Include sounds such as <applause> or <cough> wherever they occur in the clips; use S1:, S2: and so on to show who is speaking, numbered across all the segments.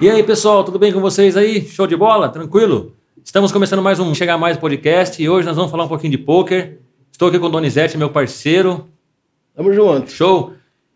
S1: E aí, pessoal, tudo bem com vocês aí? Show de bola? Tranquilo? Estamos começando mais um Chegar Mais podcast e hoje nós vamos falar um pouquinho de poker. Estou aqui com o Donizete, meu parceiro.
S2: Tamo junto.
S1: Show!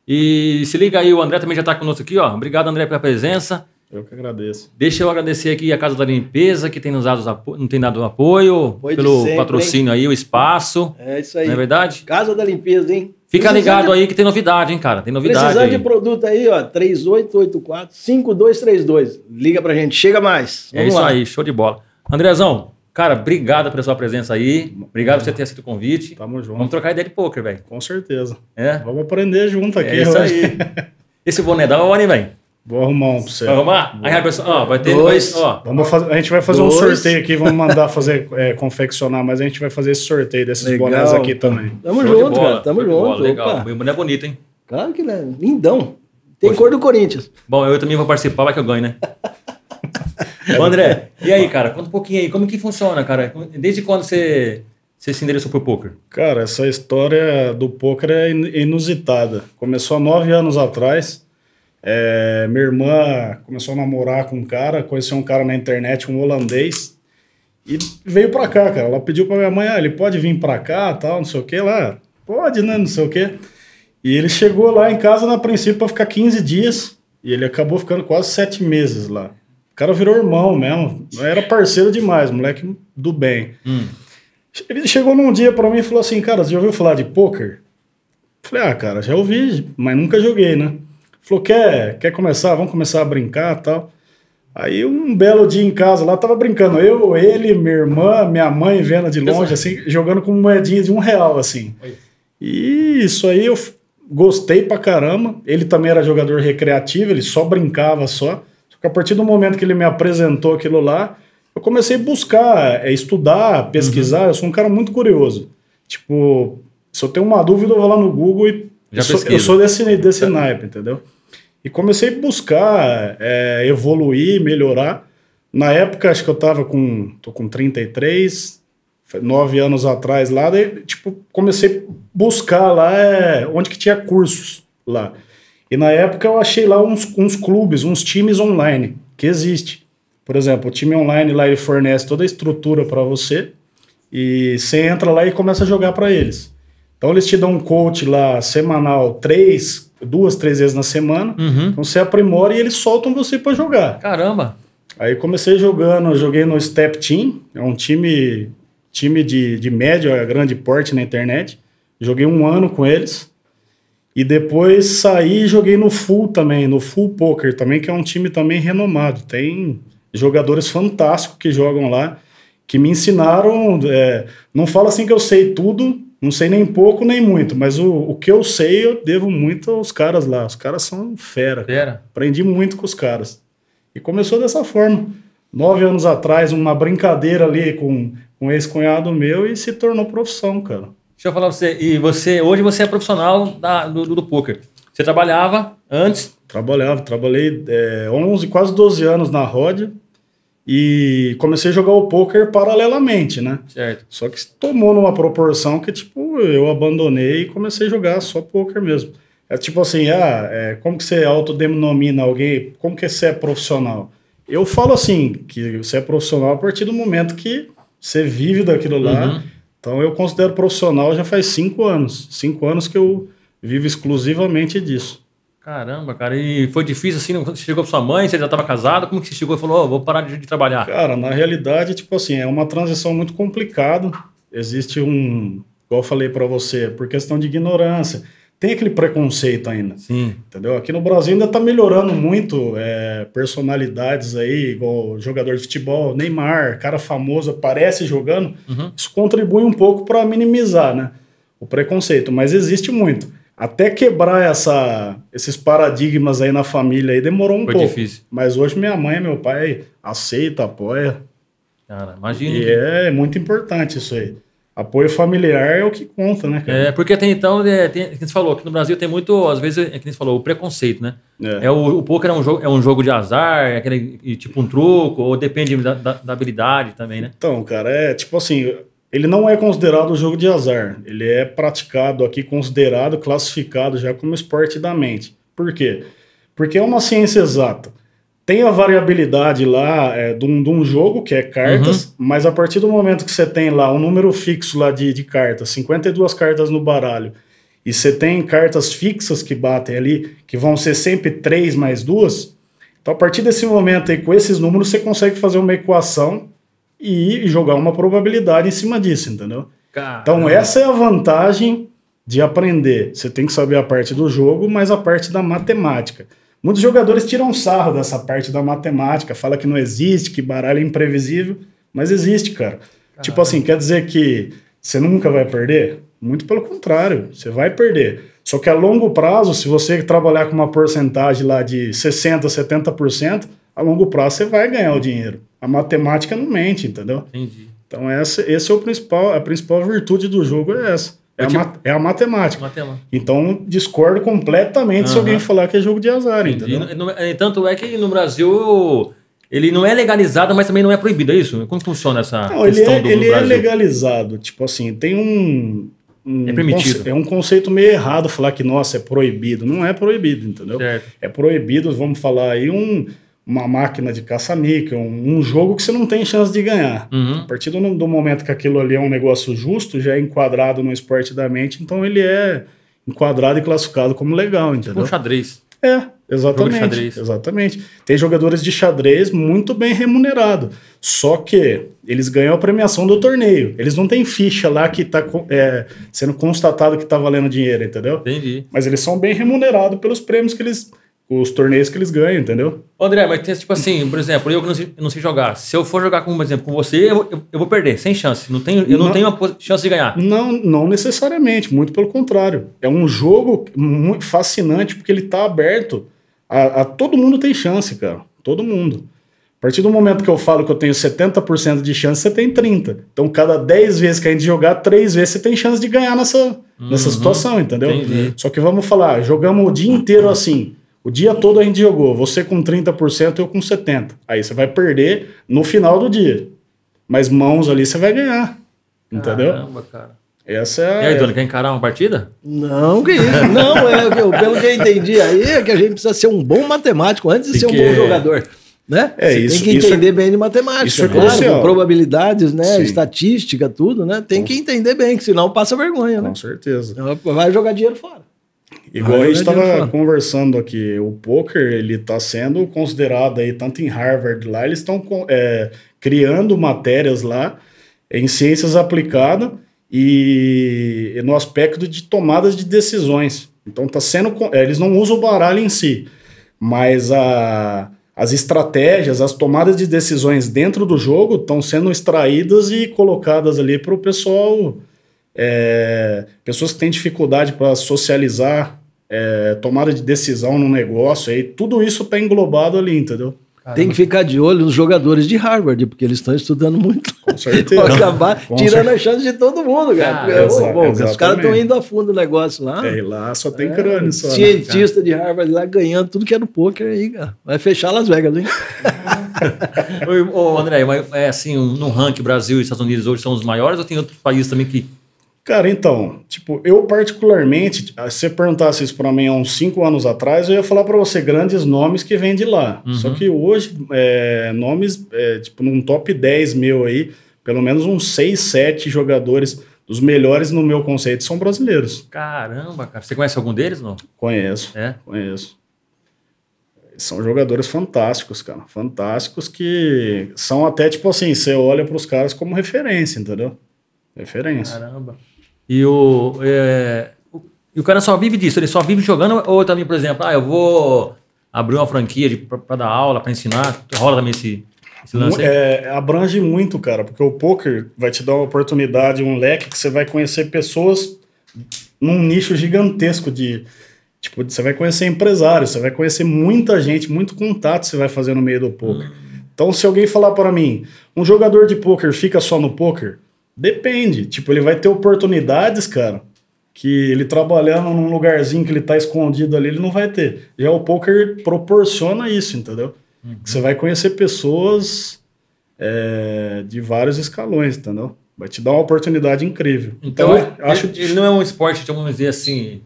S1: E se liga aí, o André também já está conosco aqui, ó. Obrigado, André, pela presença.
S3: Eu que agradeço.
S1: Deixa eu agradecer aqui a Casa da Limpeza, que tem nos dado, os apo- não tem dado apoio,
S2: Apoio de
S1: pelo
S2: sempre,
S1: patrocínio aí, o espaço.
S2: É isso aí.
S1: Não é verdade?
S2: Casa da Limpeza, hein?
S1: Fica
S2: Precisando
S1: ligado
S2: de-
S1: aí que tem novidade, hein, cara? Tem novidade.
S2: Precisando de
S1: Aí.
S2: produto aí, ó. 3884-5232. Liga pra gente. Chega mais.
S1: É isso aí, show de bola. Andrezão, cara, obrigado pela sua presença aí. Obrigado por você ter aceito o convite.
S3: Tamo junto.
S1: Vamos trocar ideia de poker, velho.
S3: Com certeza.
S1: É?
S3: Vamos aprender junto aqui.
S1: É isso
S3: eu
S1: aí.
S3: acho.
S1: Esse boné é da hora, hein, velho?
S3: Vou arrumar um pra você.
S1: Vai arrumar? Aí a pessoa, ó, vai ter
S2: Dois.
S1: vai- ó.
S3: Vamos fazer, a gente vai fazer um
S2: Dois.
S3: sorteio aqui, vamos mandar fazer, é, confeccionar, mas a gente vai fazer esse sorteio desses
S2: Legal.
S3: bonés aqui também.
S2: Tamo
S1: show de
S2: junto,
S1: bola,
S2: cara. Tamo
S1: show de
S2: junto.
S1: bola, legal.
S2: Opa.
S1: O boné é bonito, hein?
S2: Claro que né? Lindão. Tem cor do Corinthians.
S1: Bom, eu também vou participar, vai que eu ganho, né? Ô, André, e aí, cara? Conta um pouquinho aí, como que funciona, cara? Desde quando você, você se endereçou pro poker?
S3: Cara, essa história do poker é in- inusitada. Começou há nove anos atrás. É, minha irmã começou a namorar com um cara, conheceu um cara na internet, um holandês, e veio pra cá, cara. Ela pediu pra minha mãe, ah, ele pode vir pra cá, tal, não sei o que lá. Pode, né, não sei o que. E ele chegou lá em casa, na princípio, pra ficar 15 dias, e ele acabou ficando quase sete meses lá. O cara virou irmão mesmo, era parceiro demais, moleque do bem. Ele chegou num dia pra mim e falou assim, cara, você já ouviu falar de poker? Falei, ah, cara, já ouvi, mas nunca joguei, né? Falou, quer, quer começar? Vamos começar a brincar e tal. Aí um belo dia em casa lá, tava brincando. Eu, ele, minha irmã, minha mãe vendo de longe, assim, jogando com moedinha de um real, assim. E isso aí eu f- gostei pra caramba. Ele também era jogador recreativo, ele só brincava só. Só que a partir do momento que ele me apresentou aquilo lá, eu comecei a buscar, é, estudar, pesquisar. Eu sou um cara muito curioso. Tipo, se eu tenho uma dúvida, eu vou lá no Google e.
S1: Já
S3: eu, sou,
S1: pesquisa.
S3: eu sou desse, desse naipe, entendeu? E comecei a buscar, é, evoluir, melhorar. Na época, acho que eu tava com. tô com 33, foi nove anos atrás lá, daí, tipo, comecei a buscar lá é, onde que tinha cursos lá. E na época eu achei lá uns, uns clubes, uns times online, que existe. Por exemplo, o time online lá ele fornece toda a estrutura para você e você entra lá e começa a jogar para eles. Então eles te dão um coach lá semanal, três, duas, três vezes na semana.
S1: Uhum.
S3: Então você aprimora e eles soltam você para jogar.
S1: Caramba!
S3: Aí comecei jogando, joguei no Step Team, é um time, time de, de médio a grande porte na internet. Joguei um ano com eles. E depois saí e joguei no Full também, no Full Poker também, que é um time também renomado. Tem jogadores fantásticos que jogam lá, que me ensinaram. é, não falo assim que eu sei tudo, não sei nem pouco nem muito, mas o, o que eu sei eu devo muito aos caras lá. Os caras são fera. cara.
S1: Pera.
S3: Aprendi muito com os caras. E começou dessa forma. Nove anos atrás, uma brincadeira ali com, com um ex-cunhado meu e se tornou profissão, cara.
S1: Deixa eu falar pra você. E você, hoje você é profissional da- do, do, do poker. Você trabalhava antes.
S3: Trabalhava, trabalhei é, 11, quase 12 anos na Rod e comecei a jogar o poker paralelamente, né?
S1: Certo.
S3: Só que tomou numa proporção que, tipo, eu abandonei e comecei a jogar só poker mesmo. É tipo assim, ah, é, como que você autodenomina alguém? Como que você é profissional? Eu falo assim, que você é profissional a partir do momento que você vive daquilo lá.
S1: Uhum.
S3: Então eu considero profissional já faz cinco anos. Cinco anos que eu vivo exclusivamente disso.
S1: Caramba, cara. E foi difícil assim? não- Você chegou pra sua mãe, você já tava casado. Como que você chegou e falou, ó, vou parar de, de trabalhar?
S3: Cara, na realidade, tipo assim, é uma transição muito complicada. Existe um, igual eu falei pra você, por questão de ignorância. Tem aquele preconceito ainda,
S1: Sim.
S3: entendeu? Aqui no Brasil ainda tá melhorando muito é, personalidades aí, igual jogador de futebol, Neymar, cara famoso, aparece jogando.
S1: Uhum.
S3: Isso contribui um pouco para minimizar, né? O preconceito, mas existe muito. Até quebrar essa, esses paradigmas aí na família aí demorou um
S1: Foi
S3: pouco.
S1: difícil.
S3: Mas hoje minha mãe e meu pai aceita, apoia.
S1: Cara, imagina.
S3: E
S1: que-
S3: é muito importante isso aí. Apoio familiar é o que conta, né, cara?
S1: É, porque até então, é, tem, que você falou, aqui no Brasil tem muito, às vezes, é que você falou, o preconceito, né?
S3: É.
S1: É o, o poker é um jogo, é um jogo de azar, é aquele e tipo um truco, ou depende da, da- da habilidade também, né?
S3: Então, cara, é tipo assim, ele não é considerado um jogo de azar. Ele é praticado aqui, considerado, classificado já como esporte da mente. Por quê? Porque é uma ciência exata. Tem a variabilidade lá é, de, um, de um jogo, que é cartas, mas a partir do momento que você tem lá um número fixo lá de, de cartas, 52 cartas no baralho, e você tem cartas fixas que batem ali, que vão ser sempre 3 mais 2, então a partir desse momento aí, com esses números, você consegue fazer uma equação e jogar uma probabilidade em cima disso, entendeu? Então essa é a vantagem de aprender. Você tem que saber a parte do jogo, mas a parte da matemática. Muitos jogadores tiram sarro dessa parte da matemática, fala que não existe, que baralho é imprevisível, mas existe, cara. Tipo assim, quer dizer que você nunca vai perder? Muito pelo contrário, você vai perder. Só que a longo prazo, se você trabalhar com uma porcentagem lá de 60%, 70%, a longo prazo você vai ganhar o dinheiro. A matemática não mente, entendeu?
S1: Entendi.
S3: Então essa, esse é o principal, a principal virtude do jogo é essa. É,
S1: Eu
S3: a,
S1: te-
S3: ma- é a matemática.
S1: Matemática.
S3: Então discordo completamente se
S1: Aham.
S3: alguém falar que é jogo de azar,
S1: Entendi.
S3: entendeu?
S1: Não- é, Tanto é que no Brasil ele não é legalizado, mas também não é proibido, é isso? Como funciona essa
S3: Não, ele
S1: questão
S3: é,
S1: do,
S3: ele
S1: do
S3: é
S1: Brasil?
S3: legalizado. Tipo assim, tem um. um
S1: É permitido.
S3: conce- É um conceito meio errado falar que, nossa, é proibido. Não é proibido, entendeu?
S1: Certo.
S3: É proibido, vamos falar aí, um, uma máquina de caça-níquel, um, um jogo que você não tem chance de ganhar. A
S1: Uhum.
S3: partir do, do momento que aquilo ali é um negócio justo, já é enquadrado no esporte da mente, então ele é enquadrado e classificado como legal, entendeu?
S1: Um xadrez.
S3: É, exatamente.
S1: xadrez.
S3: Exatamente. Tem jogadores de xadrez muito bem remunerados. Só que eles ganham a premiação do torneio. Eles não têm ficha lá que está sendo constatado que está valendo dinheiro, entendeu?
S1: Entendi.
S3: Mas eles são bem remunerados pelos prêmios que eles. os torneios que eles ganham, entendeu?
S1: Ô, André, mas tem, tipo assim, por exemplo, eu que não sei, eu não sei jogar. Se eu for jogar, com, por exemplo, com você, eu, eu- eu vou perder, sem chance. Não tenho, eu não,
S3: Não.
S1: tenho uma pos- chance de ganhar.
S3: Não, não necessariamente, muito pelo contrário. É um jogo muito fascinante porque ele tá aberto. A, a- todo mundo tem chance, cara. Todo mundo. A partir do momento que eu falo que eu tenho 70% de chance, você tem 30%. Então, cada 10 vezes que a gente jogar, 3 vezes você tem chance de ganhar nessa, nessa situação, entendeu?
S1: Uhum. Entendi.
S3: Só que vamos falar, jogamos o dia inteiro assim. O dia todo a gente jogou, você com 30%, eu com 70%. Aí você vai perder no final do dia. Mas mãos ali você vai ganhar. Entendeu?
S1: Caramba, cara.
S3: Essa
S1: E
S3: é.
S1: aí, Dona, quer encarar uma partida?
S2: Não, que
S1: <laughs>
S2: isso. Não, é, o que eu- pelo que eu entendi aí, é que a gente precisa ser um bom matemático antes de
S1: Tem
S2: ser um
S1: que-
S2: bom jogador. Né?
S3: É,
S2: Você
S3: isso-
S2: tem que
S3: isso
S2: entender bem de matemática,
S3: isso é
S2: claro,
S3: crucial.
S2: com probabilidades, né?
S3: Sim.
S2: Estatística, tudo, né? Tem que entender bem, que senão passa vergonha, né?
S3: Com certeza.
S2: Vai jogar dinheiro fora.
S3: Igual a
S2: Ah,
S3: gente
S2: eu
S3: estava
S2: adianto.
S3: conversando aqui, o poker ele está sendo considerado aí tanto em Harvard lá, eles estão criando matérias lá em ciências aplicadas e, e no aspecto de tomadas de decisões. Então tá sendo co- eh, eles não usam o baralho em si, mas a- as estratégias, as tomadas de decisões dentro do jogo estão sendo extraídas e colocadas ali para o pessoal É, pessoas que têm dificuldade para socializar, é, tomada de decisão no negócio, aí tudo isso está englobado ali, entendeu?
S2: Tem que ficar de olho nos jogadores de Harvard, porque eles estão estudando muito.
S3: Com
S2: Vão
S3: certeza.
S2: acabar
S3: Com
S2: tirando a chance de todo mundo, cara.
S1: Ah,
S2: Porque, ô, bom,
S3: exa-
S2: os caras estão
S3: exatamente.
S2: indo a fundo no negócio lá.
S3: É, e lá só tem crânio, só. né?
S2: Cientista de Harvard lá ganhando tudo que é no poker aí, cara. Vai fechar Las Vegas, hein?
S1: Ô, ô, André, mas é assim, um- no ranking Brasil e Estados Unidos hoje são os maiores ou tem outros países também que.
S3: Cara, então, tipo, eu particularmente, se você perguntasse isso pra mim há uns cinco anos atrás, eu ia falar pra você grandes nomes que vêm de lá.
S1: Uhum.
S3: Só que hoje, é, nomes, é, tipo, num top 10 meu aí, pelo menos uns 6, 7 jogadores dos melhores no meu conceito são brasileiros.
S1: Caramba, cara. Você conhece algum deles, não?
S3: Conheço.
S1: É.
S3: Conheço. São jogadores fantásticos, cara. Fantásticos que são até tipo assim, você olha pros caras como referência, entendeu? Referência.
S1: Caramba. E o, é, o- e o cara só vive disso, ele só vive jogando, ou também, por exemplo, ah, eu vou abrir uma franquia de- pra, pra dar aula, pra ensinar, rola também esse, esse lance aí?
S3: É, abrange muito, cara, porque o poker vai te dar uma oportunidade, um leque que você vai conhecer pessoas num nicho gigantesco de tipo, você vai conhecer empresários, você vai conhecer muita gente, muito contato você vai fazer no meio do poker. Então, se alguém falar para mim, um jogador de poker fica só no poker? Depende, tipo, ele vai ter oportunidades, cara, que ele trabalhando num lugarzinho que ele tá escondido ali, ele não vai ter. Já o poker proporciona isso, entendeu?
S2: Uhum.
S3: Que Você vai conhecer pessoas é, de vários escalões, entendeu? Vai te dar uma oportunidade incrível.
S2: é,
S1: Então,
S3: eu acho
S1: ele, ele não é um esporte, vamos dizer assim,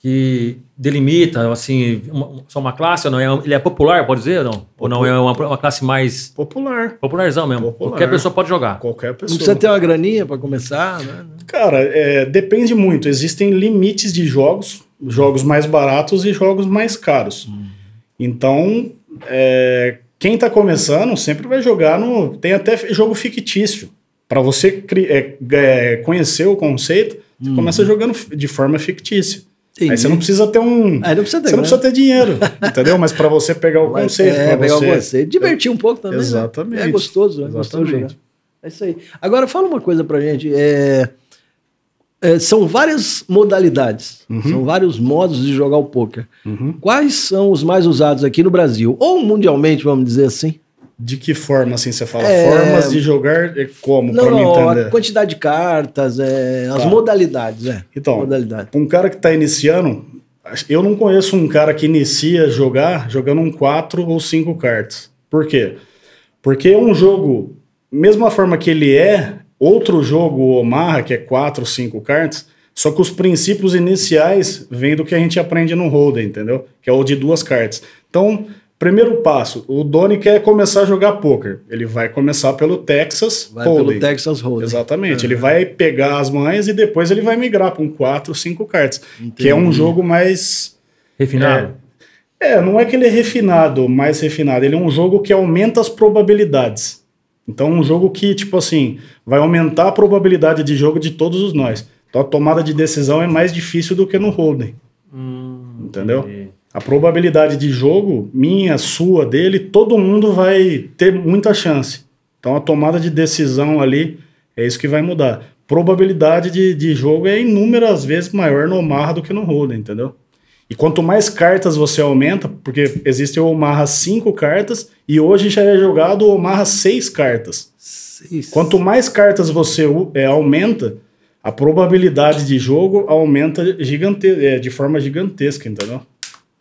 S1: que delimita, assim, uma, só uma classe, ou não é? Ele é popular, pode dizer, ou não? Ou não é uma, uma classe mais
S3: Popular.
S1: popularzão mesmo?
S3: Popular.
S1: Qualquer pessoa pode jogar.
S3: Qualquer
S2: Não precisa
S3: pessoa.
S2: ter uma graninha pra começar, né?
S3: Cara, é, depende muito. Existem limites de jogos, jogos mais baratos e jogos mais caros.
S2: Hum.
S3: Então, é, quem tá começando sempre vai jogar no. Tem até f- jogo fictício. Para você cri- é, g- é, conhecer o conceito, você
S2: Hum.
S3: começa jogando f- de forma fictícia. Aí você não precisa ter um.
S2: Aí não precisa ter
S3: Você
S2: grana.
S3: não precisa ter dinheiro, entendeu? Mas para você pegar o
S2: Mas,
S3: conceito,
S2: né? é,
S3: pra
S2: pegar
S3: você.
S2: o conceito. Divertir um pouco também. né?
S3: Exatamente.
S2: É gostoso, é gostoso jogar.
S3: Exatamente.
S2: É isso aí. Agora fala uma coisa pra gente. é, é, são várias modalidades,
S3: Uhum.
S2: são vários modos de jogar o poker. Quais são os mais usados aqui no Brasil? Ou mundialmente, vamos dizer assim?
S3: De que forma, assim, você fala?
S2: É.
S3: Formas de jogar é como,
S2: não,
S3: pra me
S2: não,
S3: entender?
S2: a quantidade de cartas, é, as
S3: Tá.
S2: modalidades, é.
S3: Então,
S2: modalidade.
S3: Um cara que tá iniciando, eu não conheço um cara que inicia a jogar jogando um 4 ou 5 cartas. Por quê? Porque é um jogo, mesma forma que ele é, outro jogo, o Omaha, que é 4, 5 cartas, só que os princípios iniciais vêm do que a gente aprende no Holden, entendeu? Que é o de duas cartas. Então, primeiro passo, o Doni quer começar a jogar poker. Ele vai começar pelo Texas
S2: Vai pelo Texas Hold'em.
S3: Exatamente. Ele vai pegar as mães e depois ele vai migrar para um 4, 5 cartas. Que é um jogo mais.
S1: Refinado.
S3: É, não é que ele é refinado, mais refinado. Ele é um jogo que aumenta as probabilidades. Então, um jogo que, tipo assim, vai aumentar a probabilidade de jogo de todos os nós. Então, a tomada de decisão é mais difícil do que no holding. É. Hum. Entendeu? A probabilidade de jogo, minha, sua, dele, todo mundo vai ter muita chance. Então a tomada de decisão ali é isso que vai mudar. Probabilidade de, de jogo é inúmeras vezes maior no Omaha do que no Hold'em, entendeu? E quanto mais cartas você aumenta, porque existe o Omaha 5 cartas e hoje já é jogado o Omaha 6 cartas.
S2: Seis.
S3: Quanto mais cartas você u- é, aumenta, a probabilidade de jogo aumenta gigante é, de forma gigantesca, entendeu?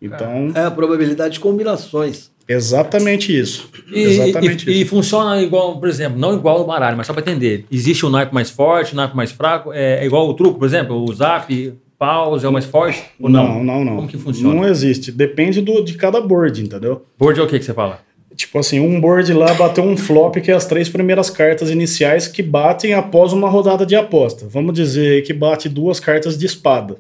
S3: Então,
S2: É a probabilidade de combinações.
S3: exatamente isso.
S1: E,
S3: exatamente
S1: e- e
S3: isso.
S1: funciona igual, por exemplo, não igual o baralho, mas só para entender. Existe o naipe mais forte, o naipe mais fraco. É, é igual o truco, por exemplo, o zap, paus é o mais forte ou não?
S3: não, não, não.
S1: Como que funciona?
S3: Não existe. Depende do, de cada board, entendeu?
S1: Board é o que que você fala?
S3: Tipo assim, um board lá bateu um flop, que é as três primeiras cartas iniciais que batem após uma rodada de aposta. Vamos dizer que bate duas cartas de espada.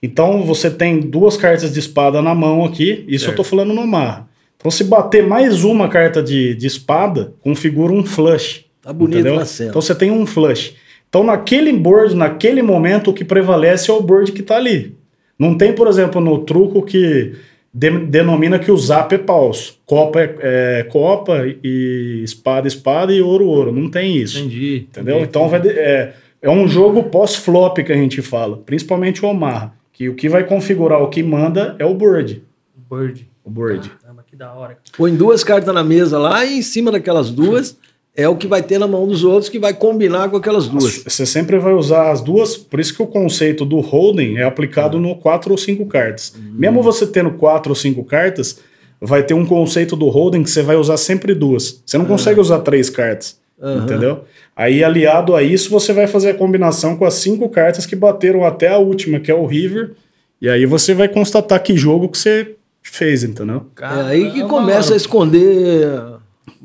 S3: Então você tem duas cartas de espada na mão aqui, isso eu tô falando no mar. Então, se bater mais uma carta de, de espada, configura um flush.
S2: Tá bonito
S3: entendeu?
S2: na cena.
S3: Então você tem um flush. Então, naquele board, naquele momento, o que prevalece é o board que tá ali. Não tem, por exemplo, no truco que de- denomina que o zap é paus. Copa é, é copa e espada, é espada e ouro, ouro. Não tem isso.
S1: Entendi.
S3: Entendeu?
S1: Entendi.
S3: Então vai de- é, é um jogo pós-flop que a gente fala, principalmente o Omar. Que o que vai configurar, o que manda é o board.
S1: Board.
S3: O board.
S1: Caramba, que da hora.
S2: Põe duas cartas na mesa lá e em cima daquelas duas é o que vai ter na mão dos outros que vai combinar com aquelas duas.
S3: Você sempre vai usar as duas, por isso que o conceito do holding é aplicado no 4 ou 5 cartas. Mesmo você tendo 4 ou 5 cartas, vai ter um conceito do holding que você vai usar sempre duas. Você não consegue usar três cartas.
S2: Aham.
S3: Entendeu? Aí, aliado a isso, você vai fazer a combinação com as cinco cartas que bateram até a última, que é o River. E aí você vai constatar que jogo que você fez, entendeu?
S2: é aí que começa a esconder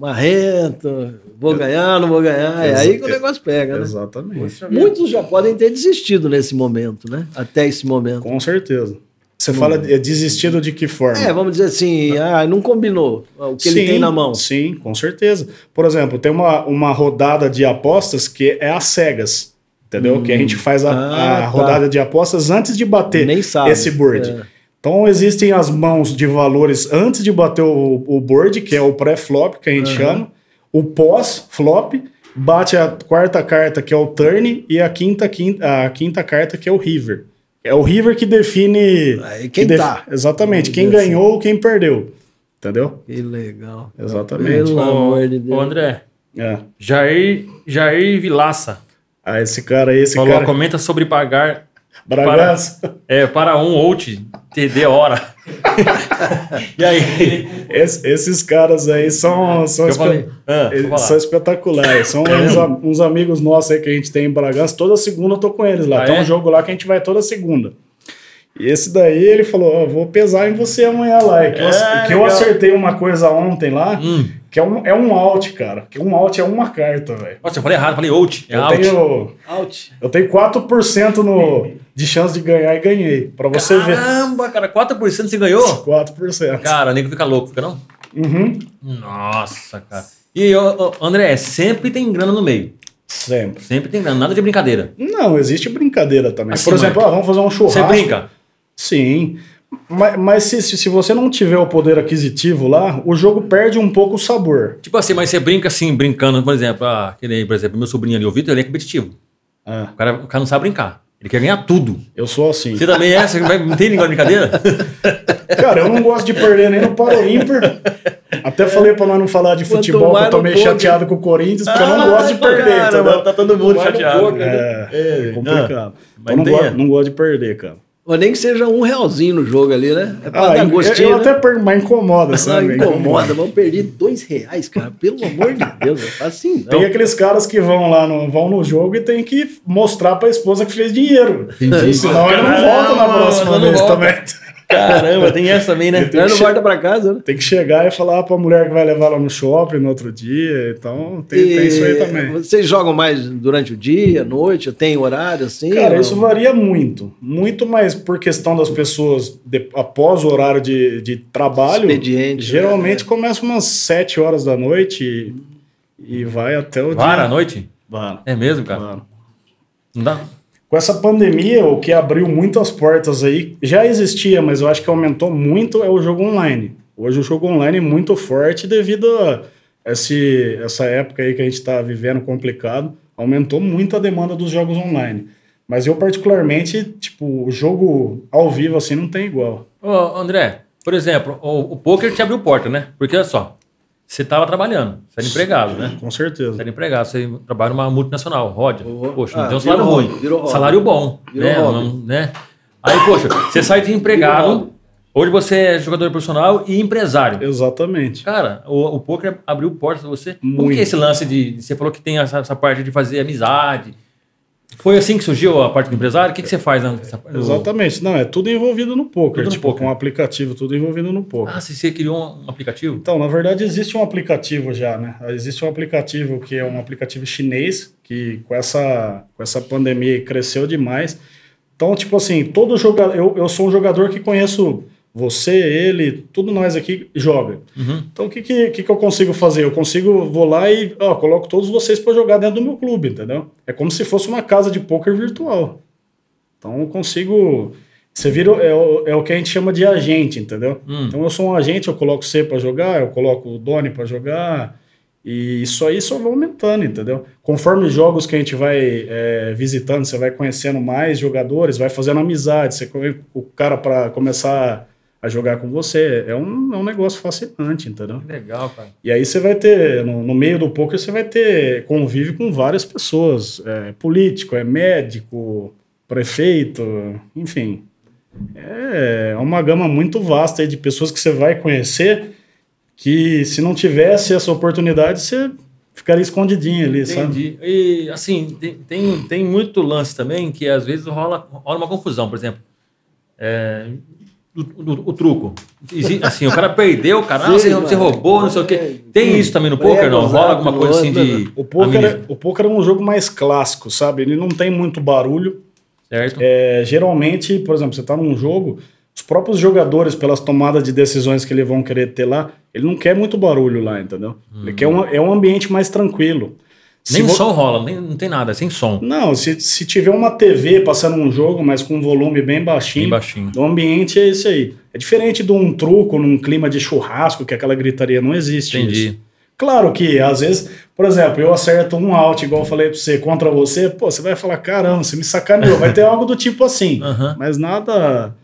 S2: marreta, vou ganhar, não vou ganhar. É
S3: Exa-
S2: aí que o negócio pega, né?
S3: Exatamente.
S2: Muitos já podem ter desistido nesse momento, né? Até esse momento.
S3: Com certeza. Você fala é desistido de que forma?
S2: É, vamos dizer assim, ah, não combinou o que ele tem na mão.
S3: Sim, com certeza. Por exemplo, tem uma, uma rodada de apostas que é às cegas. Entendeu? que a gente faz a,
S2: Ah,
S3: a
S2: tá.
S3: rodada de apostas antes de bater
S2: Nem sabe.
S3: esse board.
S2: É.
S3: Então existem as mãos de valores antes de bater o, o board, que é o pré-flop, que a gente chama, o pós-flop, bate a quarta carta, que é o turn, e a quinta, quinta, a quinta carta, que é o river. É o river que define...
S2: Aí
S3: que
S2: quem
S3: def-
S2: tá.
S3: Exatamente, quem
S2: Vamos dizer
S3: ganhou ou quem perdeu. Entendeu?
S2: Que legal.
S3: Exatamente.
S2: Pelo amor de
S1: Ô,
S2: Deus.
S1: André,
S3: É.
S1: Jair, Jair Vilaça
S3: Ah, esse cara aí, esse
S1: falou,
S3: cara.
S1: comenta sobre pagar
S3: Bragas.
S1: é, para um out, TD hora. <laughs> e aí?
S3: Es- esses caras aí são. são
S1: Eu
S3: espe-
S1: falei. Ah,
S3: eles
S1: vou falar.
S3: são espetaculares. São uns, a- uns amigos nossos aí que a gente tem em Bragança. Toda segunda eu tô com eles lá.
S1: Ah,
S3: tem
S1: é?
S3: um jogo lá que a gente vai toda segunda. E esse daí ele falou: "Ó, vou pesar em você amanhã lá. É que, eu, ac-
S1: É,
S3: que eu
S1: legal.
S3: acertei uma coisa ontem lá,
S1: Hum.
S3: que é um, é um out, cara. Que um out é uma carta, velho.
S1: Nossa, eu falei errado, falei out. É
S3: eu,
S1: out.
S3: tenho,
S2: Out.
S3: eu tenho 4% no, de chance de ganhar e ganhei. Pra você ver.
S1: Caramba, cara, 4% você ganhou?
S3: 4%.
S1: Cara, o nego fica louco, fica não?
S3: Uhum.
S1: Nossa, cara. E ô, ô, André, sempre tem grana no meio.
S3: Sempre.
S1: Sempre tem grana, nada de brincadeira.
S3: Não, existe brincadeira também.
S1: Assim,
S3: Por exemplo, ah, vamos fazer um churrasco.
S1: Você brinca.
S3: Sim. Mas, mas se, se, se você não tiver o poder aquisitivo lá, o jogo perde um pouco o sabor.
S1: Tipo assim, mas você brinca assim, brincando, por exemplo, ah, que nem, por exemplo, meu sobrinho ali, o Vitor, ele é competitivo.
S3: Ah,
S1: O cara, o cara não sabe brincar. Ele quer ganhar tudo.
S3: eu
S1: <laughs>
S3: sou assim.
S1: Você também é? Você vai- não tem negócio de brincadeira?
S3: Cara, eu não gosto de perder nem no Paro Ímpar. Até falei pra nós não falar de
S2: Quanto
S3: futebol, que
S2: mais Ah,
S3: eu tô meio
S2: não pode.
S3: chateado com o Corinthians, porque eu não gosto de perder,
S1: Cara,
S3: entendeu?
S1: tá todo mundo
S2: Vai no
S1: chateado.
S2: boca, né?
S3: É, é,
S1: É,
S3: complicado.
S1: mas
S3: Eu não,
S1: tem-
S3: gosto, não gosto de perder, cara.
S2: Ou nem que seja um realzinho no jogo ali, né? É pra
S3: Ah,
S2: dar
S3: eu,
S2: gostinho.
S3: eu
S2: né?
S3: até per... mas incomoda,
S2: Não,
S3: sabe?
S2: incomoda, vamos perder dois reais, cara. Pelo amor de Deus, não faz assim,
S3: Tem
S2: não.
S3: aqueles caras que vão lá no, vão no jogo e tem que mostrar pra esposa que fez dinheiro.
S1: Entendi.
S3: Senão ele não volta na
S1: Caramba,
S3: próxima
S1: não
S3: vez
S1: volta.
S3: também. <laughs>
S1: Caramba, tem essa também, né?
S2: Nós não volta pra casa, né?
S3: Tem que chegar e falar pra mulher que vai levar lá no shopping no outro dia. Então tem, tem isso aí
S2: E
S3: também.
S2: Vocês jogam mais durante o dia, à noite? Tem horário assim?
S3: Cara,
S2: Não.
S3: isso varia muito. Muito mais por questão das pessoas de- após o horário de, de trabalho.
S2: Expediente,
S3: Geralmente começa umas 7 horas da noite e, e vai até o
S1: Vara à
S3: dia.
S1: noite?
S3: Vara.
S1: É mesmo, cara?
S3: Vara.
S1: Não dá?
S3: Com essa pandemia, o que abriu muitas portas aí, já existia, mas eu acho que aumentou muito, é o jogo online. Hoje o jogo online é muito forte devido a esse, essa época aí que a gente está vivendo complicado. Aumentou muito a demanda dos jogos online. Mas eu, particularmente, tipo, o jogo ao vivo assim não tem igual.
S1: Ô, André, por exemplo, o, o poker te abriu porta, né? Porque olha só, você tava trabalhando, você era empregado, né?
S3: Com
S1: Você
S3: certeza.
S1: era empregado, você trabalha numa multinacional, roda.
S2: Oh.
S1: Poxa, não
S2: Ah,
S1: tem um salário
S2: virou
S1: ruim.
S2: hobby, virou hobby.
S1: Salário bom,
S2: Virou
S1: né?
S2: hobby.
S1: Não- né? Aí, poxa, você sai de
S2: Virou
S1: empregado,
S2: hobby.
S1: hoje você é jogador profissional e empresário.
S3: Exatamente.
S1: Cara, o, o poker abriu portas pra você. Por
S3: Muito.
S1: que é esse lance de. Você falou que tem essa, essa parte de fazer amizade. Foi assim que surgiu a parte do empresário? O que, que você faz? Na, nessa- no-
S3: Exatamente. Não, é tudo envolvido no poker.
S1: Tudo no
S3: tipo,
S1: poker.
S3: com aplicativo, tudo envolvido no poker.
S1: Ah, se você criou um, um aplicativo?
S3: Então, na verdade, existe um aplicativo já, né? Existe um aplicativo que é um aplicativo chinês, que com essa, com essa pandemia cresceu demais. Então, tipo assim, todo jogador. Eu, eu sou um jogador que conheço você, ele, tudo nós aqui joga.
S1: Uhum.
S3: Então, o que, que, que, que eu consigo fazer? Eu consigo, vou lá e ó, coloco todos vocês para jogar dentro do meu clube, entendeu? É como se fosse uma casa de poker virtual. Então, eu consigo. Você vira. o- É o, é o que a gente chama de agente, entendeu?
S1: Hum.
S3: Então, eu sou um agente, eu coloco você para jogar, eu coloco o Doni para jogar. E isso aí só vai aumentando, entendeu? Conforme os jogos que a gente vai é, visitando, você vai conhecendo mais jogadores, vai fazendo amizade, você conhece o cara para começar a jogar com você. É um, é um negócio fascinante, entendeu?
S1: Que legal, cara.
S3: E aí você vai ter, no, no meio do poker, você vai ter convívio com várias pessoas. É político, é médico, prefeito, enfim. É uma gama muito vasta aí de pessoas que você vai conhecer que se não tivesse essa oportunidade, você ficaria escondidinho ali, sabe?
S1: Entendi. E, assim, tem, tem, tem muito lance também que às vezes rola, rola uma confusão, por exemplo. É, o, o- o truco. Exi- Assim,
S3: <laughs>
S1: o cara perdeu, cara, ah,
S2: Sim,
S1: você,
S2: mano.
S1: você roubou, não sei o quê. Tem isso também no poker, não? Rola alguma coisa assim de.
S3: O poker, é,
S1: amenizar,
S3: o poker é um jogo mais clássico, sabe? Ele não tem muito barulho.
S1: Certo?
S3: É, geralmente, por exemplo, você está num jogo, os próprios jogadores, pelas tomadas de decisões que eles vão querer ter lá, ele não quer muito barulho lá, entendeu? Ele quer um, é um ambiente mais tranquilo. Se
S1: nem
S3: vo-
S1: som rola, nem, não tem nada, é sem som.
S3: Não, se, se tiver uma TV passando um jogo, mas com um volume bem baixinho,
S1: Bem baixinho.
S3: o ambiente é esse aí. É diferente de um truco num clima de churrasco, que aquela gritaria não existe.
S1: Entendi.
S3: isso. Claro que, às vezes, por exemplo, eu acerto um out, igual eu falei pra você, contra você, pô, você vai falar, caramba, você me sacaneou. Vai ter algo do tipo assim.
S1: <laughs> Aham.
S3: Mas nada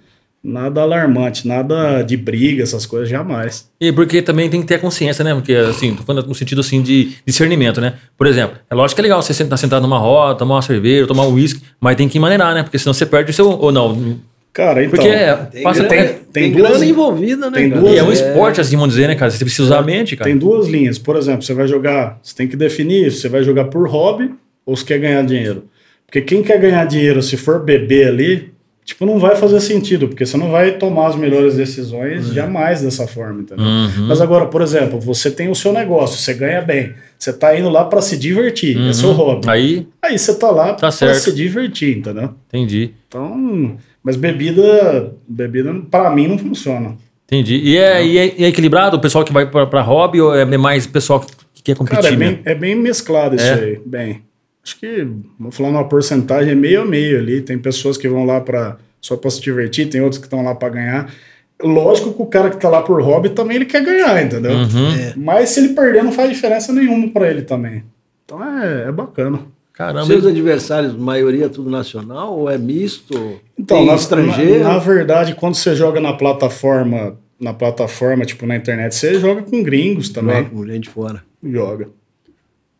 S3: nada alarmante, nada de briga, essas coisas, jamais.
S1: E porque também tem que ter a consciência, né? Porque, assim, tô falando no sentido, assim, de discernimento, né? Por exemplo, é lógico que é legal você estar sentado numa roda, tomar uma cerveja, tomar um uísque, mas tem que maneirar, né? Porque senão você perde o seu... Ou não.
S3: Cara, então...
S1: Porque é,
S2: Tem,
S1: passa
S2: grana,
S1: tempo.
S2: tem,
S3: tem
S2: grana
S3: duas-
S2: envolvida, né?
S3: tem
S2: cara?
S3: duas-
S1: E é um esporte, assim, vamos dizer, né, cara? Você precisa usar a mente, cara.
S3: Tem duas linhas. Por exemplo, você vai jogar, você tem que definir, você vai jogar por hobby ou se quer ganhar dinheiro. Porque quem quer ganhar dinheiro, se for beber ali, tipo, não vai fazer sentido, porque você não vai tomar as melhores decisões jamais dessa forma, entendeu?
S1: Uhum.
S3: Mas agora, por exemplo, você tem o seu negócio, você ganha bem, você tá indo lá pra se divertir, é seu
S1: Uhum.
S3: hobby.
S1: Aí,
S3: Aí você tá lá pra
S1: certo.
S3: se divertir, entendeu?
S1: entendi.
S3: Então, mas bebida, bebida para mim não funciona.
S1: Entendi. E é, e é- e é equilibrado o pessoal que vai pra, pra hobby ou é mais pessoal que, que quer competir?
S3: Cara, é
S1: mesmo?
S3: bem, é bem mesclado isso
S1: É?
S3: aí. Bem, acho que, vou falar uma porcentagem, é meio a meio ali. Tem pessoas que vão lá pra, só pra se divertir, tem outros que estão lá pra ganhar. Lógico que o cara que tá lá por hobby também ele quer ganhar, entendeu?
S1: Uhum.
S2: É.
S3: Mas se ele perder, não faz diferença nenhuma pra ele também. Então é, é bacana.
S1: Caramba.
S2: Seus adversários, maioria é tudo nacional ou é misto?
S3: Então,
S2: Tem
S3: na,
S2: estrangeiro?
S3: na- na verdade, quando você joga na plataforma, na plataforma, tipo na internet, você joga com gringos também.
S2: Joga com gente fora.
S1: Uhum.
S3: Joga.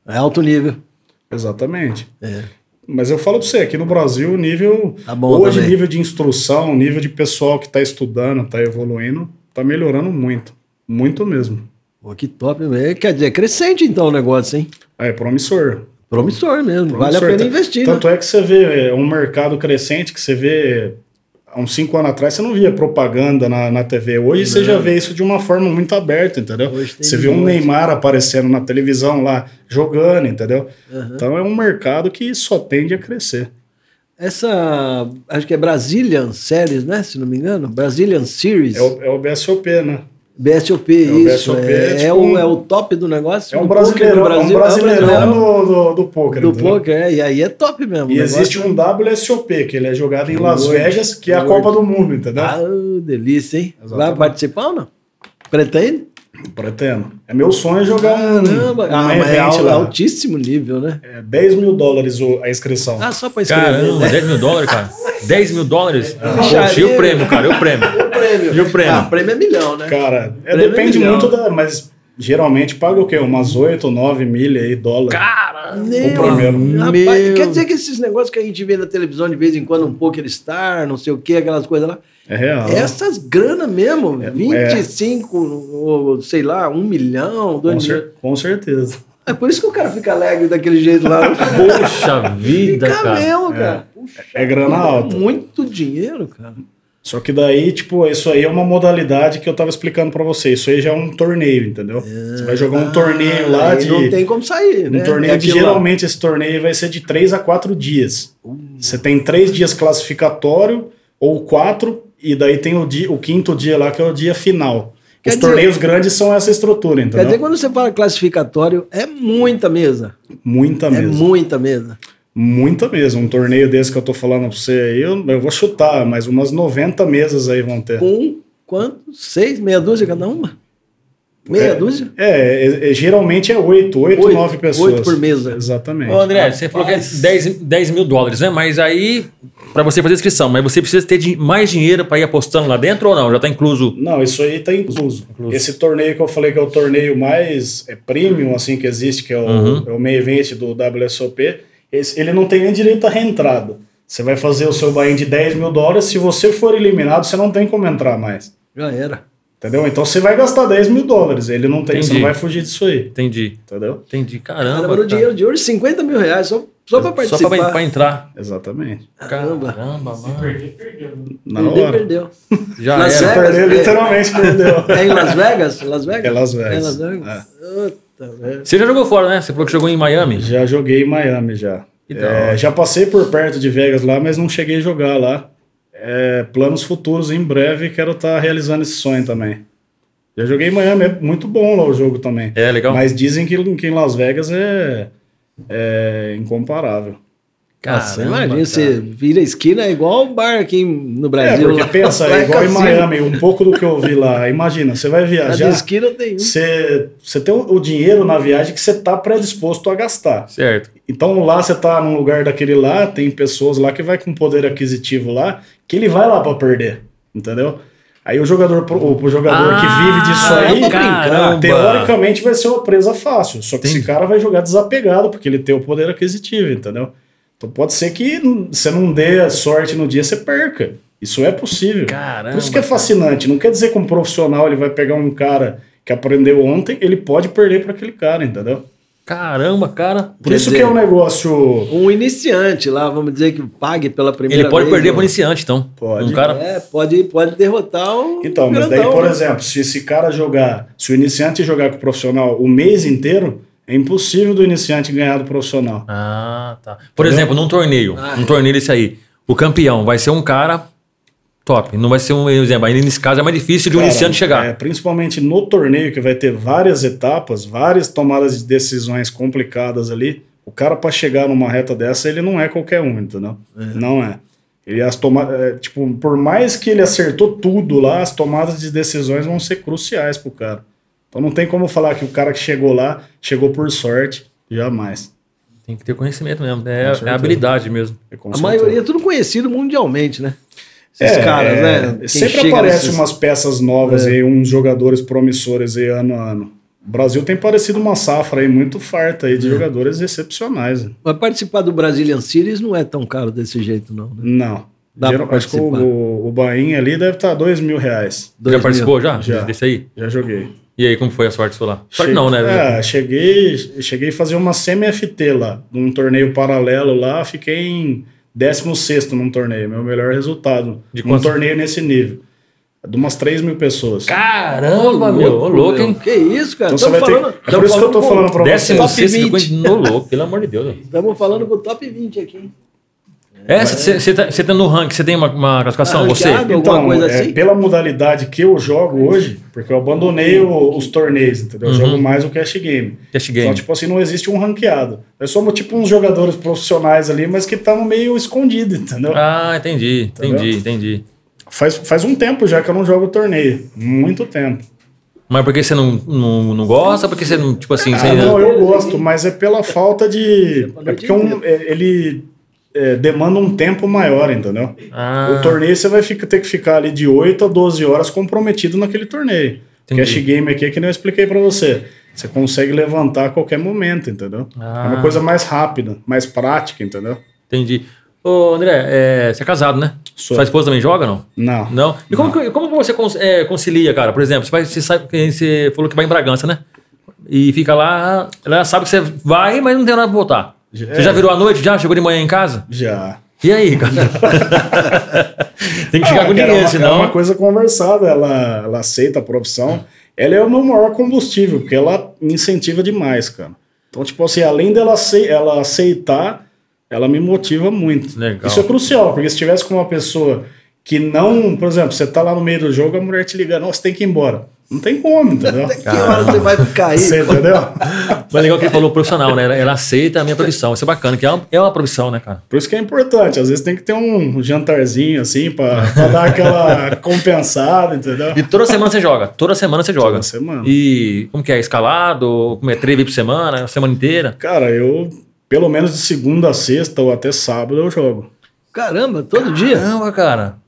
S2: É alto nível.
S3: Exatamente.
S2: É.
S3: Mas eu falo pra você, aqui no Brasil, o nível.
S2: Tá bom
S3: hoje,
S2: também.
S3: nível de instrução, nível de pessoal que tá estudando, tá evoluindo, tá melhorando muito. Muito mesmo.
S2: Pô, que top mesmo. Quer dizer, é crescente então o negócio, hein?
S3: É promissor.
S2: Promissor mesmo.
S3: promissor.
S2: Vale a
S3: Tá-
S2: pena investir, né?
S3: Tanto é que você vê é, um mercado crescente que você vê. Há uns cinco anos atrás você não via propaganda na, na TV. Hoje você já vê isso de uma forma muito aberta, entendeu?
S2: Hoje tem
S3: Você vê um
S2: muito.
S3: Neymar aparecendo na televisão lá, jogando, entendeu?
S2: Aham.
S3: Então é um mercado que só tende a crescer.
S2: Essa, acho que é Brazilian Series, né? Se não me engano. Brazilian Series.
S3: É o, é o BSOP, né?
S2: BSOP,
S3: É o
S2: isso.
S3: BSOP,
S2: é,
S3: tipo
S2: é
S3: um-
S2: o, é o top do negócio.
S3: É um
S2: do poker no
S3: brasileirão, é um
S2: Brasil,
S3: brasileirão do, do, do poker.
S2: do, do
S3: entendeu?
S2: poker. É, e aí é top mesmo. o
S3: E
S2: negócio.
S3: existe um WSOP, que ele é jogado em Las
S2: World.
S3: Vegas, que é a
S2: World.
S3: Copa do Mundo, entendeu?
S2: Ah, delícia, hein? Vai
S3: um, né? Exatamente.
S2: participar ou não? Pretende?
S3: Pretendo. É meu sonho jogar um,
S2: Caramba,
S3: um
S2: ah, mas é
S3: evento
S2: al-
S3: lá.
S2: altíssimo nível, né?
S3: É 10 mil dólares o- a inscrição.
S2: Ah, só pra escrever,
S1: Caramba,
S2: né?
S1: 10 mil dólares, cara. 10 mil dólares?
S2: Bicharia.
S1: e o prêmio, cara? E o prêmio? E o prêmio?
S2: Ah, prêmio é milhão, né?
S3: Cara, é,
S2: Prêmio
S3: depende
S2: milhão.
S3: muito da... Mas geralmente paga o quê? Umas 8, 9 milha aí, dólar.
S2: Meu,
S3: O primeiro.
S2: rapaz,
S1: Meu.
S2: quer dizer que esses negócios que a gente vê na televisão de vez em quando, um poker star, não sei o que, aquelas coisas lá,
S3: É real.
S2: essas grana mesmo,
S3: É,
S2: 25, ou sei lá, um milhão,
S3: Com,
S2: dois milhões.
S3: cer- com certeza.
S2: É por isso que o cara fica alegre daquele jeito lá.
S3: <laughs>
S1: Poxa vida,
S2: fica
S1: cara.
S2: mesmo, cara. Puxa,
S3: É grana alta.
S2: Muito dinheiro, cara.
S3: Só que daí, tipo, isso aí é uma modalidade que eu tava explicando pra você. Isso aí já é um torneio, entendeu? Você vai jogar um torneio lá
S2: Ah, Aí
S3: de.
S2: Não tem como sair,
S3: Um
S2: né?
S3: torneio
S2: É
S3: que
S2: aquilo lá. Uh.
S3: geralmente esse torneio vai ser de 3 a 4 dias. Você tem três dias classificatório ou quatro, e daí tem o, dia, o quinto dia lá, que é o dia final.
S2: Quer
S3: Os
S2: dizer-
S3: torneios grandes são essa estrutura,
S2: Quer dizer,
S3: entendeu?
S2: quando você fala classificatório, é muita mesa.
S3: Muita
S2: É
S3: mesmo.
S2: muita mesa.
S3: Muita mesmo. Um torneio desse que eu tô falando pra você aí, eu, eu vou chutar, mas umas 90 mesas aí vão ter.
S2: Com Um, quanto? Seis, meia dúzia cada uma? Meia dúzia?
S3: É, é- é- geralmente é 8, 8,
S2: Oito.
S3: 9 pessoas.
S2: Oito por mesa.
S3: Exatamente.
S1: Ô, André, você falou que é 10, 10 mil dólares, né? Mas aí, pra você fazer a inscrição, mas você precisa ter di- mais dinheiro pra ir apostando lá dentro ou não? Já tá incluso?
S3: Não, isso aí tá incluso.
S1: Incluso.
S3: Esse torneio que eu falei que é o torneio mais é, premium, assim, que existe, que é o,
S1: Uhum.
S3: é o main event do WSOP, esse- ele não tem nem direito à reentrada. Você vai fazer o seu buy-in de 10 mil dólares, se você for eliminado, você não tem como entrar mais.
S2: Já era.
S3: Entendeu? Então você vai gastar 10 mil dólares, ele não tem, você
S1: Entendi.
S3: não vai fugir disso aí,
S1: Entendi,
S3: entendeu?
S1: entendi. Caramba.
S2: Caramba, no
S1: cara.
S2: dinheiro de hoje, 50 mil reais, só, só pra
S1: Só
S2: participar.
S1: pra, pra entrar.
S3: Exatamente.
S2: Caramba.
S1: Caramba, mano.
S3: Na
S2: Perder,
S3: hora.
S2: perdeu.
S1: Já
S2: Mas
S1: era.
S2: é-
S3: Você perdeu,
S2: Vegas,
S1: <laughs>
S3: literalmente perdeu.
S2: É em Las Vegas? Las Vegas?
S3: É Las Vegas. é.
S2: É em Las Vegas. Puta merda.
S1: Você já jogou fora, né? Você falou que jogou em Miami.
S3: Já joguei em Miami já.
S1: Que
S3: É,
S1: da hora.
S3: já passei por perto de Vegas lá, mas não cheguei a jogar lá. É, planos futuros em breve, quero estar realizando esse sonho também. Já joguei em Miami, é muito bom lá o jogo também.
S1: É, legal.
S3: Mas dizem que, que em Las Vegas é, é incomparável.
S2: Você
S1: tá.
S2: imagina, você vira a esquina, é igual um bar aqui no
S3: É,
S2: Brasil.
S3: porque
S2: lá.
S3: pensa,
S2: Lá
S3: é igual em
S2: cassino.
S3: Miami, um pouco do que eu vi lá. Imagina, você vai
S2: Cada
S3: viajar,
S2: esquina tem um.
S3: você você tem o o dinheiro na viagem que você está predisposto a gastar.
S1: Certo.
S3: Então lá você tá num lugar daquele lá, tem pessoas lá que vai com poder aquisitivo lá, que ele vai lá pra perder, entendeu? Aí o jogador, pro- o, o jogador que vive disso aí,
S2: cara,
S1: caramba.
S3: teoricamente vai ser uma presa fácil. Só que
S1: Entendi.
S3: esse cara vai jogar desapegado, porque ele tem o poder aquisitivo, entendeu? Então pode ser que n- você não dê sorte no dia, você perca. Isso é possível.
S1: Caramba.
S3: Por isso que é fascinante. Não quer dizer que um profissional ele vai pegar um cara que aprendeu ontem, ele pode perder pra aquele cara, entendeu?
S1: Caramba, cara.
S3: Por isso
S2: dizer-
S3: que é um negócio.
S2: Um iniciante lá, vamos dizer que pague pela primeira
S1: ele pode
S2: vez,
S1: perder
S2: ó.
S1: por iniciante, então.
S3: Pode.
S1: Um cara...
S2: É, pode, pode derrotar o.
S3: Então, mas daí,
S2: grandão,
S3: por
S2: né?
S3: exemplo, se esse cara jogar, se o iniciante jogar com o profissional o mês inteiro, é impossível do iniciante ganhar do profissional.
S1: Ah, tá. Por exemplo, num torneio.
S2: Ah,
S1: um torneio desse aí. O campeão vai ser um cara top. Não vai ser um exemplo. Aí nesse caso é mais difícil de um
S3: Cara,
S1: iniciante chegar.
S3: é, principalmente no torneio, que vai ter várias etapas, várias tomadas de decisões complicadas ali. O cara, para chegar numa reta dessa, ele não é qualquer um, entendeu? Não é. Ele as toma... é, tipo, por mais que ele acertou tudo lá, as tomadas de decisões vão ser cruciais pro cara. Então não tem como falar que o cara que chegou lá chegou por sorte, jamais.
S1: Tem que ter conhecimento mesmo.
S3: Com
S1: É, é
S3: certeza.
S1: habilidade mesmo.
S3: É com
S2: A
S3: certeza.
S2: maioria é tudo conhecido mundialmente, né? Esses
S3: É,
S2: caras,
S3: é,
S2: né? Quem
S3: Sempre
S2: chega
S3: aparecem
S2: nesses- É.
S3: umas peças novas aí, uns jogadores promissores aí ano a ano. O Brasil tem parecido uma safra aí muito farta aí de
S2: É.
S3: jogadores excepcionais. né?
S2: Mas participar do Brazilian Series não é tão caro desse jeito, não. Né?
S3: Não.
S2: Dá pra
S3: Geral- acho que
S2: participar.
S3: o, o Bainha ali deve estar dois mil reais.
S2: Dois
S1: já
S2: mil.
S1: participou já?
S3: Já.
S1: Desse aí?
S3: Já joguei.
S1: E aí, como foi a sorte sua lá? Sorte
S3: Che-
S1: não, né?
S3: É, cheguei, cheguei a fazer uma semi-FT lá, num torneio paralelo lá, fiquei em 16 num torneio, meu melhor resultado.
S1: De
S3: num
S1: quantos-
S3: torneio nesse nível. É De umas 3 mil pessoas.
S1: Caramba, meu. Ô, louco, hein?
S2: Que isso, cara?
S3: Então você vai
S2: Estamos
S3: ter-
S2: falando,
S3: É por isso que eu tô falando pra você.
S1: Décimo
S2: Top
S1: sexto
S2: 20.
S1: ficou no louco, pelo amor de Deus.
S3: <laughs>
S2: Estamos falando com o top 20 aqui. hein?
S1: É, você tá, cê tá no ranking, você tem uma, uma classificação, você?
S2: Ranqueado?
S3: Então,
S2: alguma coisa
S3: é,
S2: assim?
S3: pela modalidade que eu jogo hoje, porque eu abandonei o- os torneios, entendeu? Eu jogo mais o cash game.
S1: Cash
S3: Então,
S1: Uhum. game.
S3: tipo assim, não existe um ranqueado. Nós somos tipo uns jogadores profissionais ali, mas que estamos meio escondidos, entendeu?
S1: Ah, entendi,
S3: Tá vendo?
S1: entendi, entendi.
S3: Faz, faz um tempo já que eu não jogo torneio. Muito tempo.
S1: Mas porque você não, não, não gosta? Porque você não, tipo assim,
S3: Ah,
S1: você
S3: não,
S1: não...
S3: eu gosto, mas é pela falta de.
S2: noite
S3: É porque um- é- ele é, demanda um tempo maior, entendeu?
S1: Ah,
S3: O torneio você vai fica- ter que ficar ali de 8 a 12 horas comprometido naquele torneio.
S1: Entendi.
S3: Cash game aqui é que nem eu expliquei pra você. Você consegue levantar a qualquer momento, entendeu?
S1: Ah.
S3: É uma coisa mais rápida, mais prática, entendeu?
S1: entendi. Ô, André, é, você é casado, né?
S3: Sou.
S1: Sua esposa também joga, não?
S3: Não.
S1: Não? E como, que- como que você cons- é, concilia, cara? Por exemplo, você, vai, você, sabe, que você falou que vai em Bragança, né? E fica lá, ela sabe que você vai, mas não tem hora pra voltar.
S3: É.
S1: Você já virou à noite? Já? Chegou de manhã em casa?
S3: Já.
S1: E aí, cara? <laughs> tem que chegar
S3: Ah,
S1: com
S3: era
S1: dinheiro,
S3: uma,
S1: senão...
S3: É uma coisa conversada, ela, ela aceita a profissão. Ela é o meu maior combustível, porque ela me incentiva demais, cara. Então, tipo assim, além dela ace- ela aceitar, ela me motiva muito.
S1: Legal.
S3: Isso é crucial, porque se tivesse com uma pessoa que não, por exemplo, você tá lá no meio do jogo, a mulher te liga, nossa, tem que ir embora. Não tem
S2: <laughs>
S3: como, entendeu?
S2: Até que hora você vai ficar aí?
S3: Você entendeu?
S1: Mas legal que ele falou profissional, né? Ela, ela aceita a minha profissão. Isso é bacana, que é uma, é uma profissão, né, cara?
S3: Por isso que é importante. Às vezes tem que ter um jantarzinho, assim, pra, pra dar
S1: <laughs>
S3: aquela compensada, entendeu?
S1: E toda semana você joga. Toda semana você joga.
S3: Toda semana.
S1: E como que é? Escalado? Como é? Três vezes por semana? A semana inteira?
S3: Cara, eu, pelo menos de segunda a sexta ou até sábado, eu jogo.
S2: Caramba, todo dia?
S1: Caramba, cara.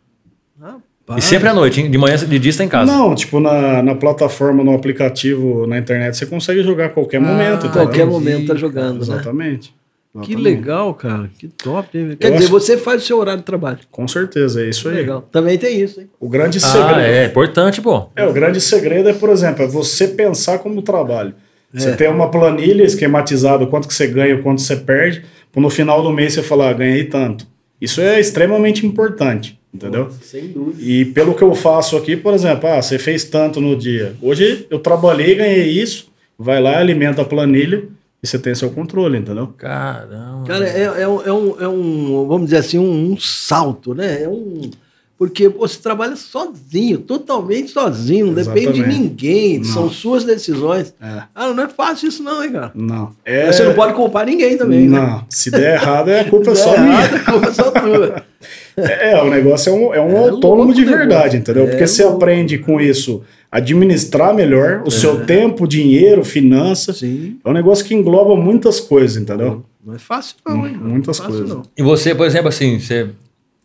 S1: E
S2: Rapaz.
S1: sempre à noite, hein? De manhã, de dia você tá em casa.
S3: Não, tipo, na, na plataforma, no aplicativo, na internet, você consegue jogar a qualquer momento. entendeu?
S2: Ah, Qualquer momento tá jogando, né?
S3: Exatamente.
S2: Que
S3: Exatamente.
S2: legal, cara. Que top, hein? Quer
S3: Eu
S2: dizer,
S3: acho-
S2: você faz o seu horário de trabalho.
S3: Com certeza, é isso aí.
S2: Legal. Também tem isso, hein?
S3: O grande segredo.
S1: Ah, é importante, pô.
S3: É, o grande segredo é, por exemplo, é você pensar como trabalho.
S2: É.
S3: Você tem uma planilha esquematizada, quanto que você ganha, quanto você perde, para no final do mês você falar, ah, ganhei tanto. Isso é extremamente importante, entendeu?
S2: Sem dúvida.
S3: E pelo que eu faço aqui, por exemplo, ah, você fez tanto no dia. Hoje eu trabalhei, ganhei isso, vai lá, alimenta a planilha e você tem seu controle, entendeu?
S1: Caramba.
S2: Cara, é, é um, é um- é um- vamos dizer assim, um, um salto, né? É um, porque pô, você trabalha sozinho, totalmente sozinho, não depende de
S3: Exatamente.
S2: ninguém,
S3: Não.
S2: são suas decisões.
S3: É.
S2: Ah, não é fácil isso não, hein, cara?
S3: Não. É,
S2: Mas Você não pode culpar ninguém também, né?
S3: Não, se der errado, é a
S2: <laughs>
S3: culpa
S2: É
S3: é só minha.
S2: errado, a culpa é só tua.
S3: <laughs> É, o negócio é um, é um
S2: É
S3: autônomo
S2: louco
S3: de
S2: o negócio.
S3: verdade, entendeu?
S2: É
S3: Porque você
S2: louco.
S3: aprende com isso a administrar melhor o seu tempo, dinheiro, finanças.
S2: É. Sim,
S3: É um negócio que engloba muitas coisas, entendeu?
S2: não é fácil não, hein?
S3: Muitas
S2: não é fácil,
S3: coisas.
S2: Não.
S1: E você, por exemplo, assim, você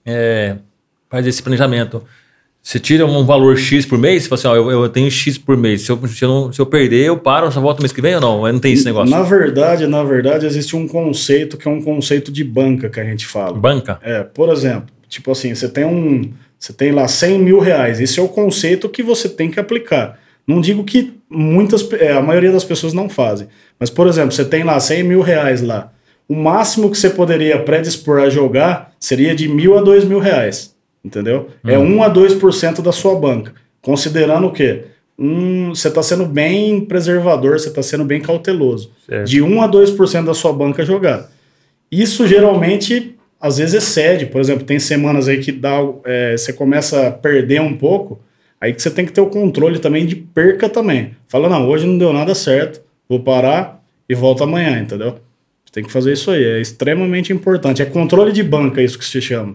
S1: é, faz esse planejamento. Você tira um valor X por mês, você fala assim, ó, eu, eu tenho X por mês. Se eu, se eu não- se eu perder, eu paro, eu só volto mês que vem ou não? Não tem esse negócio.
S3: Na verdade, na verdade, existe um conceito que é um conceito de banca que a gente fala.
S1: Banca?
S3: É, por exemplo, tipo assim, você tem um. Você tem lá 100 mil reais. Esse é o conceito que você tem que aplicar. Não digo que muitas, pe- é, a maioria das pessoas não fazem, Mas, por exemplo, você tem lá 100 mil reais lá. O máximo que você poderia predispor a jogar seria de mil a dois mil reais. Entendeu? É 1 a 2% da sua banca. Considerando o quê? Um, você está sendo bem preservador, você está sendo bem cauteloso.
S1: Certo.
S3: De 1 a 2% da sua banca jogar. Isso geralmente, às vezes, excede. Por exemplo, tem semanas aí que dá, é, você começa a perder um pouco, aí que você tem que ter o controle também de perca também. Fala, não, hoje não deu nada certo, vou parar e volto amanhã, entendeu? Você tem que fazer isso aí, é extremamente importante. É controle de banca isso que se chama.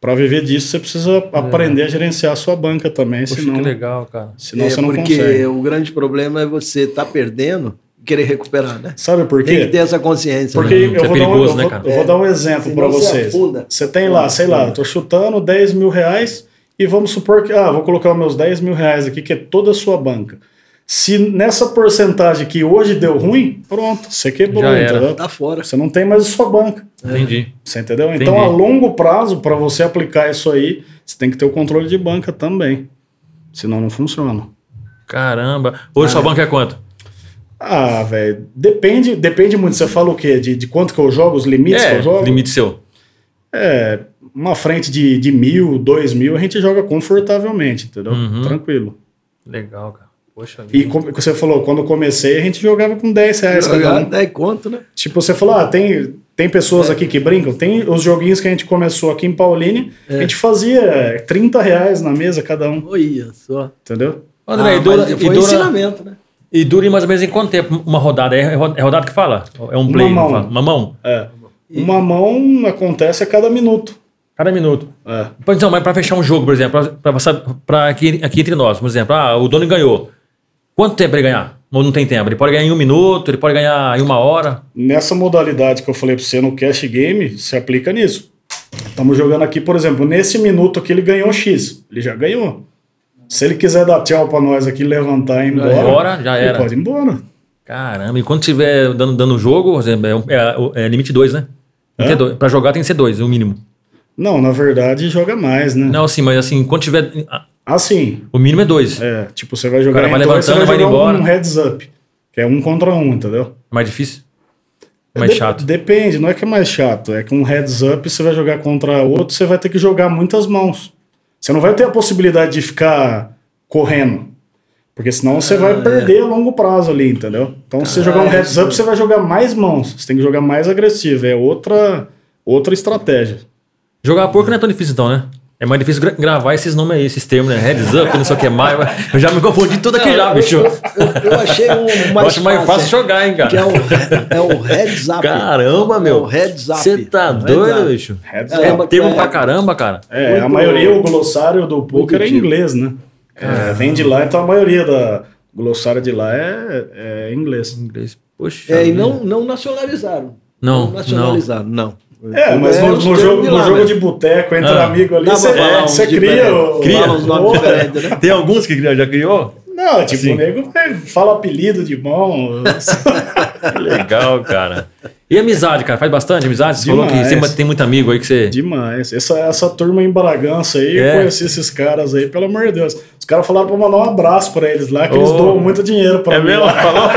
S3: Para viver disso, você precisa
S2: É.
S3: aprender a gerenciar a sua banca também,
S1: Poxa,
S3: senão,
S1: que legal, cara.
S3: senão
S2: é,
S3: você não
S2: porque
S3: consegue.
S2: o grande problema é você tá perdendo e querer recuperar, né?
S3: Sabe por
S2: Tem que ter
S3: quê?
S2: essa consciência.
S3: Porque
S2: né?
S1: Isso
S3: eu,
S1: é
S3: vou dar um,
S1: perigoso,
S3: eu
S1: né,
S3: vou-
S1: cara?
S3: eu vou dar um exemplo para
S2: Senão você
S3: vocês.
S2: afunda.
S3: Você tem lá, sei lá, eu tô chutando 10 mil reais e vamos supor que, ah, vou colocar os meus 10 mil reais aqui, que é toda a sua banca. Se nessa porcentagem que hoje deu ruim, pronto, você quebrou,
S1: Já era.
S3: entendeu?
S2: tá fora.
S3: Você não tem mais a sua banca.
S1: Entendi.
S3: Você entendeu? Então,
S1: Entendi.
S3: a longo prazo, para você aplicar isso aí, você tem que ter o controle de banca também. Senão não funciona.
S1: Caramba. Hoje sua banca é quanto?
S3: Ah, velho, depende, depende muito. Você fala o quê? De, de quanto que eu jogo, os limites que eu
S1: é,
S3: jogo?
S1: limite seu.
S3: É, uma frente de, de mil, dois mil, a gente joga confortavelmente, entendeu?
S1: Uhum.
S3: Tranquilo.
S1: Legal, cara. Poxa vida.
S3: E como você falou, quando eu comecei, a gente jogava com 10 reais cada
S2: Jogar
S3: um.
S2: 10 conto, né?
S3: Tipo, você falou, ah, tem, tem pessoas aqui que brincam? Tem os joguinhos que a gente começou aqui em Pauline, a gente fazia 30 reais na mesa cada um,
S2: Olha só.
S3: entendeu?
S1: André, e,
S2: Ah, mas
S1: dura,
S2: foi
S1: e, dura,
S2: ensinamento, né?
S1: e dura mais ou menos em quanto tempo uma rodada? É, ro- é rodada que fala? É um play?
S3: mão.
S1: não fala? Uma mão?
S3: É. Uma mão acontece a cada minuto.
S1: Cada minuto.
S3: É.
S1: Pois Então, mas para fechar um jogo, por exemplo, para aqui, aqui entre nós, por exemplo, ah, o dono ganhou. Quanto tempo ele ganhar? Ou não tem tempo? Ele pode ganhar em um minuto, ele pode ganhar em uma hora.
S3: Nessa modalidade que eu falei pra você no cash game, se aplica nisso. Estamos jogando aqui, por exemplo, nesse minuto aqui ele ganhou X. Ele já ganhou. Se ele quiser dar tchau pra nós aqui, levantar e ir embora.
S1: Embora, já
S3: Ele
S1: era.
S3: pode ir embora.
S1: Caramba, e quando tiver dando, dando jogo, por exemplo, é um- é, é limite 2, né?
S3: Hã?
S1: Para jogar tem que ser dois, o mínimo.
S3: Não, na verdade, joga mais, né?
S1: Não, assim, mas assim, quando tiver. ah,
S3: Assim,
S1: O mínimo é dois.
S3: é, tipo, você vai jogar
S1: cara vai
S3: então, você
S1: levantando, vai
S3: jogar
S1: embora.
S3: um heads up. Que é um contra um, entendeu?
S1: Mais difícil? Mais
S3: De-
S1: chato.
S3: Depende, não é que é mais chato. É que um heads up você vai jogar contra outro, você vai ter que jogar muitas mãos. Você não vai ter a possibilidade de ficar correndo. Porque senão você
S2: Ah, é.
S3: vai perder a longo prazo ali, entendeu? Então, se você jogar um heads up, você vai jogar mais mãos. Você tem que jogar mais agressivo. É outra, outra estratégia.
S1: Jogar porco não é tão difícil, então, né? É mais difícil gra- gravar esses nomes aí, esses termos, né? Heads up, não sei o que mais. <laughs> Eu já me confundi tudo aqui já, bicho.
S2: Eu, eu- eu achei
S1: <laughs>
S2: um
S1: Eu
S2: mais
S1: acho mais fácil jogar, hein, cara.
S2: Que é o, é o heads up.
S1: Caramba,
S2: É o
S1: meu.
S2: heads up.
S1: Você tá
S2: É o heads
S1: doido,
S2: up.
S1: bicho?
S3: Heads
S2: É,
S3: up.
S1: É termo
S2: é-
S1: pra caramba, cara.
S3: É, a
S2: muito-
S3: maioria, o glossário do poker é em
S2: antigo.
S3: inglês, né? É, vem de lá, então a maioria da glossário de lá é, é inglês.
S1: Inglês. Poxa.
S2: É, e
S1: vida.
S2: não, não nacionalizaram.
S1: Não,
S2: nacionalizaram, não.
S3: É, mas no,
S2: os
S3: no
S2: termos
S3: jogo,
S2: de
S3: no
S2: lá,
S3: jogo
S2: né?
S3: de boteco, entre
S1: Ah.
S3: amigo ali,
S2: Dá pra
S3: você
S2: falar uns
S3: você cria
S2: diferentes.
S3: o.
S1: Cria?
S2: Fala uns nomes diferentes, né?
S1: <laughs> Tem alguns que já criou?
S3: Não, tipo,
S1: Assim.
S3: o nego é, fala apelido de mão.
S1: Que legal, cara. E amizade, cara? Faz bastante amizade? Você falou que
S3: Demais.
S1: você tem muito amigo aí que você.
S3: <laughs> Demais. Essa, essa turma em Bragança aí,
S1: É.
S3: eu conheci esses caras aí, pelo amor de Deus. Os caras falaram pra mandar um abraço pra eles lá, que eles
S1: Oh.
S3: doam muito dinheiro pra
S1: É
S3: mim.
S1: mesmo?
S3: lá.
S1: <laughs> Falou?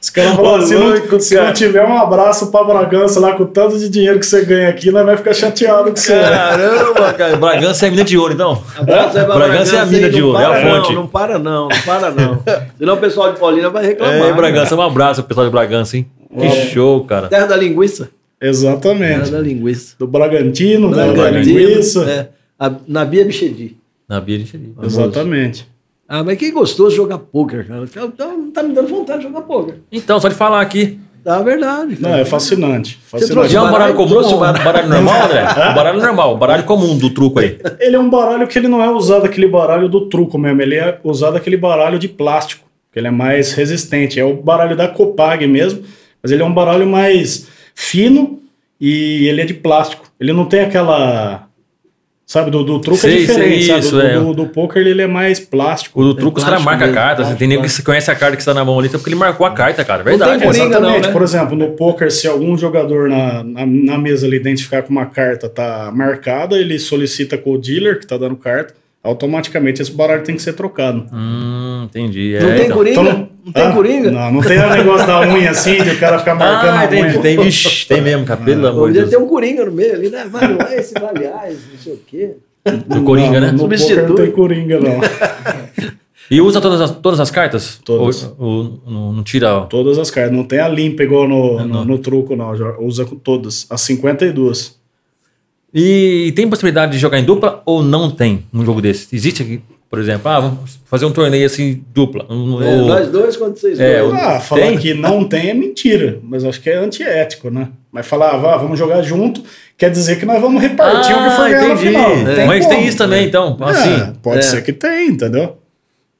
S3: Os caras falaram,
S1: Ô,
S3: se, não-
S1: louco,
S3: se
S1: cara.
S3: não tiver um abraço pra Bragança lá, com o tanto de dinheiro que você ganha aqui, nós vai ficar chateado com você.
S1: Caramba, cara. Bragança é mina de ouro, então.
S2: Abraço aí pra
S1: Bragança é a mina
S2: aí,
S1: de
S2: não
S1: ouro, é a
S2: para
S1: fonte.
S2: Não, não para não, não para não. Senão o pessoal de Paulina vai reclamar. né?
S1: É, Bragança, um abraço pro pessoal de Bragança, hein? Que show, cara.
S2: Terra da linguiça. Terra
S3: Exatamente.
S2: da linguiça.
S3: Do Bragantino, né? da- da
S2: Bragantino,
S3: linguiça.
S2: É, a, na Bia Bichedi.
S1: Na Bia de Xerife.
S3: Exatamente.
S2: Ah, mas que gostoso jogar pôquer, cara. Tá- tá- tá me dando vontade de jogar pôquer.
S1: Então, só de falar aqui.
S2: Tá verdade.
S3: Não,
S2: Cara.
S3: é fascinante.
S2: trouxe
S3: fascinante.
S1: Já é um baralho
S2: baralho,
S1: comum,
S2: trouxe
S1: um
S2: baralho.
S1: baralho normal,
S2: <laughs>
S1: né? Um baralho normal, um baralho comum do truco aí.
S3: Ele é um baralho que ele não é usado aquele baralho do truco mesmo, ele é usado aquele baralho de plástico, que ele é mais resistente. É o baralho da Copag mesmo, mas ele é um baralho mais fino e ele é de plástico. Ele não tem aquela. Sabe, do, do truco
S1: Sei,
S3: é diferente,
S1: sei,
S3: sabe?
S1: isso,
S3: do,
S1: é.
S3: do, do poker ele é mais plástico.
S1: O do truco, os caras
S2: plástico
S1: marcam a
S2: mesmo,
S1: carta. Assim,
S2: plástico,
S1: tem nego que conhece a carta que está na mão ali, só porque ele marcou a carta, cara. é Verdade. assim,
S2: tem
S1: cara.
S2: briga,
S3: É, Exatamente.
S2: não, né?
S3: Por exemplo, no poker, se algum jogador na, na, na mesa ali identificar que uma carta tá marcada, ele solicita com o dealer que tá dando carta. automaticamente esse baralho tem que ser trocado.
S1: Hum, entendi.
S2: Não
S1: é,
S2: tem
S1: então.
S2: coringa?
S3: Então,
S2: não tem
S3: ah,
S2: coringa?
S3: Não, não tem o negócio da unha assim, de o cara ficar marcando
S1: Ah,
S3: a unha.
S1: entendi. Tem, vixi, tem mesmo, cara. Pelo amor de
S2: Podia ter
S1: Deus.
S2: um coringa no meio ali, né? Vale lá, esse vale lá, esse não sei o quê.
S1: Do Coringa,
S3: não,
S1: né?
S3: No
S2: Substitui.
S3: poker não tem coringa, não.
S1: E usa todas as, todas as cartas?
S3: Todas.
S1: Ou- ou- não, não tira. ó.
S3: Todas as cartas. Não tem a limpa igual no, no, no truco, não. Já usa com todas. As 52.
S1: E tem possibilidade de jogar em dupla ou não tem um jogo desse? Existe aqui, por exemplo, ah, vamos fazer um torneio assim, dupla. Um-
S2: É,
S1: ou-
S2: nós dois contra vocês
S1: É,
S2: dois.
S1: o-
S3: Ah, falar
S1: Tem?
S3: que não tem é mentira. Mas acho que é antiético, né? Mas falar, ah, vá, vamos jogar junto, quer dizer que nós vamos repartir o um que for ganhar no final. Não
S1: Ah, É. Mas
S3: como.
S1: tem isso também, então.
S3: É,
S1: Assim.
S3: pode
S2: é.
S3: ser que tenha, entendeu?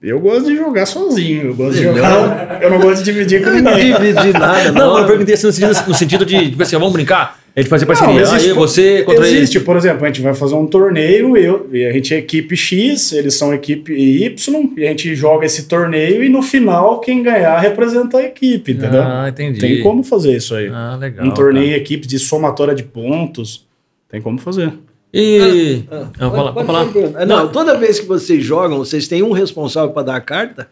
S3: Eu gosto de jogar sozinho. Eu gosto de
S2: Melhor.
S3: jogar. Eu não gosto de dividir com
S2: Eu não
S3: ninguém.
S2: dividi
S1: <laughs>
S2: nada,
S1: Não,
S2: não.
S1: eu perguntei assim no sentido, no sentido de, tipo assim, vamos brincar? A gente fazer
S3: Não,
S1: parceria.
S3: existe-
S1: aí Ah, você contra
S3: existe, por exemplo, a gente vai fazer um torneio, eu e a gente é equipe X, eles são equipe Y, e a gente joga esse torneio e no final quem ganhar representa a equipe,
S1: ele.
S3: entendeu?
S1: Ah, entendi.
S3: Tem como fazer isso aí.
S1: Ah, legal.
S3: um torneio equipe de somatória de pontos, tem como fazer.
S1: cara. E.
S2: Ah,
S1: Não,
S2: pode-
S1: fala, pode
S2: pode
S1: falar.
S2: perguntar. Ah, Não, toda vez que vocês jogam, vocês têm um responsável para dar a carta?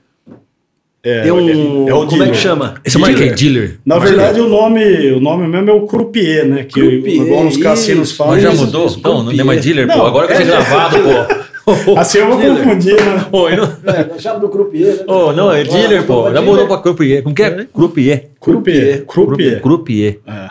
S3: É,
S2: Tem um.
S3: é o
S2: como é que
S3: dealer.
S2: chama?
S1: Esse é que é dealer.
S3: Na verdade, o nome, o nome mesmo é o croupier, né? Que
S2: Croupier,
S3: igual nos cassinos
S2: isso.
S3: falam.
S1: Mas já
S2: Isso,
S1: mudou?
S2: isso,
S1: Não, não tem
S2: confia.
S1: mais dealer, pô.
S3: é Não,
S1: Agora que
S3: é
S1: você é gravado, pô.
S3: <laughs> Assim eu vou
S1: Dealer.
S3: confundir, né?
S1: Pô, e não-
S2: É, a chave do croupier. né?
S1: Ô, não, é dealer, pô.
S2: Dealer.
S1: Já mudou pra croupier. Como que é? Croupier.
S3: Croupier. Croupier.
S1: Croupier.
S3: É.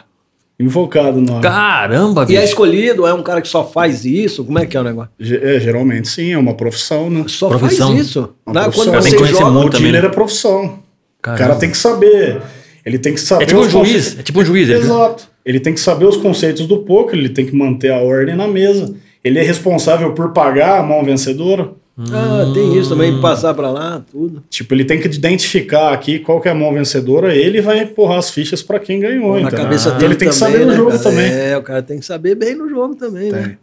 S3: Invocado o nome.
S1: Caramba,
S2: E é
S1: bicho.
S2: escolhido, é um cara que só faz isso? Como é que é o negócio?
S3: Ge- é, geralmente sim, é uma profissão, né?
S2: Só
S1: Profissão.
S2: faz isso.
S3: Uma
S2: Né?
S3: profissão.
S2: Quando
S3: O cara
S1: tem
S2: você
S1: que conhecer
S2: joga,
S1: muito.
S3: O
S1: também,
S3: dealer
S1: né?
S3: é profissão. O
S1: Caramba.
S3: cara tem que saber. Ele tem que saber.
S1: É tipo um
S3: os
S1: juiz. É tipo um juiz. ele-
S3: Exato. Ele tem que saber os conceitos do poker, ele tem que manter a ordem na mesa. Ele é responsável por pagar a mão vencedora.
S2: Ah, tem isso também,
S1: Hum.
S2: passar pra lá, tudo.
S3: Tipo, ele tem que identificar aqui qual que é a mão vencedora, ele vai empurrar as fichas pra quem ganhou.
S2: Na
S3: entendeu?
S2: cabeça
S3: Então
S2: dele
S3: ele tem que
S2: também,
S3: saber o
S2: né,
S3: jogo
S2: cara?
S3: também. É.
S2: É, o cara tem que saber bem no jogo também, né?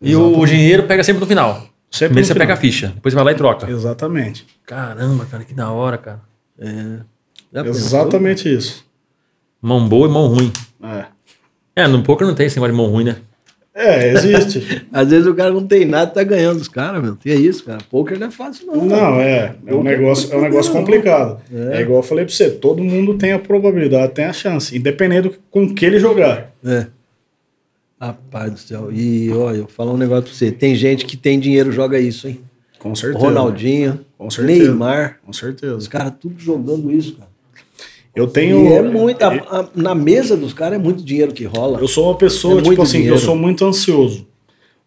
S1: E o dinheiro pega sempre no final.
S3: Sempre
S1: Primeiro
S3: no
S1: você
S3: final.
S1: pega a ficha, depois você vai lá e troca.
S3: Exatamente.
S1: Caramba, cara, que da hora, cara.
S2: É. Já pensou?
S3: Exatamente isso.
S1: Mão boa e mão ruim.
S3: É.
S1: É, no poker não tem esse negócio de mão ruim, né?
S3: É,
S2: <laughs>
S3: existe.
S2: Às vezes o cara não tem nada, tá ganhando os caras, meu. Que é isso, cara. Poker não é fácil, não.
S3: Não, é. É um negócio, é um negócio
S2: né?
S3: complicado. É. igual eu falei pra você, todo mundo tem a probabilidade, tem a chance, independente do, com que ele jogar.
S2: É. Rapaz do céu. E olha, eu falo um negócio pra você. Tem gente que tem dinheiro joga isso, hein?
S3: Com certeza.
S2: Ronaldinho,
S3: Com certeza.
S2: Neymar.
S3: Com
S2: Os
S3: certeza.
S2: caras tudo jogando isso, cara.
S3: Eu tenho.
S2: E é muito. a- a- na mesa dos caras é muito dinheiro que rola.
S3: Eu sou uma pessoa,
S2: É muito
S3: tipo assim, que eu
S2: dinheiro.
S3: sou muito ansioso.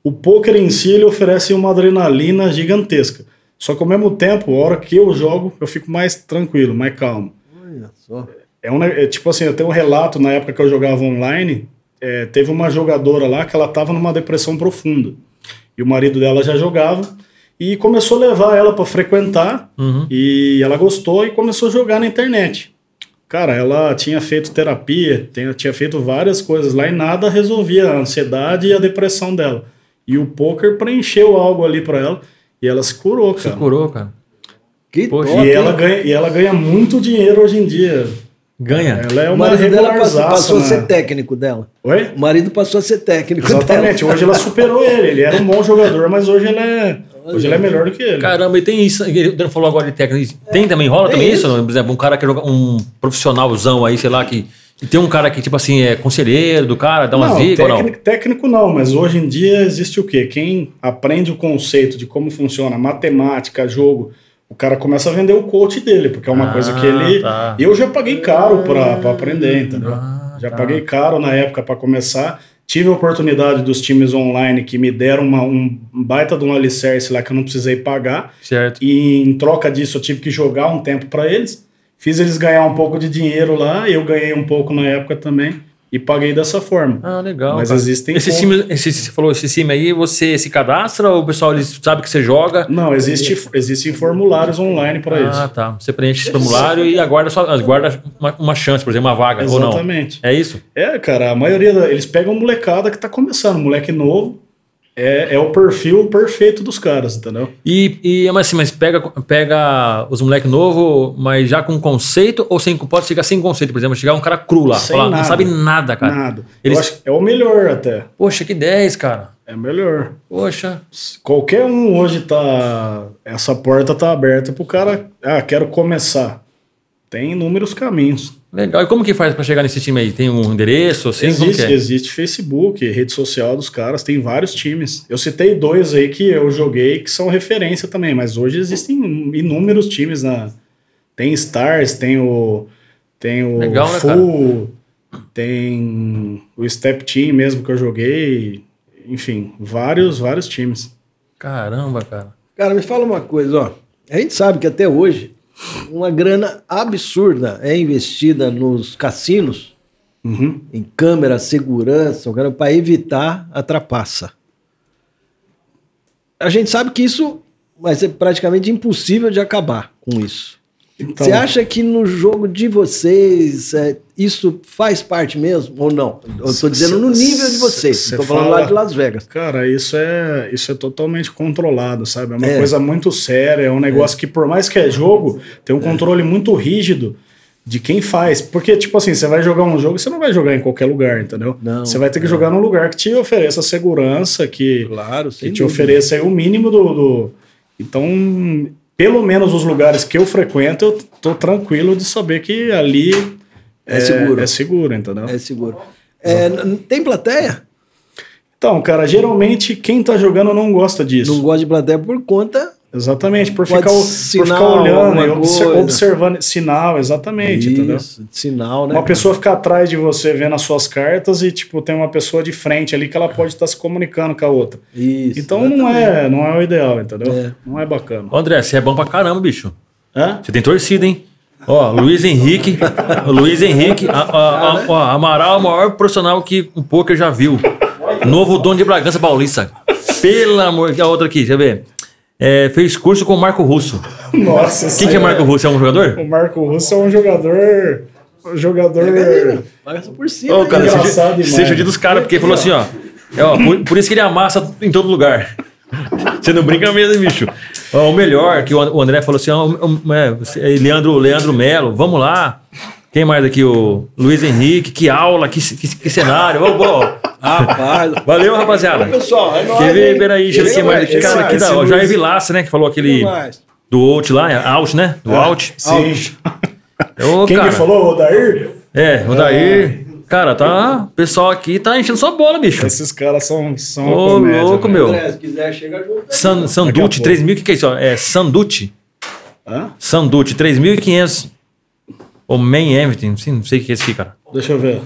S3: O poker em si, ele oferece uma adrenalina gigantesca. Só que ao mesmo tempo, a hora que eu jogo, eu fico mais tranquilo, mais calmo.
S2: Olha só.
S3: É um, ne- é, tipo assim, eu tenho um relato na época que eu jogava online. é, teve uma jogadora lá que ela tava numa depressão profunda. E o marido dela já jogava. E começou a levar ela para frequentar.
S1: Uhum.
S3: E ela gostou e começou a jogar na internet. Cara, ela tinha feito terapia, tinha, tinha feito várias coisas lá e nada resolvia a ansiedade e a depressão dela. E o poker preencheu algo ali para ela e ela se curou,
S1: Você
S3: cara.
S1: curou, cara.
S2: Que
S1: Poxa,
S2: top,
S3: E ela, é
S2: hein?
S3: ganha, e ela ganha muito dinheiro hoje em dia.
S1: Ganha.
S3: Ela é
S2: O
S3: uma
S2: marido dela passou,
S3: regularzaça.
S2: passou a
S3: né?
S2: ser técnico dela.
S3: Oi?
S2: O marido passou a ser técnico
S3: Exatamente,
S2: dela.
S3: hoje ela superou ele. Ele era um bom jogador, mas hoje ele é, hoje ele é melhor do que ele.
S1: Caramba, e tem isso. e O Dano falou agora de técnica.
S3: É.
S1: Tem também, rola
S2: tem
S1: também
S2: isso.
S1: isso? Por exemplo, um cara que joga um profissionalzão aí, sei lá, que. E tem um cara que, tipo assim, é conselheiro do cara, dá umas
S3: não,
S1: dicas é ou não?
S3: técnico, técnico não, mas hoje em dia existe o quê? Quem aprende o conceito de como funciona matemática, jogo, o cara começa a vender o coach dele, porque é uma
S1: Ah,
S3: coisa que ele.
S1: tá.
S3: Eu já paguei caro pra pra aprender, entendeu?
S1: Ah,
S3: já
S1: tá.
S3: paguei caro na época pra começar. Tive a oportunidade dos times online que me deram uma, um baita de um alicerce lá que eu não precisei pagar.
S1: Certo.
S3: E em troca disso, eu tive que jogar um tempo para eles. Fiz eles ganhar um pouco de dinheiro lá, eu ganhei um pouco na época também e paguei dessa forma.
S1: Ah, legal.
S3: Mas assim
S1: cara.
S3: existem
S1: Esse
S3: con-
S1: time, esse, você falou, esse time aí, você se cadastra ou o pessoal ele sabe que você joga?
S3: Não, existe, existem formulários online para
S1: ah,
S3: é isso. É
S1: tá. Você preenche esse formulário e aguarda, só, aguarda uma, uma chance, por exemplo, uma vaga, ou não?
S3: Exatamente.
S1: É isso?
S3: É, cara, a maioria da- eles pegam molecada que tá começando, moleque novo. é, é o perfil perfeito dos caras, entendeu?
S1: E, e mas assim, mas pega, pega os moleques novos, mas já com conceito, ou sem, pode chegar sem conceito, por exemplo, chegar um cara cru lá,
S3: Sem
S1: falar, não
S3: nada.
S1: sabe nada, cara.
S3: Nada.
S1: Eles-
S3: Eu acho que é o melhor até.
S1: Poxa, que 10, cara.
S3: É melhor.
S1: Poxa.
S3: Qualquer um hoje tá. Essa porta tá aberta pro cara. Ah, quero começar. Tem inúmeros caminhos.
S1: Legal. E como que faz pra chegar nesse time aí? Tem um endereço, assim? como que
S3: existe,
S1: é?
S3: existe Facebook, rede social dos caras, tem vários times. Eu citei dois aí que eu joguei que são referência também, mas hoje existem inúmeros times na. Tem Stars, tem o. Tem o
S1: Legal, né,
S3: Full, tem o Step Team mesmo que eu joguei. Enfim, vários, vários times.
S1: Caramba, cara.
S2: Cara, me fala uma coisa, ó. A gente sabe que até hoje uma grana absurda é investida nos cassinos,
S3: Uhum.
S2: em câmera, segurança, para evitar a trapaça. A gente sabe que isso vai ser praticamente impossível de acabar com isso.
S3: Então-
S2: Você acha que no jogo de vocês é, isso faz parte mesmo ou não? Eu estou
S3: Cê-
S2: dizendo
S3: cê-
S2: no nível de vocês.
S3: cê
S2: Estou falando
S3: fala-
S2: lá de Las Vegas.
S3: Cara, isso é, isso é totalmente controlado, sabe? É uma
S2: É.
S3: coisa muito séria, é um negócio que, por mais que é jogo, tem um controle muito rígido de quem faz. Porque, tipo assim, você vai jogar um jogo, você não vai jogar em qualquer lugar, entendeu?
S2: Não, é.
S3: você vai ter que jogar num lugar que te ofereça segurança, que,
S2: Claro,
S3: que te ofereça aí o mínimo do, do- Então, pelo menos os lugares que eu frequento, eu tô tranquilo de saber que ali
S2: É seguro.
S3: É seguro, entendeu?
S2: É seguro. É, n- n- tem plateia?
S3: Então, cara, geralmente quem tá jogando não gosta disso.
S2: Não gosta de plateia por conta.
S3: Exatamente, por
S2: Pode
S3: ficar, por
S2: sinal,
S3: ficar olhando,
S2: alguma
S3: e obse-
S2: coisa.
S3: observando sinal, exatamente, entendeu?
S2: Isso, de sinal, né?
S3: Uma
S2: cara?
S3: pessoa ficar atrás de você vendo as suas cartas e, tipo, tem uma pessoa de frente ali que ela pode estar se comunicando com a outra.
S2: Isso,
S3: então não é, não é o ideal, entendeu?
S2: É.
S3: Não é bacana.
S1: <laughs> Ô, André, você é bom pra caramba, bicho.
S3: Hã?
S1: Você tem torcida, hein? Ó, Luiz Henrique, <laughs> o Luiz Henrique, a- a- a- ó, Amaral é o maior profissional que o poker já viu. Novo dono de Bragança Paulista. Pelo amor de a outra aqui, deixa eu ver. É, fez curso com o Marco Russo.
S3: Nossa
S1: Quem que é
S3: Senhora.
S1: Marco Russo? É um jogador?
S3: O Marco Russo é um jogador. um Jogador.
S2: Paga essa por cima.
S1: Ô,
S2: hein?
S1: cara,
S3: Engraçado
S1: seja,
S3: demais.
S1: seja o dia dos caras, porque falou assim, ó. é, ó, por, por isso que ele amassa em todo lugar. Você não brinca mesmo, bicho. Ó, o melhor, que o An- o André falou assim, ó, o- o- é, você- é, Leandro, Leandro Melo, vamos lá. Quem mais aqui? O Luiz Henrique, que aula, que, ce- que, ce- que cenário. Ô, bom.
S3: <laughs>
S2: Rapaz.
S1: Valeu, rapaziada.
S2: Ô, pessoal, é nóis,
S1: Quer ver?
S2: hein?
S1: Peraí, deixa eu ver
S2: Esse
S1: quem mais.
S2: vai,
S1: aqui.
S3: esse
S1: cara aqui
S3: vai,
S1: da
S3: esse
S1: ó,
S3: Luiz.
S1: Jair Vilaça, né? Que falou aquele
S2: Quem mais?
S1: do out lá, é out, né? Do out.
S3: Sim.
S1: Ô,
S3: Quem
S1: cara.
S3: que falou? O Dair?
S1: É, o Daí. Cara, tá. O pessoal aqui tá enchendo sua bola, bicho.
S3: Esses caras são, são uma
S1: Ô,
S3: comédia. né?
S1: louco,
S3: velho.
S1: meu.
S2: né? André, se quiser, chega junto. aí.
S1: San,
S3: Daqui
S1: Sandute
S3: a
S1: 3000, o que, que é isso? ó? É Sandute.
S3: Hã?
S1: Sandute 3500. Ou Main Everything. Sim, não sei o que é esse aqui, cara.
S3: Deixa eu ver.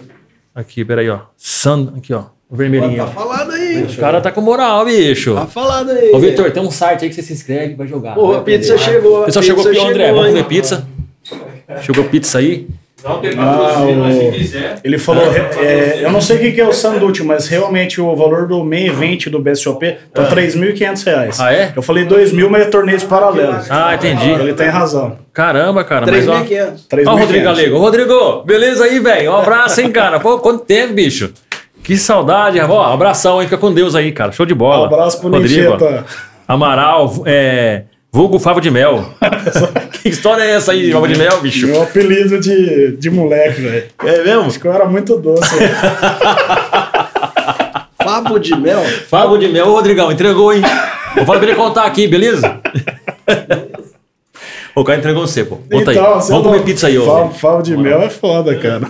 S1: Aqui, peraí, ó. Sand, aqui, ó. O vermelhinho,
S2: Tá
S1: ó.
S2: falado aí.
S1: O cara tá com moral, bicho.
S2: Tá falado aí.
S1: Ô, Vitor, tem um site aí que você se inscreve vai jogar.
S2: Porra,
S1: vai
S2: a pizza
S1: aprender.
S2: chegou, a
S1: O pessoal
S2: pizza
S1: chegou aqui, ó, André.
S2: chegou,
S1: Vamos comer
S2: hein?
S1: pizza. Chegou pizza aí.
S4: Não tem
S3: Ah,
S4: patrocínio, mas
S3: o-
S4: se quiser.
S3: Ele
S1: Ah,
S3: falou, é, é, eu não sei o que, que é o sanduíche, mas realmente o valor do main event do BSOP tá R$ 3.500 reais.
S1: Ah, é?
S3: Eu falei 2.000, mas é torneios paralelos.
S1: Ah, entendi.
S3: Ele tem razão.
S1: Caramba, cara. Mas, ó,
S2: 3.500.
S1: Ó, o
S3: 3.500.
S1: Rodrigo Galego. Rodrigo, beleza aí, velho? Um abraço, hein, cara? Pô, quanto tempo, bicho? Que saudade, ó. Abração, hein? Fica com Deus aí, cara. Show de bola.
S3: Um abraço pro
S1: Rodrigo.
S3: Nigeta.
S1: Amaral, é. Vulgo Favo de
S3: <laughs>
S1: Mel. que história é essa aí, de Favo de Mel, bicho?
S3: Meu apelido de, de moleque, velho.
S1: É mesmo?
S3: Acho que eu era
S1: <laughs>
S3: muito doce. velho.
S2: Favo de mel.
S1: Favo de Mel, ô Rodrigão, entregou, hein? Vou falar pra ele contar aqui,
S3: <laughs>
S1: beleza? o cara entregou você, pô. Conta aí.
S3: Então, você
S1: Vamos
S3: não-
S1: comer pizza aí,
S3: Favo,
S1: ô.
S3: favo de mel é foda, cara.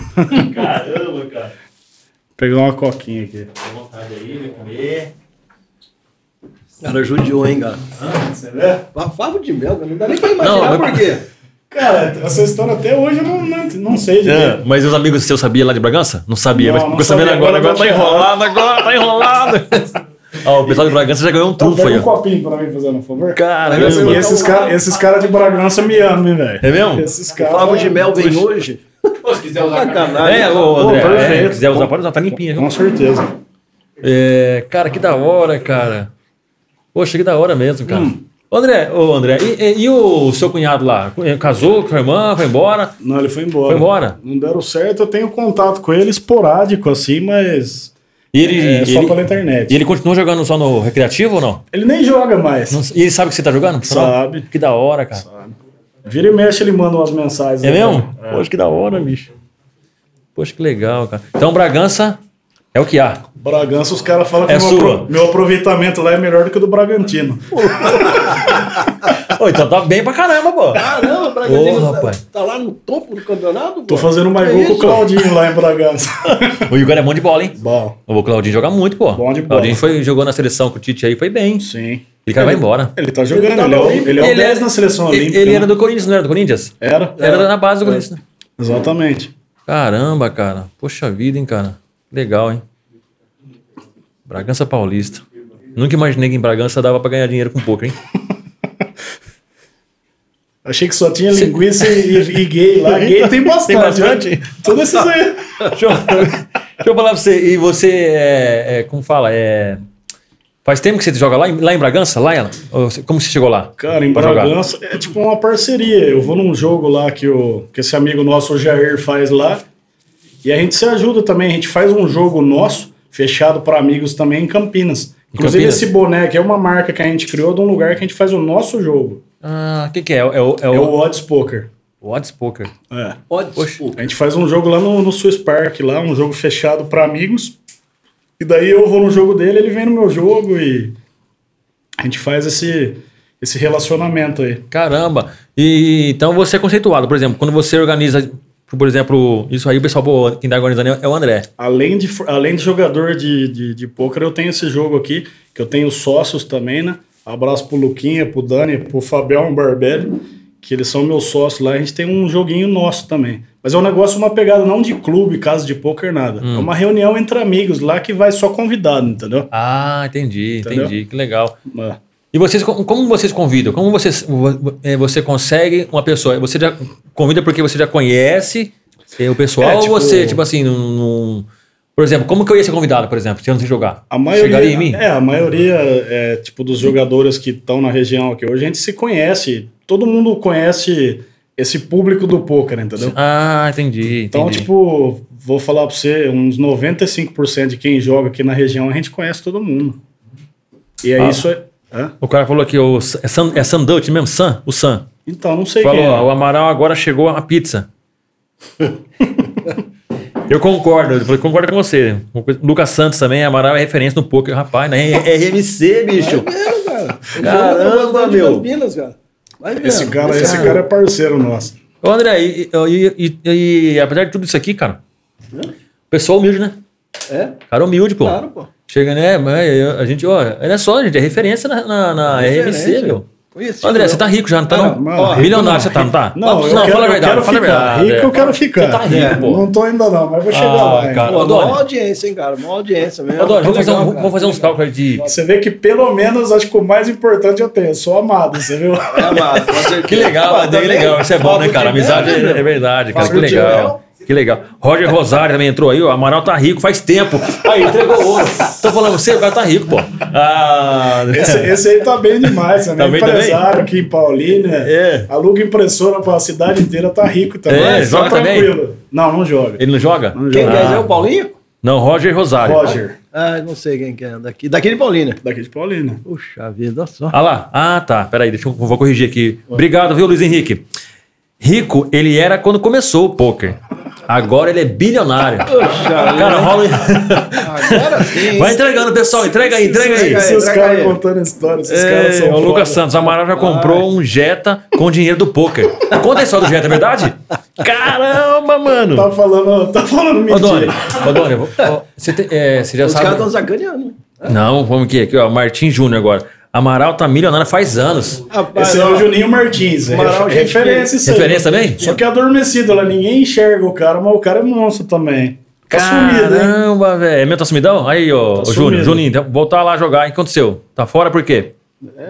S4: Caramba, cara.
S3: Pegar uma coquinha aqui.
S4: Dá vontade aí, vai comer.
S2: Cara, judiou, hein, cara.
S3: Você vê?
S2: Favo de mel, cara. Não dá nem pra imaginar
S1: Não, mas-
S2: por quê.
S3: Cara, essa história até hoje eu não, não, não sei de
S1: É,
S3: quê.
S1: Mas os amigos seus sabiam lá de Bragança? Não sabia,
S3: Não,
S1: mas
S3: não
S1: ficou sabendo
S3: sabia,
S1: agora, agora
S3: agora
S1: tá
S3: eu tô
S1: enrolado, agora tá enrolado.
S3: <laughs>
S1: Ó, o pessoal de Bragança já ganhou um
S3: Então,
S1: trunfo aí,
S3: pega um
S1: ó.
S3: copinho pra mim, fazendo um favor.
S1: Caramba.
S3: E
S2: um
S3: esses caras esses cara de Bragança me amam, hein, velho.
S1: É mesmo?
S3: Esses é- caras.
S2: Favo de mel vem hoje.
S4: Pô, se quiser usar canal.
S1: É, ô André,
S3: Pô,
S1: é,
S3: perfeito.
S1: se quiser usar, pode usar, tá limpinha. viu?
S3: Com certeza.
S1: É, cara, que da hora, cara. Poxa, que da hora mesmo, cara.
S3: Hum.
S1: Ô, André, ô André, e, e- e o seu cunhado lá? Casou com a irmã, foi embora?
S3: Não, ele foi embora.
S1: Foi embora?
S3: Não deram certo, eu tenho contato com ele esporádico, assim, mas
S1: E ele,
S3: É, só
S1: ele-
S3: pela internet.
S1: e ele continua jogando só no recreativo ou não?
S3: Ele nem joga mais.
S1: Não- E ele sabe que você tá jogando?
S3: Sabe.
S1: Que da hora, cara.
S3: Vira e mexe, ele manda umas mensagens.
S1: É
S3: né,
S1: mesmo?
S3: cara?
S1: Poxa, que da hora, bicho. Poxa, que legal, cara. Então, Bragança é o que há.
S3: Bragança, os caras falam que
S1: É
S3: meu,
S1: sua.
S3: apro- meu aproveitamento lá é melhor do que o do Bragantino.
S1: Ô, então tá bem pra caramba, pô.
S2: Caramba, o
S1: Ô,
S2: Bragantino tá,
S1: rapaz.
S2: tá lá no topo do campeonato?
S3: Tô
S2: pô?
S3: fazendo mais
S2: Que
S3: gol com o
S2: É isso?
S3: Claudinho lá em Bragança. <laughs>
S1: O Igor é bom de bola, hein?
S3: Bom,
S1: O Claudinho joga muito, pô.
S3: Bom de bola.
S1: Claudinho foi, jogou na seleção com o Tite aí, foi bem.
S3: sim.
S1: Ele cara vai embora.
S3: Ele tá jogando,
S2: Ele tá
S3: ele, é
S2: na
S3: o,
S2: Olímpica.
S3: ele é o 10
S1: era-
S3: na seleção
S1: ele-
S3: olímpica.
S1: Ele
S3: né? É.
S1: era do Corinthians, não era do Corinthians?
S3: Era?
S1: Era na base do Corinthians. né?
S3: Exatamente.
S1: Caramba, cara. Poxa vida, hein, cara. Legal, hein? Bragança Paulista. Nunca imaginei que em Bragança dava pra ganhar dinheiro com pouco, hein?
S3: Achei que só tinha linguiça e, e gay lá. Gay tem bastante.
S1: bastante?
S3: né? Todos esses aí.
S1: Deixa eu, deixa eu falar pra você. E você, é, é, como fala? É, faz tempo que você joga lá em, lá em Bragança? Lá, ela? Ou você- Como você chegou lá?
S3: Cara, em
S1: Pra jogar?
S3: Bragança é tipo uma parceria. Eu vou num jogo lá que, o, que esse amigo nosso, o Jair, faz lá. E a gente se ajuda também. A gente faz um jogo nosso, fechado para amigos também, em Campinas. Inclusive,
S1: Campinas?
S3: esse boné que é uma marca que a gente criou de um lugar que a gente faz o nosso jogo.
S1: Ah, o que, que é? É o, é
S3: É
S1: o,
S3: o Odds Poker.
S1: Odds Poker.
S3: É.
S2: Pode,
S1: Poxa.
S2: pô.
S3: A gente faz um jogo lá no, no Swiss Park, lá, um jogo fechado para amigos. E daí eu vou no jogo dele, ele vem no meu jogo e a gente faz esse, esse relacionamento aí.
S1: Caramba! E então você é conceituado, por exemplo, quando você organiza, por exemplo, isso aí, o pessoal, pô, quem tá organizando é o André.
S3: Além de, for- além de jogador de, de, de pôquer, eu tenho esse jogo aqui, que eu tenho sócios também, né? Abraço pro Luquinha, pro Dani, pro Fabião Barbelli, que eles são meus sócios lá. A gente tem um joguinho nosso também. Mas é um negócio, uma pegada não de clube, casa de pôquer, nada. É uma reunião entre amigos lá que vai só convidado, entendeu?
S1: Ah, entendi,
S3: Entendeu?
S1: entendi, que legal.
S3: É.
S1: E vocês, co- como vocês convidam? Como vocês, vo- eh, você consegue uma pessoa? Você já convida porque você já conhece eh, o pessoal
S3: É, tipo-
S1: ou você, tipo assim, num, num- por exemplo, como que eu ia ser convidado, por exemplo, se eu não sei jogar?
S3: A maioria,
S1: Chegaria em mim?
S3: É, a maioria é, tipo, dos jogadores que estão na região aqui hoje, a gente se conhece. Todo mundo conhece esse público do poker, entendeu?
S1: Ah, entendi, entendi.
S3: Então, tipo, vou falar pra você, uns 95% de quem joga aqui na região, a gente conhece todo mundo. E é
S1: Ah.
S3: isso. É, Hã?
S1: o cara falou aqui, o, S- é, San, é Sandut mesmo? San? O San.
S3: Então, não sei
S1: Falou,
S3: quem é.
S1: ó, o Amaral agora chegou a pizza.
S3: <laughs>
S1: eu concordo, eu falei, concordo com você. Uma coisa- Lucas Santos também, Amaral é referência no poker, rapaz, né? É RMC, bicho.
S2: É, cara. Ele
S1: Caramba,
S2: joga no Brasil de
S1: meu.
S2: Campinas, cara. Vai né? vendo.
S3: Esse cara, esse cara é parceiro nosso.
S1: Ô, André, e, e- e- e apesar de tudo isso aqui, cara, o pessoal humilde, né?
S2: É,
S1: Cara humilde, pô.
S2: claro, pô.
S1: Chega, né? Mas eu- a gente, ó, olha só, gente, é referência na, na, na RMC,
S2: Referência.
S1: meu.
S2: Conhecido,
S1: André,
S2: né?
S1: você tá rico já, não tá?
S3: Cara,
S1: não?
S3: mano, rico
S1: Milionário
S3: É não,
S1: você tá, não tá?
S3: Não, eu quero,
S1: fala a verdade,
S3: eu quero
S1: fala a
S3: ficar.
S1: verdade.
S3: Rico,
S1: é.
S3: eu quero ficar.
S1: Você tá rico,
S3: É,
S1: pô.
S3: Não tô ainda não, mas vou chegar
S1: Ah,
S3: lá. hein?
S1: cara.
S2: Pô,
S1: Doni.
S2: maior audiência, hein, cara? Maior audiência mesmo.
S1: Ô, Doni, vamos,
S2: Que
S1: fazer um-
S2: legal, cara.
S1: vamos fazer uns cálculos aí de.
S3: Você vê que pelo menos acho que o mais importante eu tenho, eu sou amado, você
S1: <laughs>
S3: viu?
S2: É amado, com certeza.
S1: Que legal,
S2: Pô,
S1: é bem
S2: também,
S1: legal. Isso é bom, né, cara?
S2: fala do
S1: Amizade
S2: Timel,
S1: é, é verdade, cara.
S3: Fala
S1: Que
S3: do
S1: legal. Que legal. Roger Rosário também entrou aí, ó. Amaral tá rico faz tempo. Aí, entregou o ouro. Tô falando você, o cara tá rico, pô. Ah,
S3: Esse, esse aí tá bem demais também.
S1: Tá bem
S3: Empresário aqui em Paulínia.
S1: É.
S3: Aluga impressora pra cidade inteira, tá rico também.
S1: É,
S3: tá
S1: joga também?
S3: Não, não joga.
S1: Ele não joga? Ah,
S3: Não
S2: Quem
S3: joga.
S2: quer é o Paulinho?
S1: Não, Roger Rosário.
S3: Roger,
S2: Ah, eu não sei quem que é. Daqui, daqui de Paulina.
S3: daqui de Paulínia.
S2: Puxa vida, olha só.
S1: Ah lá. Ah, tá. Peraí, deixa eu vou corrigir aqui. Obrigado, viu, Luiz Henrique? Rico, ele era quando começou o poker. Agora ele é bilionário.
S3: né?
S1: Cara, rola.
S2: Agora sim. hein?
S1: <laughs> Ah, Vai entregando, pessoal. Entrega aí, entrega aí.
S2: Entrega aí,
S3: Esses
S2: entrega
S3: caras
S2: aí.
S3: contando história, esses
S1: Ei,
S3: caras são.
S1: o Lucas
S3: foda.
S1: Santos, Amaral já comprou um Jetta com dinheiro do poker. Conta a história do Jetta, é verdade? Caramba, mano!
S3: Tá falando, tá falando
S1: Ô, Doni,
S3: mentira.
S1: ô, Doni, eu vou- ó, você, tem- é, você já
S2: Os
S1: sabe.
S2: caras estão sacaneando.
S1: Não, vamos aqui, aqui, ó. Martim Júnior agora. Amaral tá milionário faz anos.
S2: Rapaz,
S3: Esse é o Juninho Martins. É
S2: Amaral,
S3: refer-
S2: gente
S3: referência isso aí.
S1: Referência também?
S3: Só que é adormecido lá, ninguém enxerga o cara, mas o cara é monstro também. Tá sumido, hein?
S1: Caramba, velho. É mesmo tá sumidão? Aí, ó,
S3: Tá
S1: o Júnior.
S3: sumido.
S1: Juninho, então, voltar lá jogar. O que aconteceu? Tá fora por quê?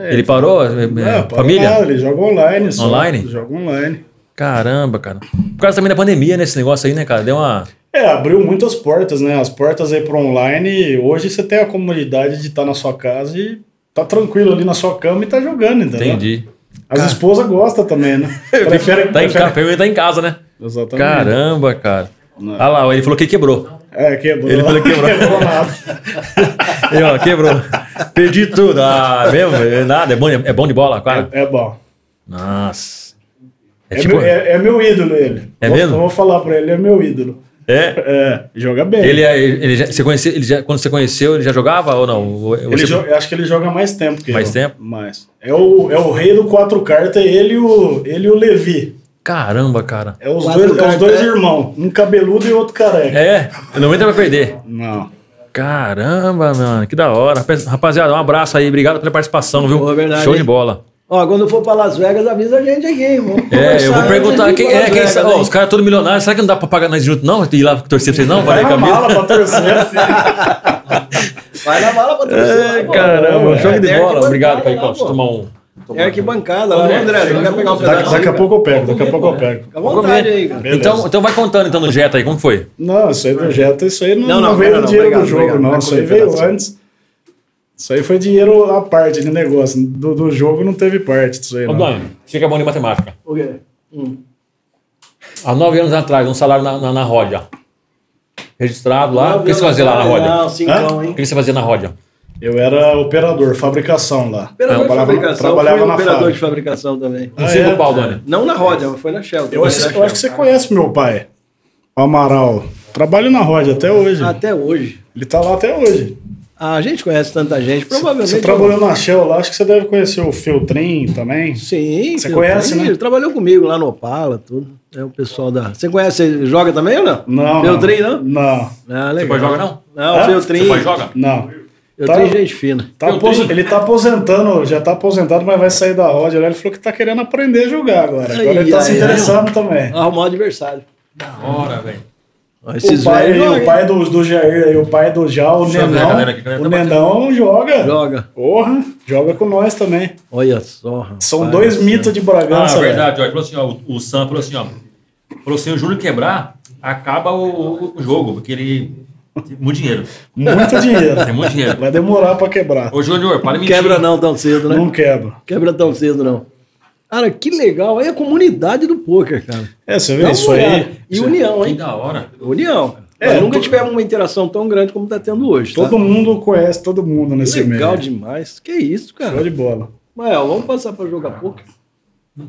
S1: Ele parou? É, é,
S3: É,
S1: família?
S3: Lá, ele joga online só.
S1: Online?
S3: Joga online.
S1: Caramba, cara. Por causa também da pandemia, né? Esse negócio aí, né, cara? Deu uma.
S3: É, abriu muitas portas, né? As portas aí pro online. Hoje você tem a comodidade de estar na sua casa e tá tranquilo ali na sua cama e tá jogando, entendeu?
S1: Entendi.
S3: As
S1: <laughs>
S3: esposas gostam também, né? Prefere,
S1: Tá em,
S3: prefere-
S1: casa, tá em casa, né?
S3: Exatamente.
S1: Caramba, cara.
S3: Não.
S1: Ah lá, ele falou que quebrou. <laughs>
S3: É, <laughs> quebrou.
S1: Ele falou que quebrou.
S3: nada.
S1: E, ó, quebrou. Perdi tudo. Ah, mesmo? É Nada, é bom, de- é bom de bola, cara.
S3: É bom.
S1: Nossa. É
S3: É,
S1: tipo.
S3: meu, é- é meu ídolo ele.
S1: É
S3: vou,
S1: mesmo?
S3: eu Vou falar pra ele, é meu ídolo.
S1: É.
S3: É, joga bem.
S1: Ele, é- ele já, você conheceu, ele já- quando você conheceu, ele já jogava ou não? Ou-
S3: Ele
S1: você-
S3: joga- eu acho que ele joga mais tempo que
S1: Mais
S3: eu.
S1: tempo?
S3: Mais. É o, é o rei do quatro cartas, é ele e o, ele e o Levi.
S1: Caramba, cara.
S3: É os
S2: Quatro
S3: dois, é os dois
S2: cartas.
S3: irmãos, um cabeludo e outro careca.
S1: É, não entra pra perder.
S3: Não.
S1: Caramba, mano, que da hora. Rapaz- Rapaziada, um abraço aí, obrigado pela participação, viu?
S2: Pô, é verdade,
S1: Show de
S2: hein?
S1: bola.
S2: Ó, quando for pra Las Vegas, avisa a gente aqui. Vamos
S1: É,
S2: né? conversar
S1: eu vou
S2: antes de
S1: perguntar
S2: ir
S1: quem
S2: pra
S1: é,
S2: Las
S1: quem
S2: Vegas,
S1: sabe. Ó,
S2: hein?
S1: os caras todos milionários, será que não dá pra pagar nós junto, não? Ir lá torcer pra vocês, não? Valer
S3: Vai
S1: a
S3: na
S1: camisa?
S3: mala pra torcer.
S2: Vai na mala pra
S1: É,
S2: torcer, pô.
S1: caramba,
S2: É,
S1: show de
S2: tem
S1: bola.
S2: arquibancada
S1: Obrigado,
S2: lá,
S1: Caicó. Deixa
S2: pô.
S1: eu tomar um.
S2: É arquibancada lá, André. Você não quer pegar um
S3: daqui,
S2: pedaço?
S3: daqui a pouco eu pego, daqui a pouco eu pego.
S2: Fica à vontade aí, cara.
S3: Beleza.
S1: Então, então vai contando então no Jetta aí, como foi?
S3: Não, isso aí do Jetta, isso aí não,
S2: Não,
S3: não,
S2: não,
S3: veio
S2: não,
S3: do
S2: não,
S3: dinheiro
S2: obrigado,
S3: do jogo,
S2: obrigado.
S3: não.
S2: Vai
S3: Isso aí
S2: comer
S3: veio
S2: pedaço.
S3: antes. Isso aí foi dinheiro à parte de negócio. Do, do jogo não teve parte disso aí,
S1: Ô,
S3: não.
S1: Dani, chega bom de matemática.
S2: O quê? Hum.
S1: Há nove anos atrás, um salário na, na, na Rodia. Registrado lá. O que você fazia lá na Rodia?
S2: Não, cincão,
S1: O
S2: hein?
S1: que você fazia na Rodia?
S3: Eu era operador, fabricação lá.
S2: Operador de
S3: trabalhava
S2: fabricação.
S3: trabalhava
S2: Fui
S3: na
S2: operador
S3: fábrica.
S2: de fabricação também.
S1: Um
S3: Ah,
S1: cinco
S3: é?
S1: pau, Dani.
S2: Não na roda, mas foi na Shell.
S3: Eu, acho,
S1: é um
S3: eu acho que você conhece meu pai, o Amaral. Trabalho na Roda até hoje.
S1: Ah.
S2: Até hoje.
S3: Ele tá lá até hoje.
S2: Ah, a gente conhece tanta gente,
S1: Ah,
S2: provavelmente.
S3: Você trabalhou na Shell lá, acho que você deve conhecer o Feltrin também.
S2: Sim,
S3: Você
S2: sim,
S3: conhece,
S2: sim,
S3: né?
S2: Ele trabalhou comigo lá no Opala, tudo. É o pessoal da. Você conhece, ele joga também ou não?
S3: Não.
S2: Feltrin, não?
S3: Não,
S2: Ah, legal.
S1: Você pode jogar, não?
S2: Não,
S3: Hã?
S2: Feltrin.
S1: Você foi e joga?
S3: não.
S2: Feltrin,
S3: Tá.
S2: gente fina.
S3: Tá apos- Ele tá aposentando, já tá aposentado, mas vai sair da Roda. Ele falou que tá querendo aprender a jogar agora. Agora
S2: Ai,
S3: ele tá se
S2: ai,
S3: interessando
S1: Ah,
S3: também.
S2: Arrumar o adversário.
S1: Da hora, velho.
S2: Ó,
S3: O pai,
S2: velhos
S3: aí,
S2: jogam,
S3: o pai do, do Jair aí, o pai do Jal, o
S1: Deixa eu ver a
S3: Nenão.
S1: galera aqui, a galera
S3: O
S1: tá
S3: Nenão
S2: hein?
S3: joga.
S2: Joga.
S3: Porra, joga com nós também.
S2: Olha só. rapaz.
S3: São dois mitos de Bragança.
S1: Ah,
S3: velho.
S1: verdade, Jorge. Falou assim, ó, o, o Sam falou assim, ó. Falou assim, o Júnior quebrar, acaba o, o jogo, porque ele tem muito dinheiro.
S3: Muito dinheiro.
S1: Tem muito dinheiro.
S2: <laughs>
S3: Vai demorar pra quebrar.
S1: Ô, Júnior, para de mentir.
S2: Quebra não tão cedo, né?
S3: Não quebra.
S2: Quebra tão cedo, não. Cara, que legal. Aí é a comunidade do poker, cara.
S3: É, você
S2: Dá
S3: vê
S2: uma
S3: isso
S2: olhada.
S3: aí.
S2: E união,
S1: Que
S2: hein?
S1: da hora.
S2: União. cara.
S3: É,
S2: Nós nunca
S3: tô-
S2: tivemos uma interação tão grande como está tendo hoje. tá?
S3: Todo mundo conhece todo mundo nesse
S2: Legal
S3: meio.
S2: demais. Que isso,
S3: Show
S2: cara.
S3: de bola.
S2: Mael, vamos passar para jogar poker?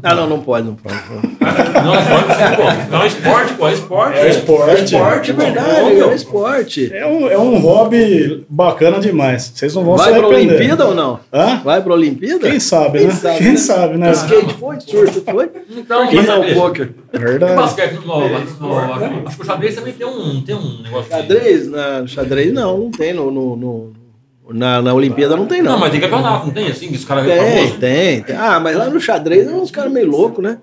S2: Ah, não, não pode, não pode. não pode.
S1: Não, é esporte, pô. Não, é esporte, pô. É esporte.
S3: É esporte.
S2: Esporte, é verdade, é esporte.
S3: É um, é um hobby bacana demais. Vocês não vão se
S2: Vai para
S3: arrepender.
S2: Olimpíada ou não?
S3: Hã?
S2: Vai para Olimpíada?
S3: Quem sabe, né? Quem sabe, né?
S2: Skate foi, surf foi.
S1: Então,
S2: Por que
S1: mas
S2: não
S1: é-
S2: poker?
S1: E
S3: Verdade.
S1: basquete, no, no, no, acho que o xadrez também tem um, tem um negócio. de-
S2: Xadrez? Na, xadrez não, não tem. No, no- no- na, na Olimpíada não tem, não.
S1: Não, mas tem campeonato, não tem? Assim, que os caras
S2: Tem, tem, tem. Ah, mas lá no xadrez é uns caras meio loucos, né?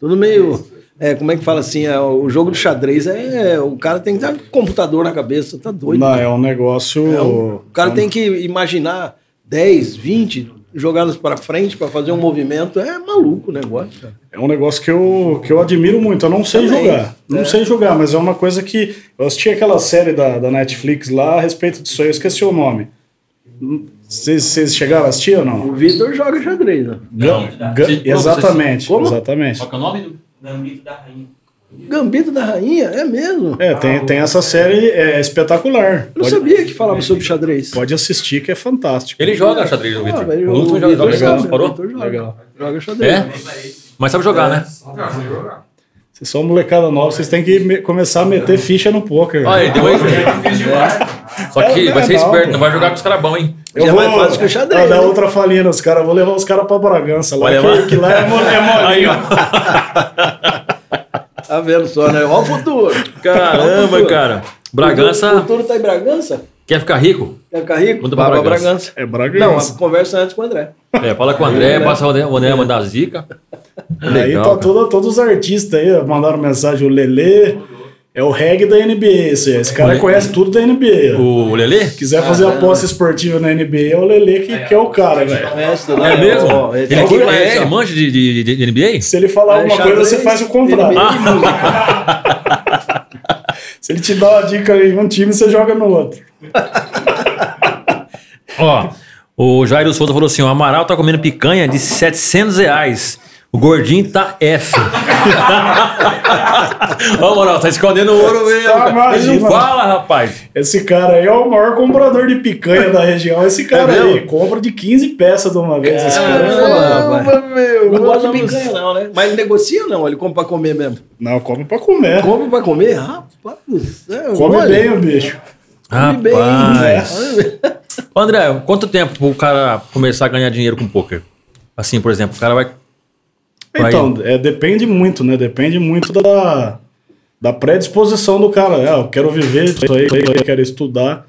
S2: Tudo meio. é, como é que fala assim? é, o jogo do xadrez é. é, o cara tem que ter um computador na cabeça, tá doido.
S3: Não, é um negócio.
S2: É um- o cara tem que imaginar 10, 20 jogadas para frente para fazer um movimento. É maluco o negócio, cara.
S3: É um negócio que eu, que eu admiro muito. Eu não sei
S2: Também, né?
S3: jogar. Não sei jogar, mas é uma coisa que. Eu assisti aquela série da, da Netflix lá a respeito disso aí, eu esqueci o nome. Vocês vocês chegaram a assistir ou não?
S2: O Vitor joga xadrez, né?
S1: Não.
S3: Ga- ga-
S1: Vocês-
S3: exatamente.
S2: como?
S3: Exatamente.
S1: Qual que é o nome?
S4: Gambito da rainha.
S2: Gambito da Rainha, é mesmo?
S3: É, tem, tem essa série é, espetacular.
S2: Eu não
S3: Pode,
S2: sabia que falava sobre xadrez.
S3: pode assistir que é fantástico.
S1: Ele joga xadrez, o
S2: Ah,
S1: Vitor.
S2: velho,
S1: O último
S2: o
S1: joga
S2: Vitor
S1: xadrez,
S2: sabe, o
S1: parou?
S2: Vitor joga.
S3: Legal.
S2: Joga xadrez.
S1: É? Mas sabe jogar, né?
S3: Vocês são molecada nova, vocês têm que me- começar a meter ficha no
S2: É.
S3: poker.
S1: Olha, ele deu um exemplo. Só que
S3: É,
S1: vai ser
S3: não,
S1: esperto,
S3: pô.
S1: não vai jogar com os caras bons, hein?
S3: eu
S2: Já
S3: vou
S2: é mais fácil que o xadrez,
S3: Vou dar
S2: né?
S3: outra falinha nos caras, vou levar os caras pra Bragança. Lá,
S1: Vai levar?
S3: que, que lá é mole. É mole.
S1: <laughs> Aí, ó.
S2: Tá vendo só, né? Olha o futuro. Olha o
S1: Caramba,
S2: futuro.
S1: cara.
S2: O
S1: Bragança
S2: futuro tá em Bragança?
S1: quer ficar rico?
S2: Quer ficar rico?
S1: Manda pra
S2: Vai
S1: Bragança.
S3: É
S2: Não,
S3: Bragança.
S2: a conversa antes com o André.
S1: É, fala com o
S2: né?
S1: André, passa o André, o André mandar zica.
S3: aí
S1: Legal,
S3: tá
S1: cara.
S3: todo- todos os artistas aí, ó, mandaram mensagem, o Lelê. É o reggae da NBA, esse, esse cara
S1: Olha.
S3: conhece tudo da NBA. ó.
S1: O Lelê?
S3: Se quiser fazer aposta esportiva na NBA, é o Lelê que, que é o cara, velho.
S2: Mestre,
S1: É mesmo?
S2: Ó,
S1: Ele
S2: tá-
S1: que conhece,
S2: é,
S1: é amante de, de, de- de NBA?
S3: Se ele falar alguma
S2: xadrez,
S3: coisa, você faz o contrário.
S2: NBA e música.
S3: <laughs> Se ele te dá uma dica em um time, você joga no outro.
S1: Ó, o Jairo Souza falou assim: o Amaral tá comendo picanha de 700 reais. O gordinho tá F. Ó, moral, tá escondendo o ouro mesmo. cara.
S3: Tá,
S1: Ele
S3: imagina.
S1: não fala, rapaz.
S3: Esse cara aí é o maior comprador de picanha da região. Esse cara
S1: É mesmo?
S3: aí compra de 15 peças de uma vez. Esse cara é foda.
S2: Caramba,
S1: meu.
S2: Não gosta de picanha, não, né? Mas ele negocia, não. Ele compra pra comer mesmo.
S3: Não, come pra comer.
S2: Come pra comer? Rapaz do céu.
S3: Come
S2: olha,
S3: bem o bicho.
S2: Come bem.
S1: Rapaz.
S2: Olha,
S1: Ô, André, quanto tempo pro cara começar a ganhar dinheiro com pôquer? Assim, por exemplo, o cara vai. Vai.
S3: Então, é, depende muito, né? Depende muito da, da predisposição do cara. Ah, eu quero viver isso aí, eu quero estudar.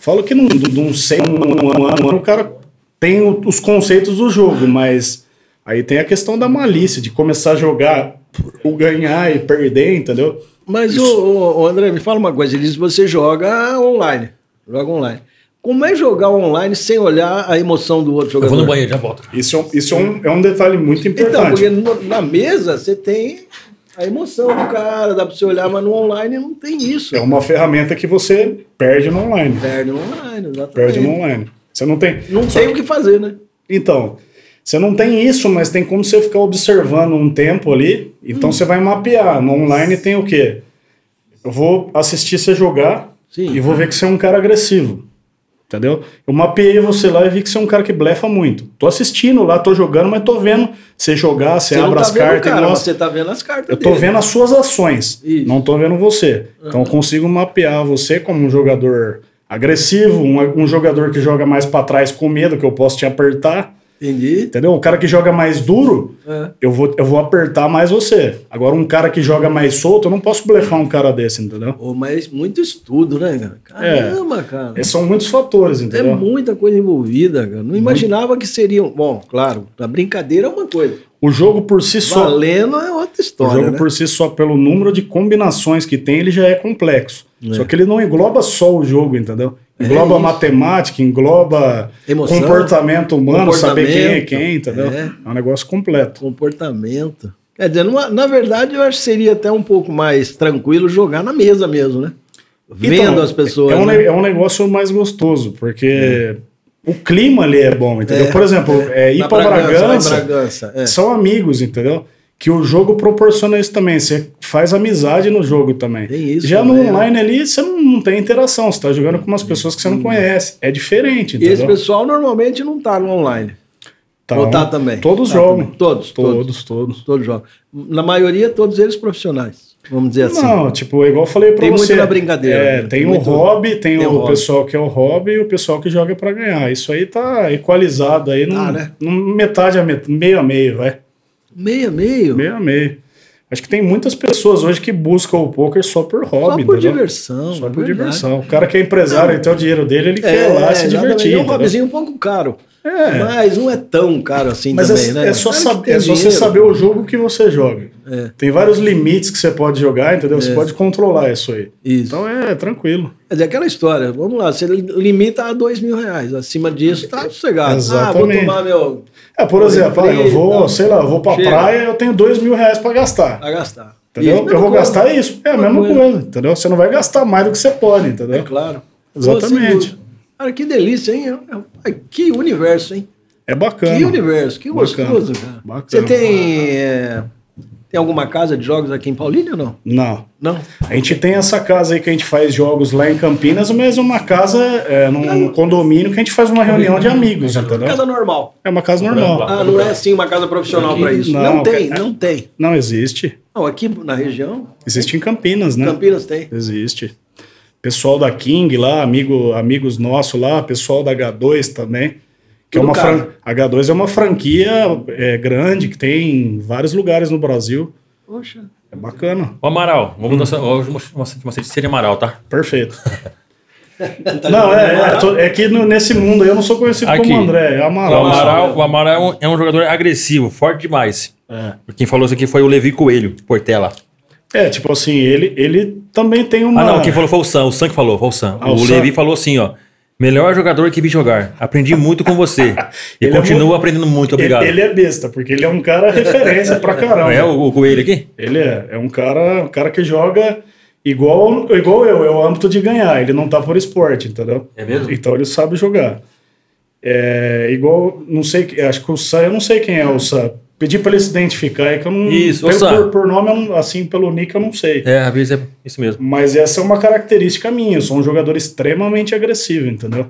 S3: Falo que não, de um sei um ano, um ano, o cara tem o- os conceitos do jogo, mas aí tem a questão da malícia, de começar a jogar o ganhar e perder, entendeu?
S2: Mas, o, André, me fala uma coisa. Ele diz que você joga online. Joga online. Como é jogar online sem olhar a emoção do outro
S1: Eu
S2: jogador?
S1: vou no banheiro, já volto.
S3: Isso é um, isso é um, é um detalhe muito
S2: Então,
S3: importante.
S2: porque no- na mesa você tem a emoção do cara, dá pra você olhar, mas no online não tem isso.
S3: É uma ferramenta que você perde no online.
S2: Perde no online, exatamente.
S3: Perde no online. Você não tem.
S2: É. Não
S3: só
S2: tem o que fazer, né?
S3: Então, você não tem isso, mas tem como você ficar observando um tempo ali.
S2: Hum.
S3: Então você vai mapear. No online tem o quê? Eu vou assistir você jogar
S2: Sim.
S3: e vou ver que você é um cara agressivo. Entendeu? Eu mapeei você lá e vi que você é um cara que blefa muito. Tô assistindo lá, tô jogando, mas tô vendo você jogar, você,
S2: Você não
S3: abre
S2: tá
S3: as
S2: vendo o
S3: cartas. e
S2: cara, mas
S3: mostra.
S2: você tá vendo as cartas
S3: Eu tô
S2: dele.
S3: vendo as suas ações,
S2: Isso. Ah.
S3: não tô vendo você. Então eu consigo mapear você como um jogador agressivo, um, um jogador que joga mais pra trás com medo, que eu posso te apertar.
S2: Entendi.
S3: Entendeu? O cara que joga mais duro,
S2: É.
S3: eu, vou, eu vou apertar mais você. Agora, um cara que joga mais solto, eu não posso blefar um cara desse, entendeu?
S2: Pô, mas muito estudo, né, cara?
S3: É.
S2: Caramba, cara.
S3: Esses são muitos fatores,
S2: É
S3: entendeu?
S2: muita coisa envolvida, cara. Não imaginava que seriam. Bom, claro, a brincadeira é uma coisa.
S3: O jogo por si só.
S2: Valendo é outra
S3: O
S2: história.
S3: jogo
S2: né?
S3: por si só, pelo número de combinações que tem, ele já é complexo.
S2: É.
S3: Só que ele não engloba só o jogo, entendeu?
S2: É
S3: Engloba
S2: isso.
S3: matemática, engloba
S2: Emoção,
S3: comportamento humano, saber quem é
S2: comportamento,
S3: quem, entendeu?
S2: é.
S3: É, um negócio completo.
S2: Comportamento. Quer dizer, numa- na verdade, eu acho que seria até um pouco mais tranquilo jogar na mesa mesmo, né? Vendo
S3: Então,
S2: as pessoas.
S3: É um,
S2: né?
S3: ne- é um negócio mais gostoso, porque o clima ali é bom, entendeu?
S2: É,
S3: Por exemplo, é, ir
S2: Na
S3: pra
S2: lá em
S3: Bragança,
S2: Bragança, é.
S3: são amigos, entendeu? Que o jogo proporciona isso também. Você faz amizade no jogo também.
S2: Tem isso
S3: Já
S2: também, né?
S3: no online ali, você não não tem interação. Você tá jogando com umas pessoas que você não conhece. É diferente,
S2: E
S3: entendeu?
S2: esse pessoal normalmente não tá no online.
S3: Tá.
S2: Ou tá também?
S3: Todos
S2: Tá
S3: jogam.
S2: também. Todos, todos.
S3: Todos, todos.
S2: Todos jogam. Na maioria, todos eles profissionais. Vamos dizer assim.
S3: Não, tipo, igual eu falei pra
S2: Tem muito
S3: você.
S2: na brincadeira,
S3: É,
S2: né?
S3: tem
S2: Muito-
S3: o hobby, tem,
S2: tem
S3: o,
S2: o hobby.
S3: pessoal que é o hobby e o pessoal que joga pra ganhar. Isso aí tá equalizado aí, num,
S2: Tá, né?
S3: num metade a met- meio a meio, vai.
S2: Meio a meio.
S3: Meio a meio. Acho que tem muitas pessoas hoje que buscam o poker só por hobby,
S2: só por
S3: entendeu?
S2: diversão.
S3: Só por
S2: verdade.
S3: diversão. O cara que é empresário, então o dinheiro dele, ele quer lá se
S2: exatamente.
S3: divertir.
S2: É um
S3: entendeu?
S2: hobbyzinho um pouco caro.
S3: É.
S2: Mas não é tão caro assim
S3: Mas
S2: também,
S3: é,
S2: né?
S3: é só,
S2: Cara que
S3: sab-
S2: tem
S3: é só você
S2: dinheiro. É.
S3: saber o jogo que você joga. Tem vários limites que você pode jogar, entendeu? Você pode controlar isso aí.
S2: Isso.
S3: Então é tranquilo.
S2: Quer dizer, aquela história, vamos lá, você limita a dois mil reais. Acima disso, tá sossegado. Ah, vou
S3: É, Exatamente.
S2: tomar meu.
S3: É, por exemplo, ah, eu vou,
S2: Então,
S3: sei lá, eu vou pra
S2: chega.
S3: praia eu tenho dois mil reais pra gastar.
S2: A gastar.
S3: Entendeu?
S2: Isso, mesma
S3: eu vou
S2: coisa.
S3: gastar isso. É a mesma coisa. entendeu? Você não vai gastar mais do que você pode,
S2: É
S3: entendeu?
S2: claro.
S3: né? Exatamente.
S2: Pô, sem dúvida. Cara, que delícia, hein? É- é- Que universo, hein?
S3: É bacana.
S2: Que universo, que
S3: Bacana.
S2: gostoso, cara.
S3: Bacana.
S2: Você tem. é, tem alguma casa de jogos aqui em Paulínia ou não?
S3: Não.
S2: Não.
S3: A gente tem essa casa aí que a gente faz jogos lá em Campinas, mas é uma casa, é, num condomínio que a gente faz uma reunião de amigos, entendeu?
S2: Casa normal.
S3: É uma casa normal.
S2: Ah, não é assim uma casa profissional para isso. Não,
S3: Não,
S2: tem,
S3: cara.
S2: não tem.
S3: Não existe.
S2: Não, aqui na região,
S3: Existe em Campinas, né?
S2: Campinas tem.
S3: Existe. Pessoal da King lá, amigo, amigos nossos lá, pessoal da H2 também. Que é
S2: Tudo
S3: uma
S2: caro.
S3: fran... H2 é uma franquia é, grande que tem em vários lugares no Brasil.
S2: Poxa.
S3: É bacana.
S1: Ô, Amaral, vamos dançar. Hoje uma, uma, uma ceia de Amaral, tá?
S3: Perfeito. não, é, é, tô- é que no- nesse mundo aí eu não sou conhecido
S1: Aqui.
S3: como André, é
S1: O
S3: Amaral.
S1: Amaral, o Amaral é, um, é um jogador agressivo, forte demais.
S3: É.
S1: Quem falou isso aqui foi o Levi Coelho, Portela.
S3: É, tipo assim, ele, ele também tem uma.
S1: Ah, não, quem falou foi o Sam. O Sam que falou, foi o Sam.
S3: Ah,
S1: o
S3: o Sam.
S1: Levi falou assim, ó. Melhor jogador que vi jogar. Aprendi muito com
S3: <laughs>
S1: você. E
S3: Ele é
S1: continuo
S3: muito-
S1: aprendendo muito,
S3: ele,
S1: obrigado.
S3: ele é besta, porque ele é um cara referência pra caramba.
S1: é o, o Coelho aqui?
S3: Ele é, é um cara, um cara que joga igual, igual eu, é o âmbito de ganhar, ele não tá por esporte, entendeu?
S1: É mesmo?
S3: Então ele sabe jogar. É igual, não sei, acho que o Sam, eu não sei quem é o Sam, Pedi pra ele se identificar, é que eu não.
S1: Isso,
S3: pelo-
S1: ouça.
S3: por, por nome, eu não- assim, pelo nick, eu não sei.
S1: É, às vezes é isso mesmo.
S3: Mas essa é uma característica minha. Eu sou um jogador extremamente agressivo, entendeu?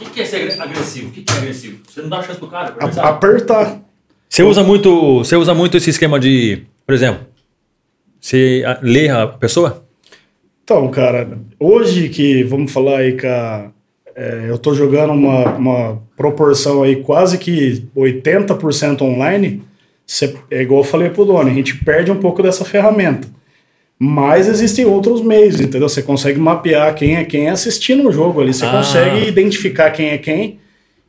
S1: O que, é ser agressivo? O que, é agressivo? Você não dá chance pro cara,
S3: A- apertar.
S1: Você usa muito, você usa muito esse esquema de, por exemplo, você ah, lê a pessoa?
S3: Então, cara, hoje que vamos falar aí que a- é, eu tô jogando uma, uma proporção aí quase que 80% online, cê- é igual eu falei pro dono, a gente perde um pouco dessa ferramenta. Mas existem outros meios, entendeu? Você consegue mapear quem é quem assistindo o jogo ali, você
S1: Ah.
S3: consegue identificar quem é quem.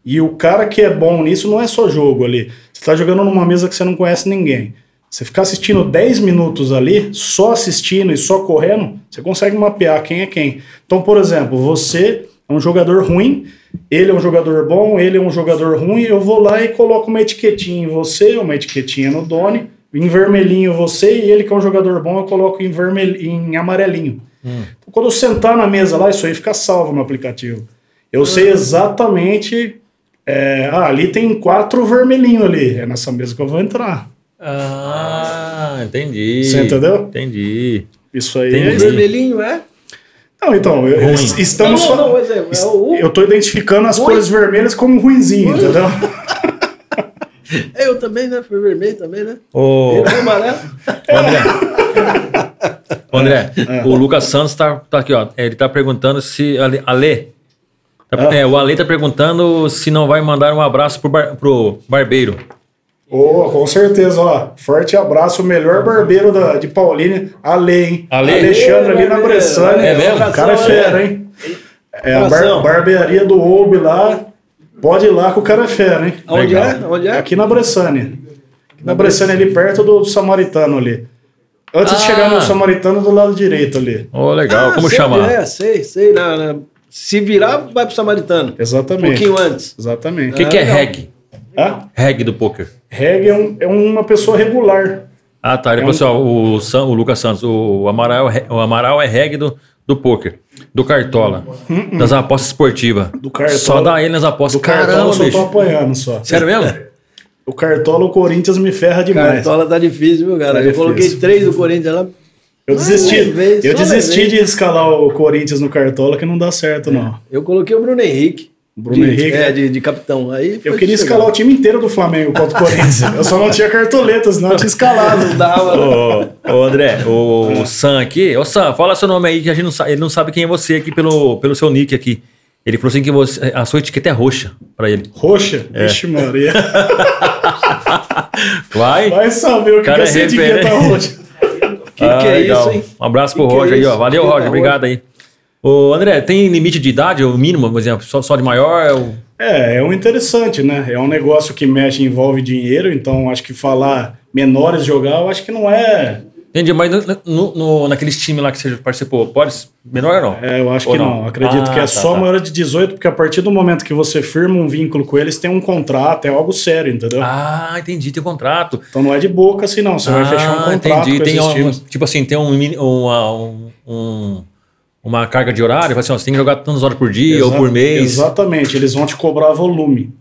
S3: E o cara que é bom nisso não é só jogo ali. Você tá jogando numa mesa que você não conhece ninguém. Você ficar assistindo 10 minutos ali, só assistindo e só correndo, você consegue mapear quem é quem. Então, por exemplo, você é um jogador ruim, ele é um jogador bom, ele é um jogador ruim, eu vou lá e coloco uma etiquetinha em você, uma etiquetinha no Doni, em vermelhinho você e ele que é um jogador bom, eu coloco em, vermelho, em amarelinho. Então, Quando eu sentar na mesa lá, isso aí fica salvo no aplicativo. Eu
S1: Uhum.
S3: sei exatamente. é, ah, ali tem quatro vermelhinhos ali. É nessa mesa que eu vou entrar.
S1: Ah, entendi.
S3: Você entendeu?
S1: Entendi.
S3: Isso aí
S1: Tem
S3: é.
S1: um
S3: isso.
S2: Vermelhinho é?
S3: Não, então, eu-
S1: Ruim.
S3: es- estamos
S2: Não, não, mas é- é
S3: es-
S2: o-
S3: Eu tô identificando as
S2: Ruim.
S3: cores vermelhas como ruinzinho,
S2: <laughs>
S3: entendeu?
S2: É, Eu também, né? Foi vermelho também, né?
S1: Ô,
S2: Eu fui amarelo.
S1: ô, André, Ô, André
S3: É.
S1: o Lucas Santos tá, tá aqui, ó. Ele tá perguntando se. Ale. Ale tá-
S3: Ah.
S1: é, o Ale tá perguntando se não vai mandar um abraço pro, bar- pro barbeiro.
S3: Ô, com certeza, ó. Forte abraço, o melhor barbeiro da- de Paulínia, Ale, hein?
S1: Ale?
S3: Alexandre ali na
S2: Ale,
S3: Bressane.
S1: é mesmo?
S3: O cara é
S2: Abração,
S3: fera, hein? É a bar-
S2: Abração.
S3: barbearia do Oube lá. Pode ir lá que o cara é fera, hein?
S2: Onde
S1: Legal.
S2: é? Onde
S3: É
S2: é?
S3: aqui na Bressane. Aqui na Bressane, ali perto do, do Samaritano ali. Antes de
S1: Ah.
S3: chegar no Samaritano, do lado direito ali.
S1: Ô, legal.
S2: Ah,
S1: Como
S2: sei
S1: chama?
S2: onde É, sei, sei. Na, na- Se virar, vai pro Samaritano. Um
S3: Exatamente.
S2: pouquinho antes.
S1: O
S3: Exatamente.
S1: que, que é
S2: legal.
S1: reg?
S3: Ah,
S1: Reg do poker.
S3: reggae é, um- é uma pessoa regular.
S1: Ah, tá. Ele
S3: É
S1: falou assim, ó,
S3: um-
S1: o, San- o Lucas Santos, o Amaral, é- o Amaral é reggae do, do poker, do Cartola, das apostas esportivas.
S3: Hum, Do Cartola.
S1: Só dá ele nas apostas.
S3: Do Cartola,
S1: Caramba,
S3: eu só tô
S1: bicho.
S3: apanhando só.
S1: Sério mesmo?
S3: O Cartola, o Corinthians me ferra demais.
S2: Cartola tá difícil, viu, cara?
S3: Tá
S2: Eu coloquei
S3: difícil.
S2: três do Corinthians lá.
S3: Eu desisti,
S2: Ah, levei, só
S3: eu desisti
S2: levei.
S3: de escalar o Corinthians no Cartola, que não dá
S2: É.
S3: certo, não.
S2: Eu coloquei o Bruno Henrique.
S3: Bruno
S2: de,
S3: Henrique.
S2: É, de, de capitão. Aí
S3: Eu
S2: foi
S3: queria
S2: chegar.
S3: escalar o time inteiro do Flamengo contra o Corinthians. Eu só não tinha cartoletas, não tinha escalado.
S2: Não dava. né?
S1: Ô, ô, André, o, o Sam aqui. Ô, Sam, fala seu nome aí, que a gente não sabe, ele não sabe quem é você aqui pelo, pelo seu nick aqui. Ele falou assim que você, a sua etiqueta é roxa pra ele.
S3: Roxa?
S2: É.
S3: Vixe, Maria.
S1: Vai.
S3: Vai saber o que,
S1: Cara,
S3: que é essa
S1: é
S3: etiqueta
S1: referência.
S3: roxa.
S2: que que é isso, hein?
S1: Ah, Um abraço
S2: Que
S1: pro
S2: que é
S1: Roger aí, ó.
S2: isso?
S1: Valeu,
S2: Que
S1: Roger.
S2: da
S1: Obrigado aí. Ô, André, tem limite de idade, o mínimo, por exemplo, só, só de maior? é o-
S3: É, é um interessante, né? É um negócio que mexe e envolve dinheiro, então acho que falar menores jogar, eu acho que não é.
S1: Entendi, mas no- no- no- naqueles times lá que você participou, pode menor ou não?
S3: É, eu acho
S1: Ou
S3: que não. Acredito
S1: Ah,
S3: que é
S1: tá,
S3: só
S1: tá.
S3: maior de 18, porque a partir do momento que você firma um vínculo com eles, tem um contrato, é algo sério, entendeu?
S1: Ah, entendi, tem contrato.
S3: Então não é de boca assim, não. Você vai
S1: Ah,
S3: fechar um contrato com
S1: Tem
S3: esses
S1: um,
S3: times.
S1: tipo assim, tem um, mini- uma, um- um- uma carga de horário, fala assim, ó, você tem que jogar tantas horas por dia ou
S3: Exa-
S1: por mês.
S3: Exatamente, eles vão te cobrar volume.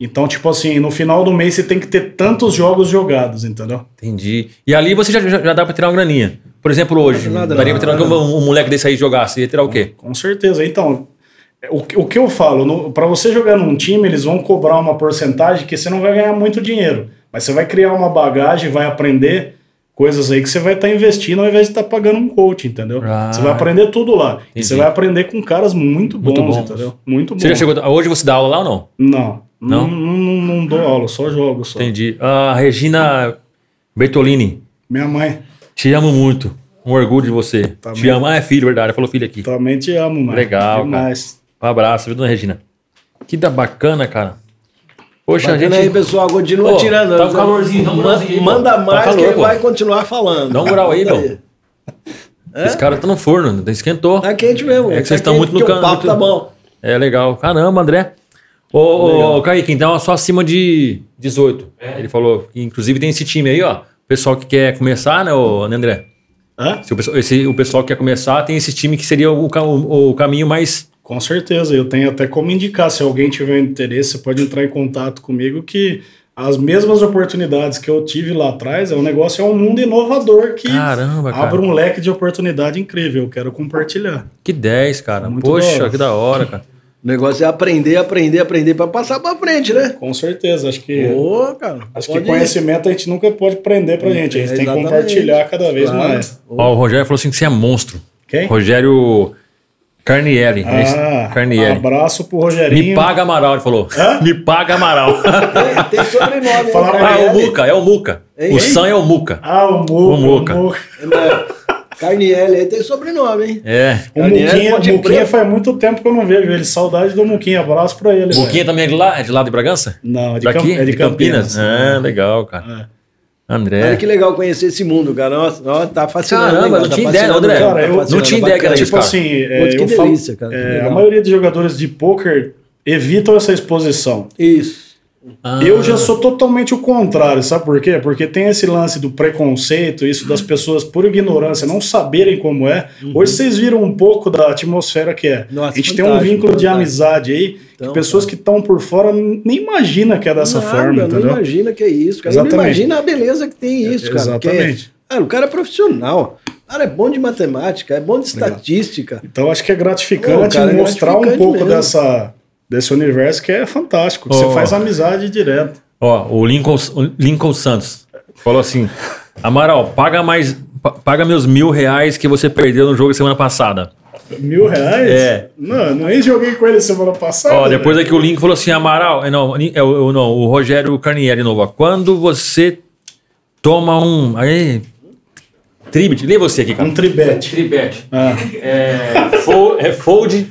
S3: Então, tipo assim, no final do mês você tem que ter tantos jogos jogados, entendeu?
S1: Entendi. E ali você já, já- já dá pra tirar uma graninha. Por exemplo, hoje,
S2: Nada,
S1: daria
S2: nada,
S1: pra tirar um, um moleque desse aí jogasse, ia tirar o quê?
S3: Com certeza. Então, o, que- o que eu falo, para você jogar num time, eles vão cobrar uma porcentagem que você não vai ganhar muito dinheiro, mas você vai criar uma bagagem, vai aprender coisas aí que você vai estar investindo ao invés de estar pagando um coach, entendeu?
S1: Ah.
S3: Você vai aprender tudo lá. E
S1: Entendi.
S3: você vai aprender com caras muito bons,
S1: Muito bons.
S3: entendeu? Muito bons.
S1: Você já chegou, hoje você dá aula lá ou não?
S3: Não.
S1: Não?
S3: Não? Não, não, não dou aula, só jogo só.
S1: Entendi. A Regina Bertolini,
S3: Minha mãe
S1: te amo muito. Um orgulho de você.
S3: Também.
S1: Te amo. Ah, é filho, verdade. Falou filho aqui.
S3: também te amo, mãe.
S1: Legal, cara.
S3: Demais.
S1: Um abraço, viu, dona Regina? Que da bacana, cara. Poxa,
S2: Bacana
S1: a gente.
S2: aí, pessoal. Continua
S1: Ô,
S2: tirando.
S1: tá um calorzinho, dá um
S2: Ma-
S1: calorzinho aí, pô.
S2: Manda
S1: Tá
S2: mais
S1: calor,
S2: que ele
S1: pô.
S2: vai continuar falando.
S1: Dá um grau aí,
S2: Manda
S1: meu. Esse cara tá no forno, esquentou.
S2: Tá quente mesmo.
S1: É que
S2: tá
S1: vocês estão muito
S2: quente
S1: no
S2: porque
S1: can-
S2: O papo
S1: muito-
S2: tá bom.
S1: É legal. Caramba, André. Ô, ô, Kaique, então é só acima de 18.
S3: É?
S1: Ele falou. Inclusive tem esse time aí, ó. O pessoal que quer começar, né, ô, né, André?
S3: Hã?
S1: Se o, pessoal, esse- o pessoal que quer começar, tem esse time que seria o, ca- o- o caminho mais.
S3: Com certeza, eu tenho até como indicar. Se alguém tiver interesse, você pode entrar em contato comigo que as mesmas oportunidades que eu tive lá atrás, é um negócio, é um mundo inovador que
S1: Caramba, cara.
S3: abre um leque de oportunidade incrível. Eu quero compartilhar.
S1: Que 10, cara.
S3: Muito
S1: Poxa,
S3: da hora.
S1: que da hora,
S3: <laughs>
S1: cara.
S2: O negócio é aprender, aprender, aprender pra passar pra frente, né?
S3: Com certeza, acho que
S2: Ô, cara.
S3: acho
S2: pode
S3: que
S2: ir.
S3: conhecimento a gente nunca pode prender pra gente. A gente
S2: É,
S3: tem que
S2: exatamente.
S3: compartilhar cada vez
S2: Claro.
S3: mais.
S1: Ó, o Rogério falou assim que você é monstro.
S3: Quem?
S1: Rogério Carnielli. né?
S3: Ah,
S1: Carnielli.
S3: abraço pro
S1: Me
S3: Rogerinho.
S1: paga Amaral, ele falou. Me paga Amaral. <laughs>
S2: Tem, tem sobrenome. né?
S3: Falaram
S1: ah, é o
S2: Carnielli.
S1: Muca, é o Muca.
S2: Hein?
S1: O Sam é o Muca.
S3: Ah, o Muca.
S1: O Muca.
S3: O Muca.
S2: É, Carnielli aí tem sobrenome, hein?
S1: É.
S3: O
S2: Daniel
S3: Muquinha,
S2: Ponte
S3: Muquinha
S2: Preta.
S3: faz muito tempo que eu não vejo ele. Saudade do Muquinha. Abraço pra ele.
S1: O
S3: velho.
S1: Muquinha também é de lá, é de lá de Bragança?
S3: Não, é de,
S1: Daqui?
S3: Camp- é de Campinas. É.
S1: Ah, legal, cara.
S2: Olha
S1: André.
S2: que legal conhecer esse mundo, cara. Nossa, nossa tá fascinante.
S1: É. Caramba,
S2: cara,
S1: não
S2: tá
S1: tinha ideia, né,
S2: fascinando,
S1: André.
S2: cara, tá
S3: Não
S2: fascinando,
S1: tinha ideia que era
S2: bacana.
S1: isso.
S3: Tipo
S1: Ah, tá cara.
S3: assim, é,
S2: Putz, que
S3: eu falo-
S2: delícia, cara, que
S3: é, a
S2: legal.
S3: maioria dos jogadores de pôquer evitam essa exposição.
S2: Isso.
S1: Ah,
S3: Eu já sou totalmente o contrário, sabe por quê? Porque tem esse lance do preconceito, isso
S1: Hum.
S3: das pessoas por ignorância não saberem como é.
S1: Uhum.
S3: Hoje vocês viram um pouco da atmosfera que é.
S2: Nossa,
S3: a gente tem um
S2: fantástico,
S3: vínculo de
S2: fantástico.
S3: amizade aí,
S2: Então,
S3: que pessoas que estão por fora nem imagina que é dessa
S2: Nada,
S3: forma,
S2: não
S3: entendeu?
S2: imagina que é isso, cara. Não
S3: Exatamente.
S2: imagina a beleza que tem isso, cara.
S3: exatamente.
S2: que é- cara, o cara é profissional. O cara é bom de matemática, é bom de estatística.
S3: Então acho que é
S2: Não,
S3: gratificante
S2: cara, é
S3: mostrar um
S2: gratificante
S3: pouco
S2: mesmo.
S3: dessa desse universo que é fantástico. que
S1: Oh.
S3: Você faz amizade direto.
S1: Ó, o Lincoln, o Lincoln Santos falou assim: Amaral, paga mais. pa- Paga meus mil reais que você perdeu no jogo semana passada.
S3: Mil reais?
S1: É.
S3: Não, nem joguei com ele semana passada. né?
S1: Ó, depois
S3: velho.
S1: é que o Lincoln falou assim: Amaral. é, Não, é o- é o- não, o Rogério Carnieri de novo. ó. Quando você toma um. Aí. Tribet, lê você aqui, cara.
S3: Um tribete.
S1: Tribet.
S3: Ah.
S1: É, fo- é fold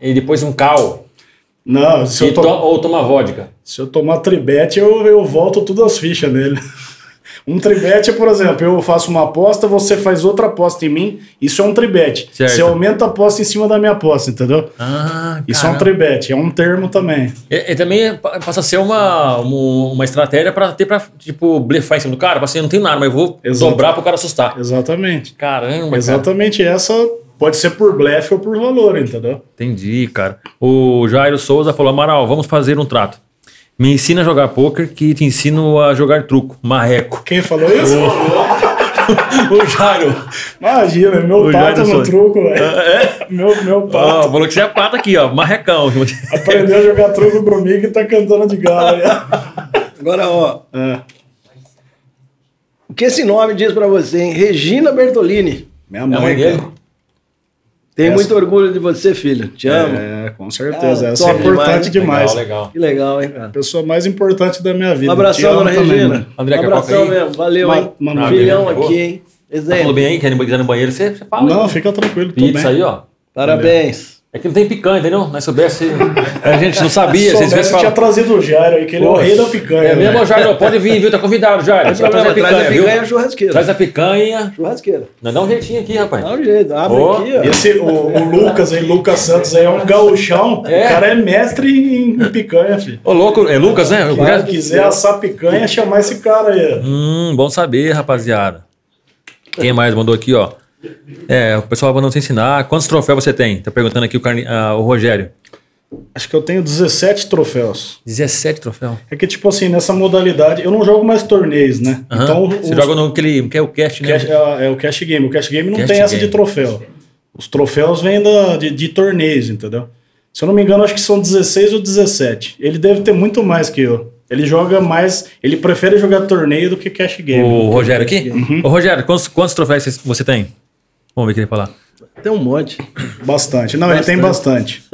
S1: e depois um cal.
S3: Não, se
S1: E
S3: eu, to-
S1: to- ou toma vodka.
S3: se eu tomar tribete, eu, eu volto todas as fichas nele. <laughs> Um tribete, por exemplo, eu faço uma aposta, você faz outra aposta em mim, isso é um tribete.
S1: Certo.
S3: Você aumenta a aposta em cima da minha aposta, entendeu?
S1: Ah,
S3: Isso é um tribete, é um termo também.
S1: E, e também é pa- passa a ser uma, uma, uma estratégia pra ter pra, tipo, blefar em cima do cara. Pra assim, eu não tenho nada, mas eu vou
S3: Exato.
S1: dobrar pro cara assustar.
S3: Exatamente.
S1: Caramba, cara.
S3: Exatamente essa pode ser por blefe ou por valor, entendeu?
S1: Entendi, cara. O Jairo Souza falou, Amaral, vamos fazer um trato. Me ensina a jogar poker que te ensino a jogar truco, marreco. <laughs>
S3: Quem falou isso?
S1: o Jairo.
S3: Imagina, meu
S1: O Ah,
S3: tato
S1: Jaderson.
S3: no truco, velho.
S1: é?
S3: Meu, meu
S1: ó,
S3: pato
S1: falou que você é pata aqui, ó. Marrecão.
S3: aprendeu a jogar truco comigo e tá cantando de galo. né?
S1: <laughs>
S2: Agora, ó,
S3: É.
S2: o que esse nome diz pra você, hein? Regina Bertolini.
S3: Minha
S1: É a mãe
S3: mãe,
S1: dele?
S3: cara.
S2: Tenho
S3: Essa-
S2: muito orgulho de você, filho. Te amo.
S3: É, com certeza.
S1: Ah,
S2: Cara,
S3: Essa é
S2: top
S3: importante demais.
S1: Legal, legal.
S2: Que legal, hein, cara?
S3: A pessoa mais importante da minha vida.
S2: Um
S3: Te
S2: abração,
S3: amo
S2: dona
S3: também,
S2: Regina.
S3: mano.
S1: André,
S2: um
S1: quer
S2: abraço
S1: coca aí?
S2: mesmo. Valeu,
S3: Ma-
S2: hein?
S3: manda
S1: aí,
S2: Filhão
S1: por favor.
S2: aqui, hein?
S1: Tá falando
S2: Exemplo.
S1: bem aí? Quer ir no banheiro? Você, você fala.
S3: Não, fica tranquilo. Tô
S1: Pizza
S3: bem.
S1: aí, ó.
S2: Parabéns.
S1: É que não tem picanha, entendeu? Nós soubesse. A gente não sabia.
S3: Se
S1: Vocês
S3: soubesse, eu tinha trazido o Jairo aí, que ele é o rei da picanha. né?
S1: É
S3: velho.
S1: mesmo, Jairo. Pode vir, viu? Tá convidado, Jairo. Traz
S2: problema,
S1: a picanha,
S2: traz a
S1: viu?
S2: picanha e a churrasqueira.
S1: Traz a picanha.
S2: Churrasqueira.
S1: Nós dá um jeitinho aqui, rapaz.
S2: Dá um jeito. Abre
S1: Ô,
S2: aqui, ó.
S3: Esse, o, o Lucas aí, Lucas Santos aí, é um gauchão.
S1: É.
S3: O cara é mestre em, em picanha, filho.
S1: Ô, louco. É Lucas, né?
S3: Se quiser assar picanha, é chamar esse cara aí.
S1: Hum, bom saber, rapaziada. Quem mais mandou aqui, ó? É, o pessoal mandou te ensinar. Quantos troféus você tem? Tá perguntando aqui o, Carni- ah, o Rogério.
S3: Acho que eu tenho 17 troféus.
S1: 17 troféus.
S3: É que, tipo assim, nessa modalidade, eu não jogo mais torneios, né?
S1: Aham.
S3: Então,
S1: você
S3: os-
S1: joga no aquele, que é o cast, né?
S3: cash- é, é o cash game. O cash game não
S1: Cash
S3: tem essa
S1: game.
S3: de troféu. Os troféus vêm da, de, de torneios, entendeu? Se eu não me engano, acho que são 16 ou 17. Ele deve ter muito mais que eu. Ele joga mais. Ele prefere jogar torneio do que cash game.
S1: O Rogério aqui?
S3: Uhum.
S1: Ô, Rogério, quantos, quantos troféus você- você tem? Vamos ver o que ele falar.
S2: Tem um monte.
S3: Bastante. Não, ele tem bastante.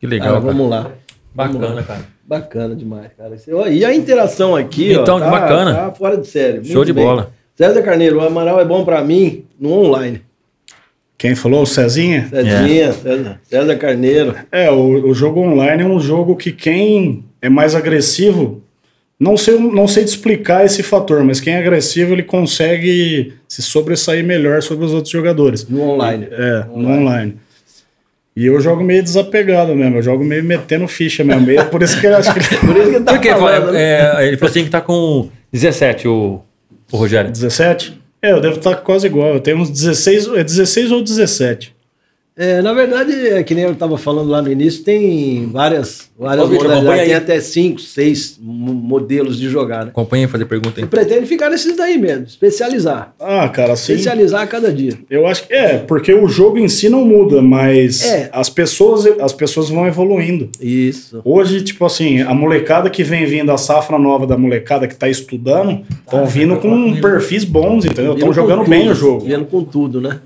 S1: Que legal,
S2: Cara,
S1: cara.
S2: Ah, vamos lá. Tá
S1: Bacana, cara.
S2: Bacana demais, cara. Esse- ó, E a interação aqui, ó,
S1: Então,
S2: tá,
S1: bacana.
S2: tá fora de sério.
S1: Show
S2: Muito
S1: de
S2: bem.
S1: bola.
S2: César Carneiro, o Amaral é bom pra mim no online.
S3: Quem falou? O Cezinha?
S2: Cezinha,
S1: É.
S2: César, César Carneiro.
S3: É, o, o jogo online é um jogo que quem é mais agressivo, não sei, não sei te explicar esse fator, mas quem é agressivo ele consegue se sobressair melhor sobre os outros jogadores.
S2: No online.
S3: É, no online. E eu jogo meio desapegado mesmo, eu jogo meio metendo ficha mesmo. e é por isso que eu acho que ele...
S2: Por isso que ele tá
S1: Por que?
S2: falando, né?
S1: É, ele falou assim que tá com 17, o, o
S3: <laughs>
S1: Rogério.
S3: é 17? É, eu devo estar quase igual, eu tenho uns 16, é 16 ou 17.
S2: É, É, na verdade, é que nem eu estava falando lá no início, tem várias, várias
S1: Ô, Vitor, acompanha
S2: modalidades. Tem
S1: aí.
S2: até cinco, seis mo- modelos de jogada.
S1: Acompanha fazer pergunta aí.
S2: Eu pretendo ficar nesses daí mesmo, especializar.
S3: Ah, cara, sim.
S2: Especializar a cada dia.
S3: Eu acho que é, porque o jogo em si não muda, mas
S2: É.
S3: as pessoas as pessoas vão evoluindo.
S2: Isso.
S3: Hoje, tipo assim, a molecada que vem vindo, a safra nova da molecada que tá estudando,
S2: Ah,
S3: estão vindo com perfis bons, entendeu? Estão
S2: tá Vindo com
S3: jogando
S2: tudo,
S3: bem o jogo.
S2: Vindo com tudo, né?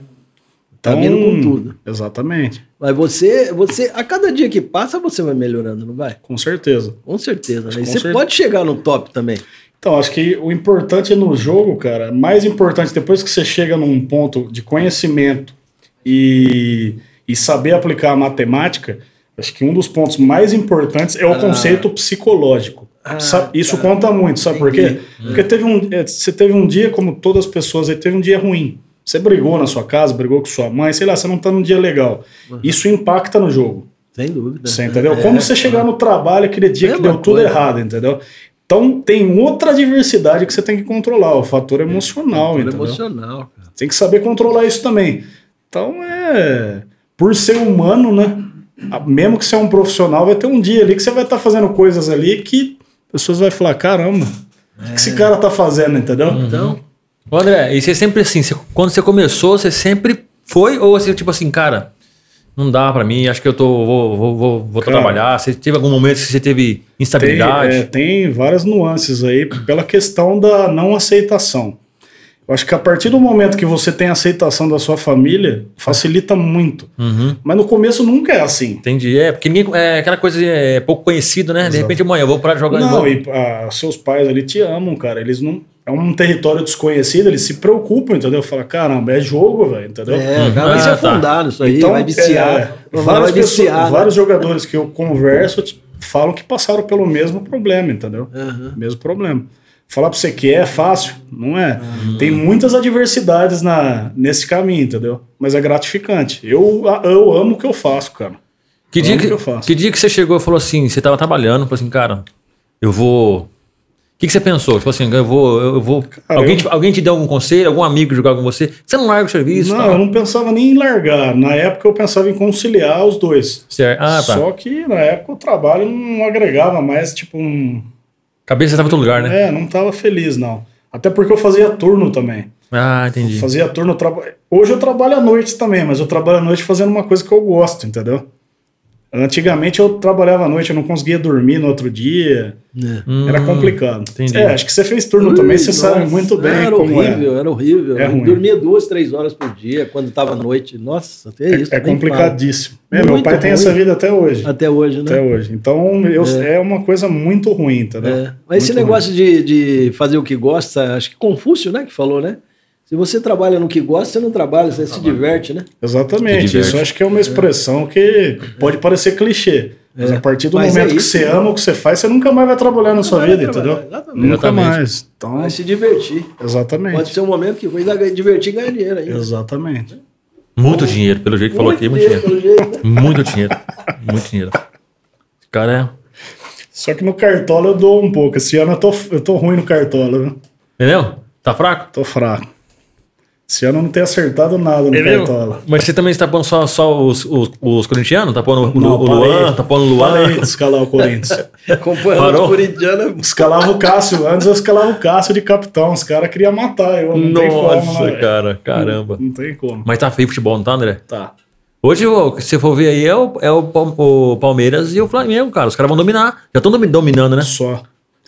S2: Tá
S3: Tão-
S2: vindo com tudo.
S3: Exatamente,
S2: Mas você, você, a cada dia que passa, você vai melhorando, não vai?
S3: com certeza.
S2: Com certeza, né?
S3: Com
S2: E você
S3: cer-
S2: pode chegar no top também.
S3: Então, acho que o importante no jogo, cara, mais importante, depois que você chega num ponto de conhecimento e, e saber aplicar a matemática, acho que um dos pontos mais importantes é o
S2: Ah.
S3: conceito psicológico.
S2: Ah,
S3: Sa- Isso
S2: tá. Hum.
S3: conta muito, sabe por quê? Porque teve um, é, você teve um dia, como todas as pessoas aí, teve um dia ruim. Você brigou na sua casa, brigou com sua mãe, sei lá, você não tá num dia legal.
S2: Uhum.
S3: Isso impacta no jogo.
S2: Sem dúvida.
S3: Você entendeu?
S2: É.
S3: Como você chegar no trabalho aquele dia que
S2: Mesma
S3: deu tudo
S2: coisa.
S3: errado, entendeu? Então tem outra diversidade que você tem que controlar, o fator emocional,
S2: Fator
S3: entendeu?
S2: emocional, cara.
S3: Tem que saber controlar isso também. Então é. Por ser humano, né? a- Mesmo que você é um profissional, vai ter um dia ali que você vai estar fazendo coisas ali que pessoas vão falar: caramba, o que esse cara tá fazendo, entendeu?
S2: É. Então,
S1: Ô, André, e você sempre assim, você- quando você começou, você sempre foi ou você tipo assim, cara, não dá pra mim, acho que eu tô vou, vou, vou, vou
S3: Cara.
S1: trabalhar. Você teve algum momento que você teve
S3: Tem, é,
S1: instabilidade?
S3: tem várias nuances aí pela questão da não aceitação. Eu acho que a partir do momento que você tem aceitação da sua família, facilita muito.
S1: Uhum.
S3: Mas no começo nunca é assim.
S1: Entendi. É, porque ninguém, é aquela coisa é pouco conhecido, né? De
S3: Exato.
S1: repente, amanhã eu vou parar de jogar
S3: Não,
S1: vou-
S3: e ah, seus pais ali te amam, cara. Eles não. É um território desconhecido, eles se preocupam, entendeu? Fala, caramba, é jogo, velho, entendeu?
S2: é, o cara
S1: Ah,
S2: vai se
S1: tá.
S2: afundar nisso aí, vai
S3: é,
S2: viciar.
S3: várias
S2: vai
S3: pessoas-
S2: viciar. né?
S3: vários jogadores que eu converso t- falam que passaram pelo mesmo problema, entendeu?
S2: Aham.
S3: Mesmo problema. Falar pra você que é fácil, não é. Tem muitas adversidades na, nesse caminho, entendeu? Mas é gratificante. Eu, eu amo o que eu faço, cara.
S1: Que
S3: Eu
S1: dia
S3: amo
S1: que,
S3: o É que eu faço.
S1: que dia que você chegou e falou assim, você tava trabalhando, falou assim, cara, eu vou. O que, que você pensou? Tipo assim, eu vou. Eu vou... alguém,
S3: eu-
S1: te, alguém te deu algum conselho, algum amigo jogar com você? Você não larga o serviço?
S3: não,
S1: tá?
S3: eu não pensava nem em largar. Na época eu pensava em conciliar os dois.
S1: Certo. Ah, tá.
S3: Só que na época o trabalho não agregava mais, tipo, um...
S1: Cabeça estava em outro lugar, né?
S3: é, não tava feliz, não. Até porque eu fazia turno também.
S1: Ah, entendi.
S3: Fazia turno. eu traba- Hoje eu trabalho à noite também, mas eu trabalho à noite fazendo uma coisa que eu gosto, entendeu? Antigamente eu trabalhava à noite, eu não conseguia dormir no outro dia.
S2: É.
S1: Hum,
S3: Era complicado.
S1: entendi.
S3: É, acho que você fez turno também, você
S2: Nossa,
S3: sabe muito bem
S2: era
S3: como
S2: horrível, Era horrível,
S3: É
S2: Eu
S3: ruim.
S2: Dormia duas, três horas por dia, quando estava à noite. Nossa, até isso.
S3: é. É
S2: nem
S3: complicadíssimo. É, meu
S2: Muito
S3: pai tem
S2: ruim.
S3: essa vida até hoje.
S2: falo. Até hoje, né?
S3: Até hoje. Então eu- é. uma coisa muito ruim, entendeu?
S2: É.
S1: né?
S2: Mas esse
S3: Muito
S2: negócio de, de fazer o que gosta, acho que Confúcio, né, que falou, né? Se você trabalha no que gosta, você não trabalha, você se diverte, né?
S3: ruim. Exatamente.
S1: Se diverte.
S3: Isso eu acho que é uma expressão que pode parecer clichê. Mas a partir do
S2: Mas é
S3: momento que
S2: isso,
S3: você
S2: né?
S3: ama o que você faz, você nunca mais vai trabalhar na sua
S2: vai
S3: vida,
S2: trabalhar,
S3: entendeu?
S2: exatamente.
S3: Nunca
S1: Exatamente.
S3: mais. Então,
S2: Vai se divertir.
S3: exatamente.
S2: Pode ser um momento que vai dar- divertir e ganhar dinheiro ainda.
S3: Exatamente.
S1: Muito dinheiro, pelo jeito que falou aqui, é muito
S2: dinheiro,
S1: dinheiro.
S2: pelo jeito,
S1: <laughs>
S2: né?
S1: Muito dinheiro. Muito dinheiro. Esse cara é,
S3: Só que no cartola eu dou um pouco. Esse ano eu tô, eu tô ruim no cartola, viu?
S1: é. Entendeu? Tá fraco?
S3: Tô fraco. Esse ano eu não tenho acertado nada no É cartola.
S1: É Mas você também está pondo só, só os, os, os corintianos? Tá pondo o, Lu-
S3: Não,
S1: o Luan?
S3: parei.
S1: Tá pondo o Luan?
S3: Parei de escalar o
S1: <laughs>
S3: Corinthians.
S2: Acompanhando
S1: Parou?
S2: o corintiano.
S3: Escalava o Cássio. Antes eu escalava o Cássio de capitão. Os caras queriam matar eu. Não tem como, né,
S1: Nossa,
S3: velho?
S1: cara. Caramba.
S3: Não tem como.
S1: Mas tá feio o futebol, não tá, André?
S3: Tá.
S1: Hoje, o- se você for ver aí, é o, é o Pal- o Palmeiras e o Flamengo, cara. Os caras vão dominar. Já estão dominando, né?
S3: Só.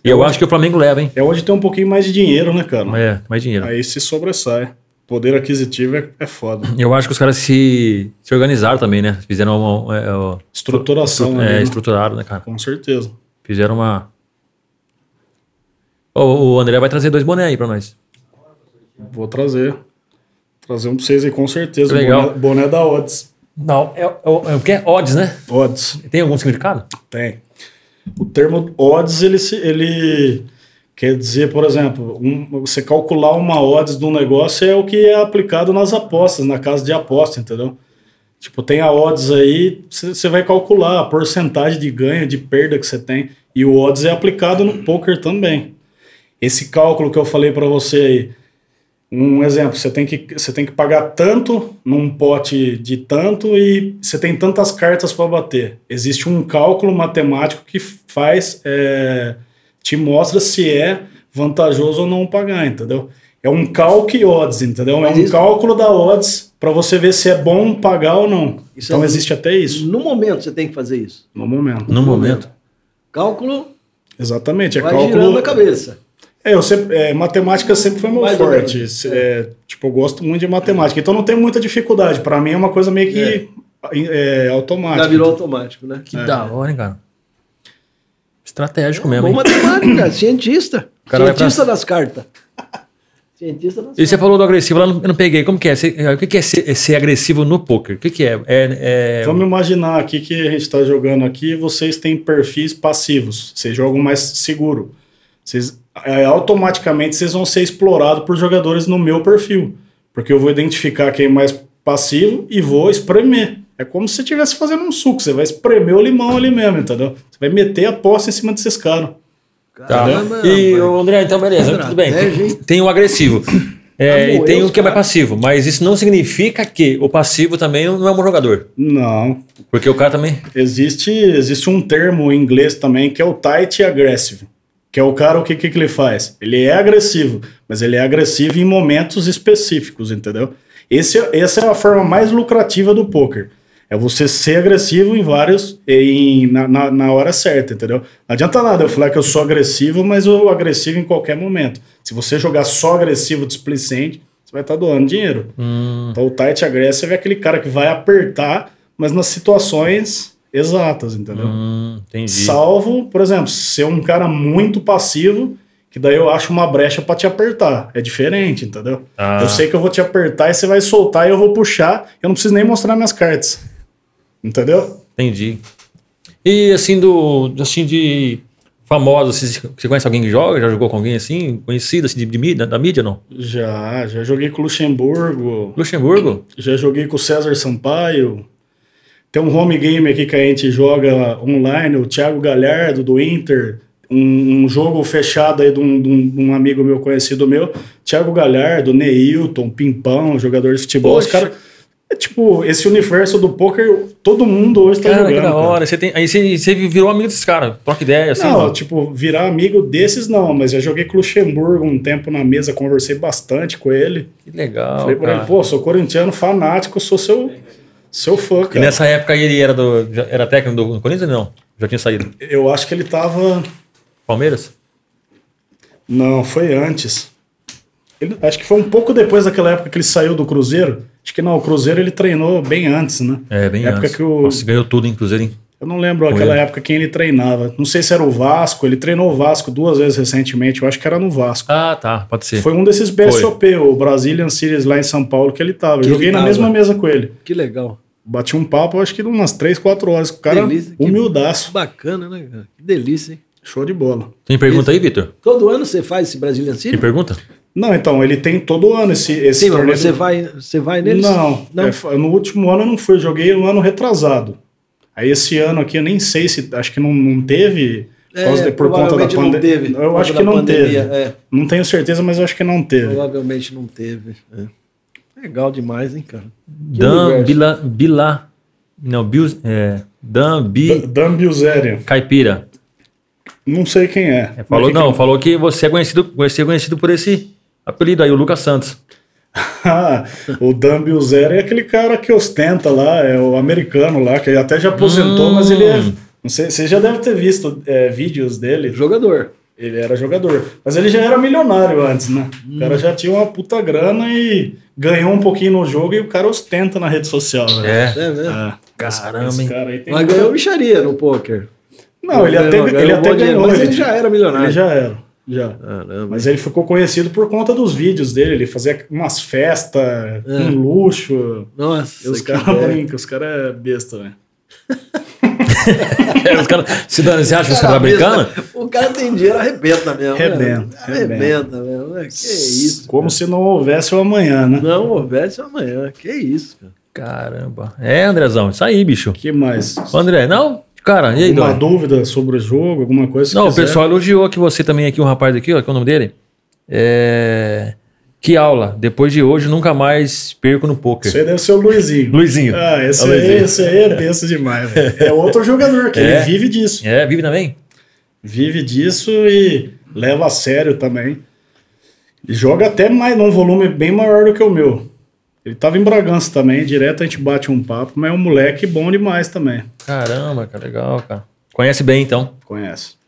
S1: E eu acho que o Flamengo leva, hein?
S3: É onde tem um pouquinho mais de dinheiro, né, cara?
S1: É, mais dinheiro.
S3: Aí se sobressai. Poder aquisitivo é, é foda.
S1: Eu acho que os caras se, se organizaram também, né? Fizeram uma. é, ó,
S3: Estruturação,
S1: é,
S3: né?
S1: estruturaram, né, cara?
S3: Com certeza.
S1: Fizeram uma. Ô, o André vai trazer dois bonés aí pra nós.
S3: Vou trazer. Trazer um pra vocês aí, com certeza.
S1: Legal.
S3: Boné, boné da Odds.
S1: Não, é, é, é o que é odds, né?
S3: Odds.
S1: Tem algum significado?
S3: Tem. O termo odds, ele, se- ele quer dizer, por exemplo, um- você calcular uma odds de um negócio é o que é aplicado nas apostas, na casa de aposta, entendeu? Tipo, tem a odds aí, você vai calcular a porcentagem de ganho, de perda que você tem. E o odds é aplicado no poker também. Esse cálculo que eu falei para você aí, Um exemplo, você tem, que, você tem que pagar tanto num pote de tanto e você tem tantas cartas para bater. Existe um cálculo matemático que faz, é, te mostra se é vantajoso ou não pagar, entendeu? É um calque odds, entendeu? É
S2: Mas
S3: um
S2: isso-
S3: cálculo da odds para você ver se é bom pagar ou não.
S2: Isso
S3: então
S2: é-
S3: existe até isso,
S2: No momento você tem que fazer isso.
S3: no momento.
S1: No momento.
S2: Cálculo
S3: Exatamente, é
S2: vai
S3: cálculo.
S2: girando a cabeça.
S3: É, eu sempre, é, matemática sempre foi meu
S2: Mais ou
S3: forte.
S2: menos.
S3: Se- é, tipo, eu gosto muito de matemática. Então não tem muita dificuldade. Pra mim é uma coisa meio que é. automática.
S2: Já virou automático, né?
S1: Que da hora, hein, cara? Estratégico mesmo,
S2: Bom
S1: hein?
S2: matemático, cara. <coughs> Cientista.
S1: O cara vai
S2: Cientista das cartas. Cientista das
S1: E você falou do agressivo lá, eu não- eu não peguei. Como que é? Você- eh, o que que é ser, é ser agressivo no poker? O que que é? É, é-
S3: Vamos imaginar aqui que a gente está jogando aqui, vocês têm perfis passivos, vocês jogam mais seguro. Vocês, é, automaticamente vocês vão ser explorados por jogadores no meu perfil, porque eu vou identificar quem é mais passivo e vou espremer. É como se você estivesse fazendo um suco, você vai espremer o limão ali mesmo, entendeu? Você vai meter a posse em cima desses caras.
S1: tá.
S2: Caramba,
S1: E,
S2: rapaz.
S1: o André, então beleza, tudo bem.
S2: Estratégia, hein?
S1: Tem, tem o agressivo. É,
S2: Amor,
S1: e tem
S2: eu,
S1: o que é mais passivo. Mas isso não significa que o passivo também não é um bom jogador.
S3: Não,
S1: Porque o cara também.
S3: Existe, existe um termo em inglês também que é o tight aggressive. Que é o cara, o que, que, que ele faz? Ele é agressivo, mas ele é agressivo em momentos específicos, entendeu? Esse, é- essa é a forma mais lucrativa do poker. É você ser agressivo em vários. Em, na, na, na hora certa, entendeu? Não adianta nada eu falar que eu sou agressivo, mas eu sou agressivo em qualquer momento. Se você jogar só agressivo displicente, você vai estar doando dinheiro.
S1: hum,
S3: Então o tight aggressive é aquele cara que vai apertar, mas nas situações exatas, entendeu?
S1: Hum, entendi.
S3: Salvo, por exemplo, ser um cara muito passivo, que daí eu acho uma brecha pra te apertar. É diferente, entendeu?
S1: Ah.
S3: Eu sei que eu vou te apertar e você vai soltar e eu vou puxar. Eu não preciso nem mostrar minhas cartas. Entendeu?
S1: Entendi. E assim, do, assim de famoso, assim, você conhece alguém que joga? Já jogou com alguém assim? Conhecido assim, de, de mídia, da mídia, não?
S3: Já, já joguei com o Luxemburgo,
S1: Luxemburgo?
S3: já joguei com o César Sampaio. Tem um home game aqui que a gente joga online, o Thiago Galhardo, do Inter. Um, um jogo fechado aí de um, de um- de um amigo meu, conhecido meu. Thiago Galhardo, Neilton, Pimpão, jogador de futebol. Os
S1: Poxa.
S3: caras. É tipo, esse universo do poker, todo mundo hoje tá
S1: Cara,
S3: jogando.
S1: que da
S3: cara.
S1: hora. Você tem, aí você, você virou amigo desses caras. Troca ideia, assim.
S3: Não,
S1: mano.
S3: tipo, virar amigo desses não, mas já joguei com o Luxemburgo um tempo na mesa, conversei bastante com ele.
S1: que legal.
S3: Falei pra
S1: cara.
S3: ele, pô, sou corintiano fanático, sou seu, seu fã,
S1: E
S3: cara.
S1: nessa época aí ele era, do, já era técnico do Corinthians ou não? Já tinha saído.
S3: Eu acho que ele tava.
S1: Palmeiras?
S3: Não, foi antes. Ele- acho que foi um pouco depois daquela época que ele saiu do Cruzeiro. Acho que não, o Cruzeiro ele treinou bem antes, né?
S1: É, bem
S3: época
S1: antes.
S3: que o.
S1: Nossa, ganhou tudo, inclusive, hein?
S3: Eu não lembro aquela
S1: ele.
S3: época quem ele treinava. Não sei se era o Vasco, ele treinou o Vasco duas vezes recentemente, eu acho que era no Vasco.
S1: Ah, tá. Pode ser.
S3: Foi um desses BSOP, o Brazilian Series lá em São Paulo, que ele tava.
S2: Que
S3: Eu Joguei
S2: ele
S3: na
S2: tava.
S3: mesma mesa com ele.
S2: Que legal.
S3: Bati um papo, acho que de umas 3, 4 horas. com O cara,
S2: Delícia, que-
S3: humildaço.
S2: Bacana, né, cara? Que delícia, hein?
S3: Show de bola.
S1: Tem pergunta aí, Vitor?
S2: Todo ano você faz esse Brazilian
S1: Tem
S2: City?
S1: pergunta?
S3: Não, então, ele tem todo ano esse, esse
S2: Sim,
S3: torneio.
S2: mas você vai, você vai neles?
S3: né? Não,
S2: Não?
S3: é, fa- no último ano eu não fui, eu joguei um ano retrasado. Aí esse ano aqui eu nem sei se. Acho que não, não teve. por causa de- por conta da
S2: É, provavelmente não
S3: pandemia.
S2: teve, por
S3: Eu
S2: conta
S3: acho
S2: da
S3: que não
S2: pandemia,
S3: teve.
S2: é.
S3: Não tenho certeza, mas eu acho que não teve.
S2: Provavelmente não teve. é. Legal demais, hein, cara? Que
S1: Dan
S2: universo.
S1: Bila, Bila. Não, Bil, é, Dan Bi
S3: D- Dan Bilzerian.
S1: Caipira.
S3: Não sei quem é.
S1: É, falou,
S3: Mas que-
S1: não, falou que você é conhecido, você é conhecido por esse apelido aí, o Lucas Santos.
S3: <laughs> Ah, o Dan Bilzerian é aquele cara que ostenta lá, é o americano lá, que ele até já aposentou,
S1: Hum.
S3: mas ele é. Não sei, você já deve ter visto é, vídeos dele.
S2: Jogador.
S3: Ele era jogador. Mas ele já era milionário antes, né? O
S2: Hum.
S3: cara já tinha uma puta grana e ganhou um pouquinho no jogo e o cara ostenta na rede social, velho.
S1: É.
S2: É mesmo.
S3: Ah, então-
S1: Caramba,
S3: esse
S1: hein?
S3: cara aí tem.
S2: Mas ganhou bicharia no poker.
S3: Não, ele até
S2: Ganhou-
S3: ganhou. Ele,
S2: ganhou
S3: até
S2: bom dinheiro,
S3: ganhou
S2: mas ele já era milionário.
S3: Ele já era. Já.
S2: Caramba.
S3: Mas ele ficou conhecido por conta dos vídeos dele. Ele fazia umas festas, um luxo.
S2: Nossa,
S3: E os
S2: É. que
S3: caras
S2: ideia.
S3: brincam, os caras é besta, velho.
S1: É, <laughs> os cara, se dando- você acha que você tá
S2: Cara,
S1: brincando?
S2: mesmo, <laughs> O cara tem dinheiro, arrebenta mesmo. né?
S3: Arrebenta,
S2: Arrebenta mesmo. né? Que isso.
S3: Como se não houvesse o amanhã, né?
S2: Não houvesse amanhã. Que isso, cara.
S1: Caramba. É, Andrezão, isso aí, bicho.
S3: que mais?
S1: Ô, André, não? Cara, e aí,
S3: Alguma
S1: Dói?
S3: dúvida sobre o jogo, alguma coisa? se
S1: Não, o
S3: quiser.
S1: pessoal elogiou que você também aqui, um rapaz aqui, ó, que é o nome dele. É. Que aula. Depois de hoje, nunca mais perco no poker.
S3: Você deve ser o Luizinho.
S1: Luizinho.
S3: Ah, esse,
S1: É o Luizinho.
S3: aí, esse aí é denso demais. velho. É outro jogador que
S1: É.
S3: ele vive disso.
S1: É, vive também?
S3: Vive disso e leva a sério também. E joga até mais num volume bem maior do que o meu. Ele tava em Bragança também, direto a gente bate um papo, mas é um moleque bom demais também.
S1: Caramba, cara, legal, cara. Conhece bem, então.
S3: Conhece.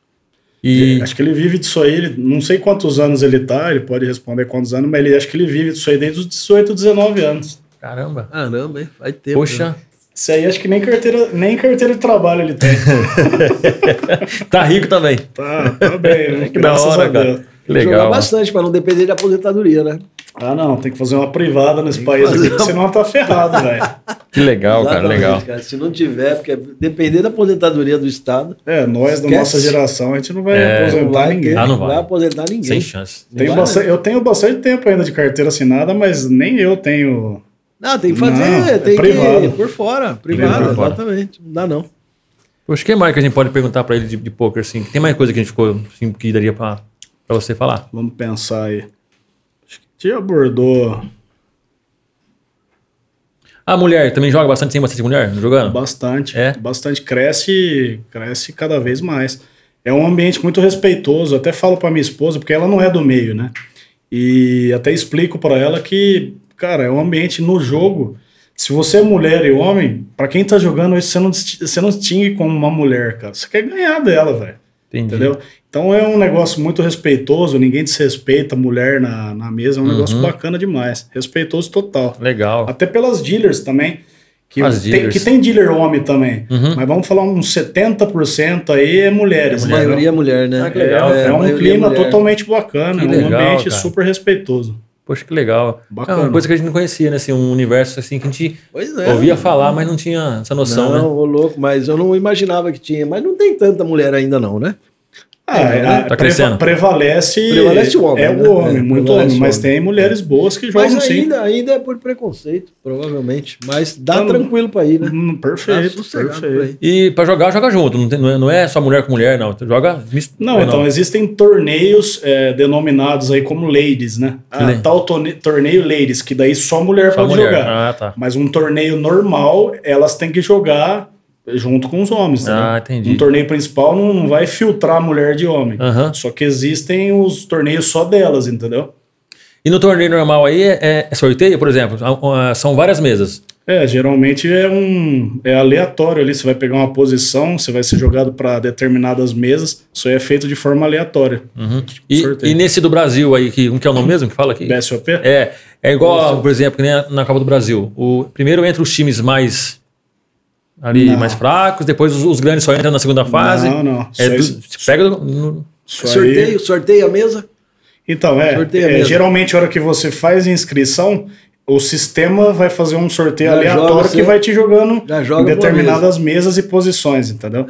S1: E
S3: Acho que ele vive disso aí, ele- não sei quantos anos ele tá, ele pode responder quantos anos, mas ele acho que ele vive disso aí desde os 18, 19 anos.
S1: caramba.
S2: Caramba, hein? né? Faz tempo.
S1: Poxa,
S3: Isso aí acho que nem carteira, nem carteira de trabalho ele tem.
S1: tá rico também.
S3: Tá, tá bem, né?
S1: <laughs> Que da
S3: Graças
S1: hora,
S3: a Deus.
S1: cara. Que
S2: Legal. Jogar
S1: legal.
S2: bastante pra não depender de aposentadoria, né?
S3: Ah, não, tem que fazer uma privada nesse país
S2: fazer
S3: aqui, porque senão tá ferrado, velho.
S1: Que legal, cara,
S2: Exatamente,
S1: legal.
S2: cara. Se não tiver, porque depender da aposentadoria do Estado,
S3: É, nós da
S2: Esquece.
S3: nossa geração, a gente não vai
S1: É.
S2: não
S3: aposentar
S2: vai,
S3: ninguém.
S2: ter-
S1: Ah, não
S2: vai
S1: vai.
S2: aposentar ninguém.
S1: Sem chance.
S2: Não
S3: Tenho
S2: vai,
S3: bastante-
S2: né?
S3: eu tenho bastante tempo ainda de carteira assinada, mas nem eu tenho.
S2: Não, tem que fazer,
S3: Não, é
S2: tem
S3: privado.
S2: que por fora, privado,
S3: Privado.
S1: Por fora.
S2: exatamente. Não dá não.
S1: Poxa, o que mais que a gente pode perguntar pra ele de, de poker, assim? Tem mais coisa que a gente ficou, assim, que daria pra, pra você falar?
S3: Vamos pensar aí. Acho que te abordou
S1: A Ah, mulher também joga bastante, tem bastante mulher jogando?
S3: bastante.
S1: É?
S3: Bastante. Cresce, cresce cada vez mais. É um ambiente muito respeitoso. Até falo pra minha esposa, porque ela não é do meio, né? E até explico pra ela que, cara, é um ambiente no jogo. Se você é mulher e homem, pra quem tá jogando isso, você não, disti- você não distingue como uma mulher, cara. Você quer ganhar dela, velho.
S1: Entendi.
S3: Entendeu? Então é um negócio muito respeitoso, ninguém desrespeita a mulher na, na mesa, é um
S1: Uhum.
S3: negócio bacana demais. Respeitoso total.
S1: Legal.
S3: Até pelas dealers também. Que,
S1: As
S3: tem,
S1: dealers.
S3: que tem dealer homem também.
S1: Uhum.
S3: Mas vamos falar uns 70% aí é mulheres.
S2: A
S3: entendeu?
S2: maioria é mulher, né?
S1: Ah, que
S3: É,
S1: legal.
S3: é
S2: a
S3: um
S2: maioria
S3: clima
S2: mulher.
S3: totalmente bacana,
S1: Que
S3: é um
S1: legal,
S3: ambiente
S1: cara.
S3: super respeitoso.
S1: Poxa, que legal. É
S3: Bacana.
S1: uma coisa que a gente não conhecia, né? Assim, um universo assim que a gente
S2: Pois é.
S1: ouvia falar, mas não tinha essa noção,
S2: não,
S1: né?
S2: ô louco, mas eu não imaginava que tinha. Mas não tem tanta mulher ainda não, né?
S3: Ah,
S2: É,
S3: a-
S1: Tá
S3: preva-
S1: crescendo.
S3: Prevalece,
S2: Prevalece o homem,
S3: É
S2: né?
S3: o homem,
S2: É,
S3: muito
S2: prevalece
S3: homem.
S2: o
S3: Mas
S2: homem.
S3: tem mulheres boas que jogam
S2: Mas
S3: sim.
S2: ainda, ainda é por preconceito, provavelmente. Mas dá
S3: Tá no-
S2: tranquilo pra ir, né?
S3: Hum,
S2: Tá
S3: perfeito,
S2: sossegado
S3: perfeito.
S2: pra ir.
S1: E pra jogar, joga junto. Não, tem- não é- não é só mulher com mulher, não. Tu Joga. mis-
S3: Não,
S1: é,
S3: então existem torneios é, denominados aí como ladies, né? Ah,
S1: Le-
S3: tal torne- torneio ladies, que daí só mulher
S1: tá. Só
S3: pode
S1: mulher.
S3: jogar.
S1: Ah, tá.
S3: Mas um torneio normal, elas têm que jogar junto com os homens, né?
S1: Ah, entendi.
S3: Um torneio principal não, não vai filtrar mulher de homem.
S1: Aham.
S3: Só que existem os torneios só delas, entendeu?
S1: E no torneio normal aí é, é sorteio, por exemplo. Ah, ah, São várias mesas.
S3: É, geralmente é um é aleatório ali, você vai pegar uma posição, você vai ser jogado para determinadas mesas, isso aí é feito de forma aleatória. Tipo
S1: Uhum. E,
S3: Sorteio.
S1: e nesse do Brasil aí, que, como que é o nome mesmo que fala aqui?
S3: BSOP?
S1: É, é igual, por exemplo, que nem a- na Copa do Brasil. O primeiro entra os times mais ali
S3: Não.
S1: mais fracos, depois os, os grandes só entram na segunda fase.
S3: Não, não.
S1: É,
S3: Isso
S1: do-
S3: aí-
S1: se pega no- no-
S3: isso aí-
S2: Sorteio, sorteio a mesa?
S3: Então, é,
S2: Sorteio
S3: é,
S2: mesmo.
S3: geralmente a hora que você faz a inscrição, o sistema vai fazer um sorteio
S2: Já joga
S3: aleatório
S2: você-
S3: que vai te jogando
S2: já joga
S3: em
S2: pra
S3: determinadas mesas e posições, entendeu?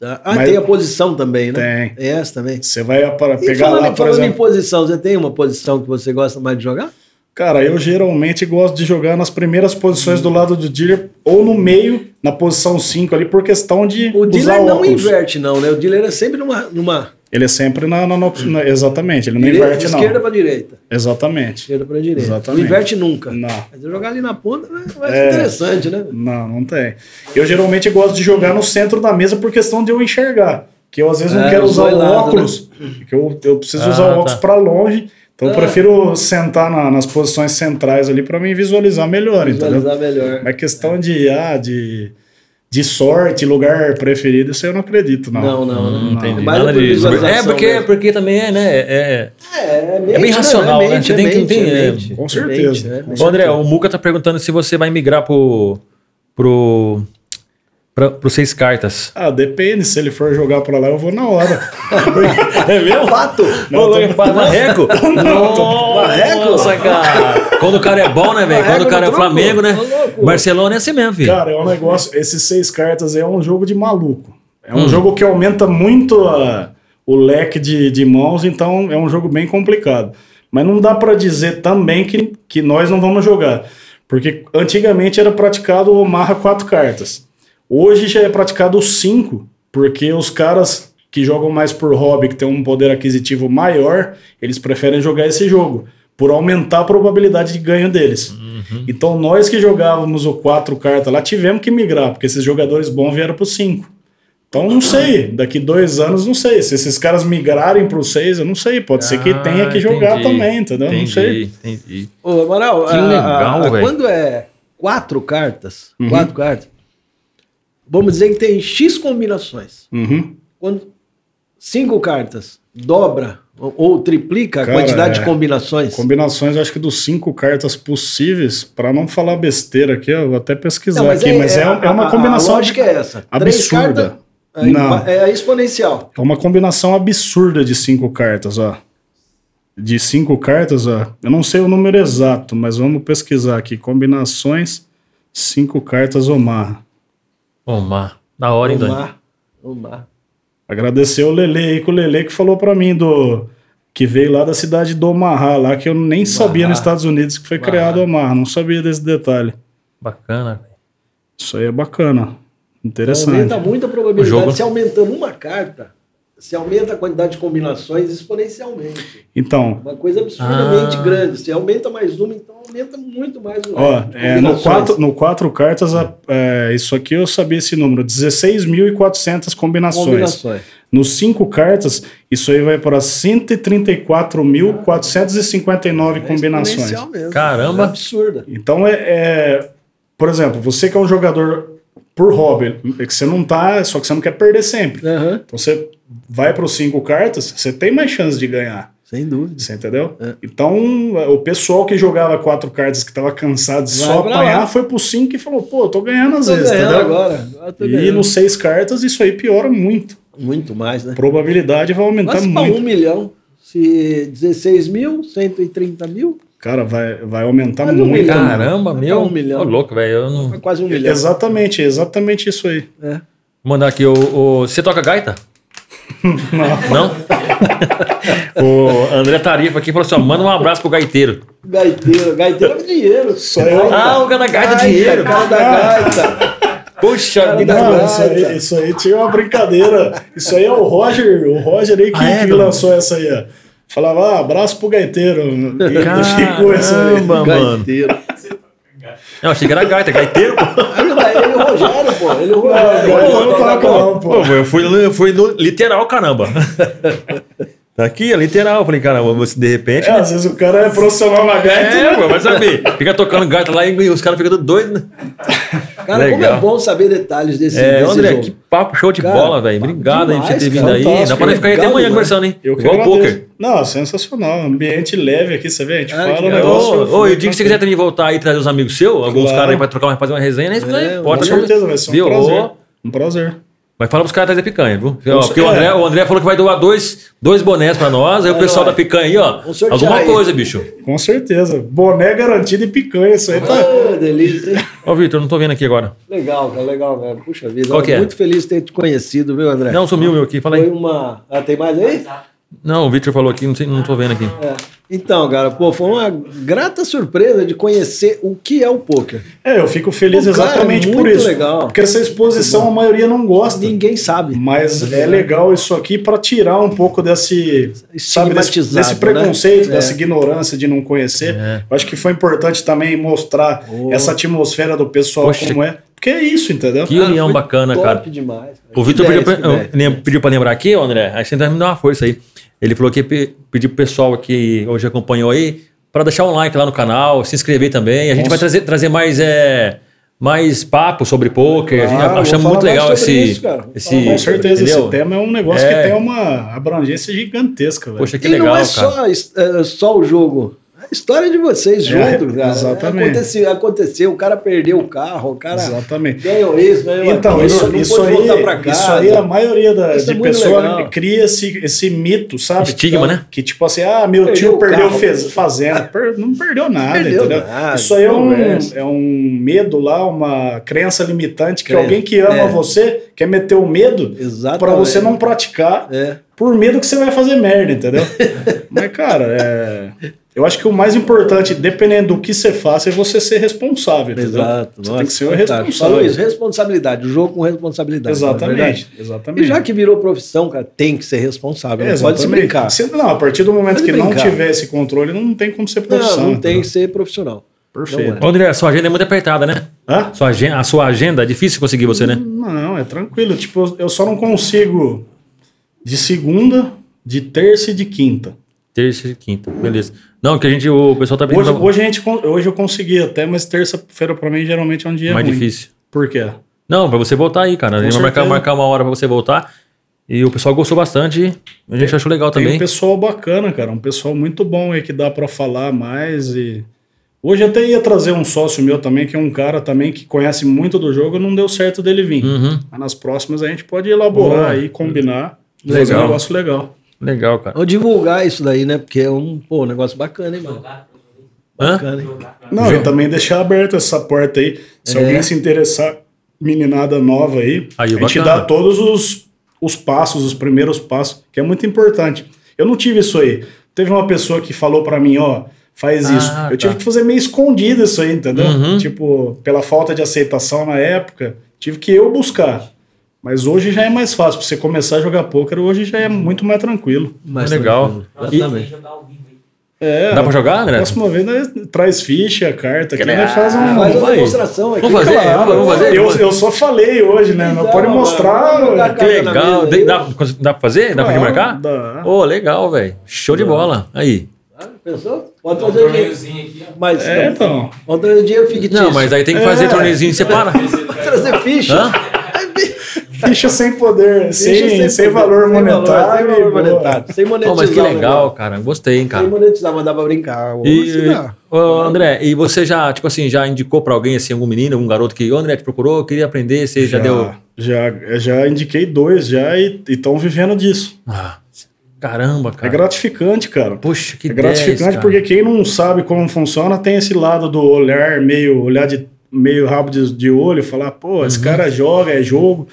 S2: Tá. Ah,
S3: Mas-
S2: tem a posição também, né?
S3: Tem.
S2: É essa também.
S3: Você vai para
S2: E
S3: pegar
S2: falando,
S3: lá, por
S2: falando em
S3: exemplo.
S2: posição, você tem uma posição que você gosta mais de jogar?
S3: Cara, eu geralmente gosto de jogar nas primeiras posições do lado do dealer ou no meio, na posição 5 ali, por questão de.
S2: O
S3: usar
S2: dealer não
S3: óculos.
S2: inverte, não, né? O dealer é sempre numa. numa
S3: Ele é sempre na. na- na- na- exatamente, ele não
S2: direita,
S3: inverte,
S2: de
S3: não.
S2: é esquerda pra direita.
S3: Exatamente.
S2: Esquerda pra direita.
S3: Exatamente.
S2: Não inverte nunca.
S3: Não.
S2: Mas eu jogar ali na ponta né, vai ser
S3: É.
S2: interessante, né?
S3: Não, não tem. Eu geralmente gosto de jogar no centro da mesa por questão de eu enxergar. Que eu às vezes não
S2: É,
S3: quero
S2: os
S3: usar
S2: dois
S3: o
S2: lados,
S3: óculos. Que eu, eu preciso
S1: Ah,
S3: usar o
S1: tá.
S3: óculos pra longe. Então eu
S2: Ah.
S3: prefiro sentar na- nas posições centrais ali pra mim visualizar melhor, entendeu?
S2: Visualizar melhor.
S3: Mas questão de, ah, de, de sorte, lugar preferido, isso eu não acredito, não.
S2: Não, não, não.
S1: entendi.
S2: Mas
S1: Nada
S2: por
S1: disso. É,
S2: visualização
S1: porque,
S2: mesmo.
S1: porque também é, né? É,
S2: É, mente,
S1: bem racional, né?
S2: mente,
S1: Você tem que-
S2: mente,
S1: tem, é,
S2: mente,
S3: com
S2: é
S3: certeza.
S2: mente, né?
S1: Ô, André, o Muca tá perguntando se você vai migrar pro. pro. pra, pro seis cartas.
S3: Ah, depende. Se ele for jogar pra lá, eu vou na hora.
S1: É mesmo?
S2: Pato!
S1: Ô, louco, pá,
S2: <laughs>
S1: Marreco?
S2: Marreco?
S1: Nossa, cara. Quando o cara é bom, né, velho? Quando o
S2: Marreco
S1: cara é
S2: no tronco?
S1: Flamengo, né?
S2: Ô, louco.
S1: Barcelona é assim mesmo, filho.
S3: Cara, é um negócio. Esses seis cartas aí é um jogo de maluco. É um jogo que aumenta muito a- o leque de, de mãos, então é um jogo bem complicado. Mas não dá pra dizer também que, que nós não vamos jogar. Porque antigamente era praticado o marra quatro cartas. Hoje já é praticado o cinco, porque os caras que jogam mais por hobby, que tem um poder aquisitivo maior, eles preferem jogar esse jogo. por aumentar a probabilidade de ganho deles. Então nós que jogávamos o 4 carta lá tivemos que migrar, porque esses jogadores bons vieram pro 5. Então não sei, daqui dois anos não sei. Se esses caras migrarem pro 6, eu não sei. Pode ser que tenha que jogar também, entendeu?
S1: Ah, Entendi,
S3: Não sei.
S1: Entendi.
S2: Ô, Amaral,
S1: Que
S2: a- a-
S1: legal,
S2: a-
S1: velho.
S2: quando é quatro cartas,
S3: Uhum.
S2: quatro cartas, vamos dizer que tem X combinações.
S3: Uhum.
S2: Quando cinco cartas dobra ou, ou triplica a
S3: Cara,
S2: quantidade
S3: é.
S2: de combinações,
S3: Combinações, eu acho que dos cinco cartas possíveis, para não falar besteira aqui, eu vou até pesquisar
S2: Não,
S3: aqui, mas é, é
S2: a-
S3: uma
S2: A,
S3: combinação.
S2: lógica é essa.
S3: absurda.
S2: Três cartas é,
S3: Não.
S2: impa- é exponencial.
S3: É uma combinação absurda de cinco cartas, ó. De cinco cartas, ó. Eu não sei o número exato, mas vamos pesquisar aqui. Combinações, cinco cartas Omar.
S1: Ô, Mar, da hora, hein,
S2: O
S1: Dani?
S2: mar. O mar.
S3: Agradecer o Lele aí, que o Lele que falou pra mim do. Que veio lá da cidade do Omaha, lá que eu nem sabia nos Estados Unidos que foi
S1: Omaha.
S3: criado Omaha. Não sabia desse detalhe.
S1: Bacana, velho.
S3: Isso aí é bacana. Interessante.
S2: Aumenta muito a
S1: O jogo-
S2: probabilidade. Se aumentando uma carta, se aumenta a quantidade de combinações exponencialmente.
S3: Então,
S2: Uma coisa absurdamente
S1: Ah.
S2: grande. Se aumenta mais uma, então aumenta muito mais o
S3: ó,
S2: número de
S3: é, no,
S2: combinações.
S3: quatro, no quatro cartas, a- é, isso aqui eu sabia esse número: 16.400 combinações.
S2: combinações.
S3: Nos cinco cartas, isso aí vai para 134.459 combinações.
S2: É Exponencial mesmo.
S1: Caramba.
S2: É absurda.
S3: Então é, é- Por exemplo, você que é um jogador por hobby, é que você não tá. Só que você não quer perder sempre.
S2: Aham.
S3: Então você vai para os cinco cartas, você tem mais chance de ganhar.
S2: Sem dúvida.
S3: Você entendeu?
S2: É.
S3: Então, o pessoal que jogava quatro cartas, que tava cansado de
S2: Vai
S3: só
S2: pra lá.
S3: apanhar, foi pro cinco e falou, pô, eu tô ganhando às
S2: Tô
S3: vezes,
S2: ganhando
S3: entendeu?
S2: agora. agora tô
S3: E
S2: ganhando.
S3: nos seis cartas, isso aí piora muito.
S2: Muito mais, né?
S3: A probabilidade vai aumentar
S2: Mas para
S3: muito.
S2: um milhão, se 16 mil, 130 mil,
S3: Cara, vai, vai aumentar
S2: Mas não
S3: muito.
S2: milhão.
S1: Caramba,
S2: Vai
S1: meu.
S2: pra um milhão.
S1: Ô, louco, velho. Eu não.
S2: é quase um milhão.
S3: Exatamente, exatamente isso aí.
S2: É.
S1: Vou mandar aqui o. o- Você toca
S3: <laughs>
S1: gaita? Não. <laughs> o André Tarifa aqui falou assim: ó, manda um abraço pro gaiteiro.
S2: Gaiteiro, gaiteiro é dinheiro. Só
S3: eu-
S1: Ah, o cara da gaita é dinheiro.
S2: Cara da gaita.
S1: <laughs> Puxa vida.
S2: Não,
S3: Não,
S2: Exato.
S3: isso, aí, isso aí tinha uma brincadeira. Isso aí é o Roger, o Roger aí que,
S1: Ah, é,
S3: que
S1: Dom?
S3: lançou essa aí, ó. Falava, ah, abraço pro gaiteiro. E- E ficou isso aí.
S1: Caramba, mano.
S2: Gaiteiro.
S1: Não, achei que era gaita, gaiteiro, pô.
S2: Ajuda ele, é o Rogério, pô. Ele, é o Rogério.
S3: Agora
S2: Ele,
S3: então não toca não, pô.
S1: Pô, eu fui, no- eu fui no literal, caramba. <laughs> Tá aqui, é literal. Eu Falei, caramba, você de repente.
S3: É,
S1: É,
S3: às vezes o cara é profissional na gaita. né?
S1: pô, vai saber. Fica tocando gaita lá e os caras ficam tudo doidos, né?
S2: Cara, como
S1: Legal.
S2: é bom saber detalhes desse,
S1: É,
S2: desse
S1: André,
S2: jogo.
S1: que papo show de
S2: Cara,
S1: bola, velho. Obrigado aí por você
S2: demais,
S1: ter vindo
S2: cara.
S1: aí. Dá
S2: Fantástico,
S1: pra nós ficar aí até
S2: legal
S1: amanhã
S2: demais.
S1: conversando, hein?
S3: Eu que
S1: Igual o
S3: agradeço.
S1: poker.
S3: Não, sensacional. Ambiente leve aqui, você vê? A gente
S2: Ah,
S3: fala
S2: que
S3: o
S1: Ô,
S3: É um negócio. né?
S1: ô,
S3: flui
S1: e o dia que você quiser também voltar aí e trazer os amigos seus, alguns
S3: Claro.
S1: caras aí pra trocar, uma- fazer uma resenha, né?
S2: É,
S1: Não
S2: com
S1: importa.
S3: Com certeza, vai ser um
S1: Viu?
S3: prazer.
S1: Ô,
S3: Um prazer.
S1: Mas fala pros caras trazer picanha, viu? Ó,
S3: cer-
S1: porque o,
S3: é.
S1: André, o André falou que vai doar dois, dois bonés pra nós, aí o
S2: Vai,
S1: pessoal
S2: vai.
S1: da picanha aí, ó.
S2: Vamos sortear
S1: Alguma
S2: aí.
S1: coisa, bicho.
S3: Com certeza. Boné garantido e picanha. Isso aí tá.
S2: Ô, delícia, hein?
S1: Ô, Vitor, não tô vendo aqui agora.
S2: Legal, cara, legal mesmo. Puxa vida.
S1: Qual
S2: Olha,
S1: que é?
S2: Muito feliz de ter te conhecido, viu,
S3: É.
S2: André?
S1: Não, sumiu o meu aqui, fala
S2: Foi
S1: aí.
S2: uma. Ah, tem mais aí?
S1: Não, o Vitor falou aqui, não, sei, não tô vendo aqui.
S2: É. Então, cara, pô, foi uma grata surpresa de conhecer o que é o poker.
S3: É, eu fico feliz
S2: Pô, cara,
S3: exatamente
S2: é
S3: por
S2: muito
S3: isso.
S2: legal.
S3: Porque essa exposição a maioria não gosta.
S2: Ninguém sabe.
S3: Mas é legal isso aqui para tirar um pouco desse, sabe, desse,
S2: Estigmatizado,
S3: desse
S2: né?
S3: preconceito,
S2: É.
S3: dessa ignorância de não conhecer.
S1: É.
S3: Eu acho que foi importante também mostrar
S2: Boa.
S3: essa atmosfera do pessoal
S1: Poxa.
S3: como é. Porque é isso, entendeu?
S1: Que união
S2: foi
S1: bacana,
S2: top
S1: cara.
S2: demais. cara.
S1: O Vitor
S2: Que
S1: pediu,
S2: ideia,
S1: pra-
S2: que ideia.
S1: eu- pediu pra lembrar aqui, ô, André, aí você vai me dar uma força aí. Ele falou que pe- pediu pro pessoal que hoje acompanhou aí pra deixar um like lá no canal, se inscrever também. A gente vai trazer, trazer mais, é, mais papo sobre pôquer. A gente
S3: Claro,
S1: achamos
S2: Ah, vou
S1: muito
S2: falar
S1: legal
S2: mais sobre
S1: esse.
S2: isso, cara. Vou
S1: esse
S3: Com certeza,
S1: entendeu?
S3: esse tema é um negócio
S1: É.
S3: que tem uma abrangência gigantesca, velho.
S1: Poxa, que
S2: e
S1: legal,
S2: não é
S1: cara.
S2: só, is- é, só o jogo. É A história de vocês
S3: É,
S2: juntos, cara.
S3: exatamente.
S2: Aconteceu, aconteceu, o cara perdeu o carro, o cara
S3: Exatamente.
S2: ganhou isso, ganhou
S3: Então,
S2: aquilo,
S3: isso,
S2: não
S3: isso,
S2: pôde
S3: aí,
S2: voltar pra casa.
S3: isso aí, a maioria da,
S2: Isso
S3: de
S2: é muito
S3: pessoas
S2: legal.
S3: cria esse, esse mito, sabe?
S1: Estigma, né?
S3: Que tipo assim, ah, meu
S2: Perdeu
S3: tio
S2: o
S3: perdeu
S2: carro. <laughs>
S3: fez- fazenda. Per- não perdeu nada,
S2: Perdeu
S3: entendeu?
S2: nada,
S3: isso aí é um,
S2: conversa.
S3: é um medo lá, uma crença limitante que
S2: Crença,
S3: alguém que ama
S2: é.
S3: você quer meter o medo
S2: Exatamente.
S3: pra você não praticar
S2: É. <laughs>
S3: por medo que você vai fazer merda, entendeu? Mas, cara, é... Eu acho que o mais importante, dependendo do que você faça, é você ser responsável. entendeu?
S2: Exato.
S3: Você
S2: nossa,
S3: tem que ser o
S2: fantástico. Falou isso,
S3: responsável.
S2: responsabilidade. O jogo com responsabilidade. não é verdade?
S3: Exatamente. Exatamente.
S2: E já que virou profissão, cara, tem que ser responsável. não pode se
S3: Exatamente.
S2: brincar.
S3: Se- não, a partir do momento
S2: Pode
S3: que não
S2: brincar.
S3: tiver esse controle, não tem como ser
S2: Não,
S3: profissional.
S2: não tem que ser profissional.
S3: Perfeito.
S2: Não
S1: Ô, André, a sua agenda é muito apertada, né?
S3: Hã?
S1: Sua agen- a sua agenda é difícil conseguir você, né?
S3: Não, é tranquilo. Tipo, eu- eu só não consigo de segunda, de terça e de quinta.
S1: Terça e quinta, beleza. Não, que a gente, o pessoal tá
S3: Hoje,
S1: pedindo pra-
S3: hoje, a gente, con- hoje eu consegui até, mas terça-feira pra mim geralmente é um dia
S1: mais
S3: ruim.
S1: difícil.
S3: Por quê?
S1: Não, pra você voltar aí, cara. A
S3: Com
S1: gente vai marcar,
S3: certeza.
S1: marcar uma hora pra você voltar. E o pessoal gostou bastante. e A gente achou legal
S3: Tem um
S1: também.
S3: pessoal bacana, cara. Um pessoal muito bom aí que dá pra falar mais e... Hoje até ia trazer um sócio meu também, que é um cara também que conhece muito do jogo, não deu certo dele vir.
S1: Uhum,
S3: Mas nas próximas a gente pode elaborar
S1: Boa.
S3: aí, combinar,
S1: Legal.
S3: fazer um negócio legal.
S1: legal, cara.
S2: Vou divulgar isso daí, né? Porque é um, pô, um negócio bacana, hein, mano?
S1: Hã?
S2: Bacana, hein?
S3: Não, e também deixar aberta essa porta aí. Se
S2: É.
S3: alguém se interessar, meninada nova aí,
S1: Aí,
S3: a gente
S1: bacana.
S3: dá todos os, os passos, os primeiros passos, que é muito importante. Eu não tive isso aí. Teve uma pessoa que falou pra mim, ó, faz
S1: Ah,
S3: isso. Eu tive
S1: tá.
S3: que fazer meio escondido isso aí, entendeu?
S1: Uhum.
S3: Tipo, pela falta de aceitação na época, tive que eu buscar. Mas hoje já é mais fácil. Pra você começar a jogar pôquer, hoje já é muito mais tranquilo.
S2: Mais
S1: É Legal.
S2: tranquilo. Exatamente.
S3: É,
S1: Dá pra jogar, né? André?
S3: próxima vez nós traz ficha, carta, que nós faz
S1: Ah,
S3: um,
S2: Faz uma
S1: Vai.
S2: demonstração aqui.
S1: Vamos fazer,
S2: claro.
S1: vamos fazer.
S3: Eu, eu só falei hoje, né? Não
S2: Então,
S3: pode mostrar.
S2: vamos jogar
S3: ué.
S1: Que legal.
S2: Cada mesa aí,
S1: Dá, dá pra fazer? Dá pra gente marcar?
S3: Dá.
S1: Ô, legal, velho. Show de bola. Aí.
S2: Ah, Pensou? Pode
S4: Um
S2: trazer o dinheiro.
S4: torneiozinho aqui, ó.
S2: Mas,
S3: É, então.
S2: Pode trazer o dinheiro fictício.
S1: Não, mas aí tem que fazer
S3: É.
S1: tornezinho
S3: <laughs>
S1: separa.
S2: <laughs> Pode trazer ficha.
S1: Hã?
S3: Ficha sem poder, sem,
S2: Ficha
S3: sem, valor
S2: sem
S3: monetário.
S2: Sem valor
S3: e boa.
S2: monetário. Sem monetizar.
S1: Pô, mas que
S2: o
S1: legal,
S2: negócio.
S1: cara. Gostei, hein,
S2: Sem
S1: cara.
S2: monetizar, mas dá pra brincar. Ou se
S1: E,
S3: né?
S2: dá.
S1: ô, André, e você já, tipo assim, já indicou pra alguém, assim, algum menino, algum garoto que, ô, André, te procurou, queria aprender, você já, deu...
S3: Já, já indiquei dois já e estão vivendo disso.
S1: Ah, caramba, cara.
S3: É gratificante, cara.
S1: Poxa, que
S3: é
S1: dez,
S3: gratificante
S1: cara.
S3: porque quem não sabe como funciona tem esse lado do olhar meio olhar de meio rabo de, de olho, falar, pô,
S1: Uhum.
S3: esse cara joga, é jogo.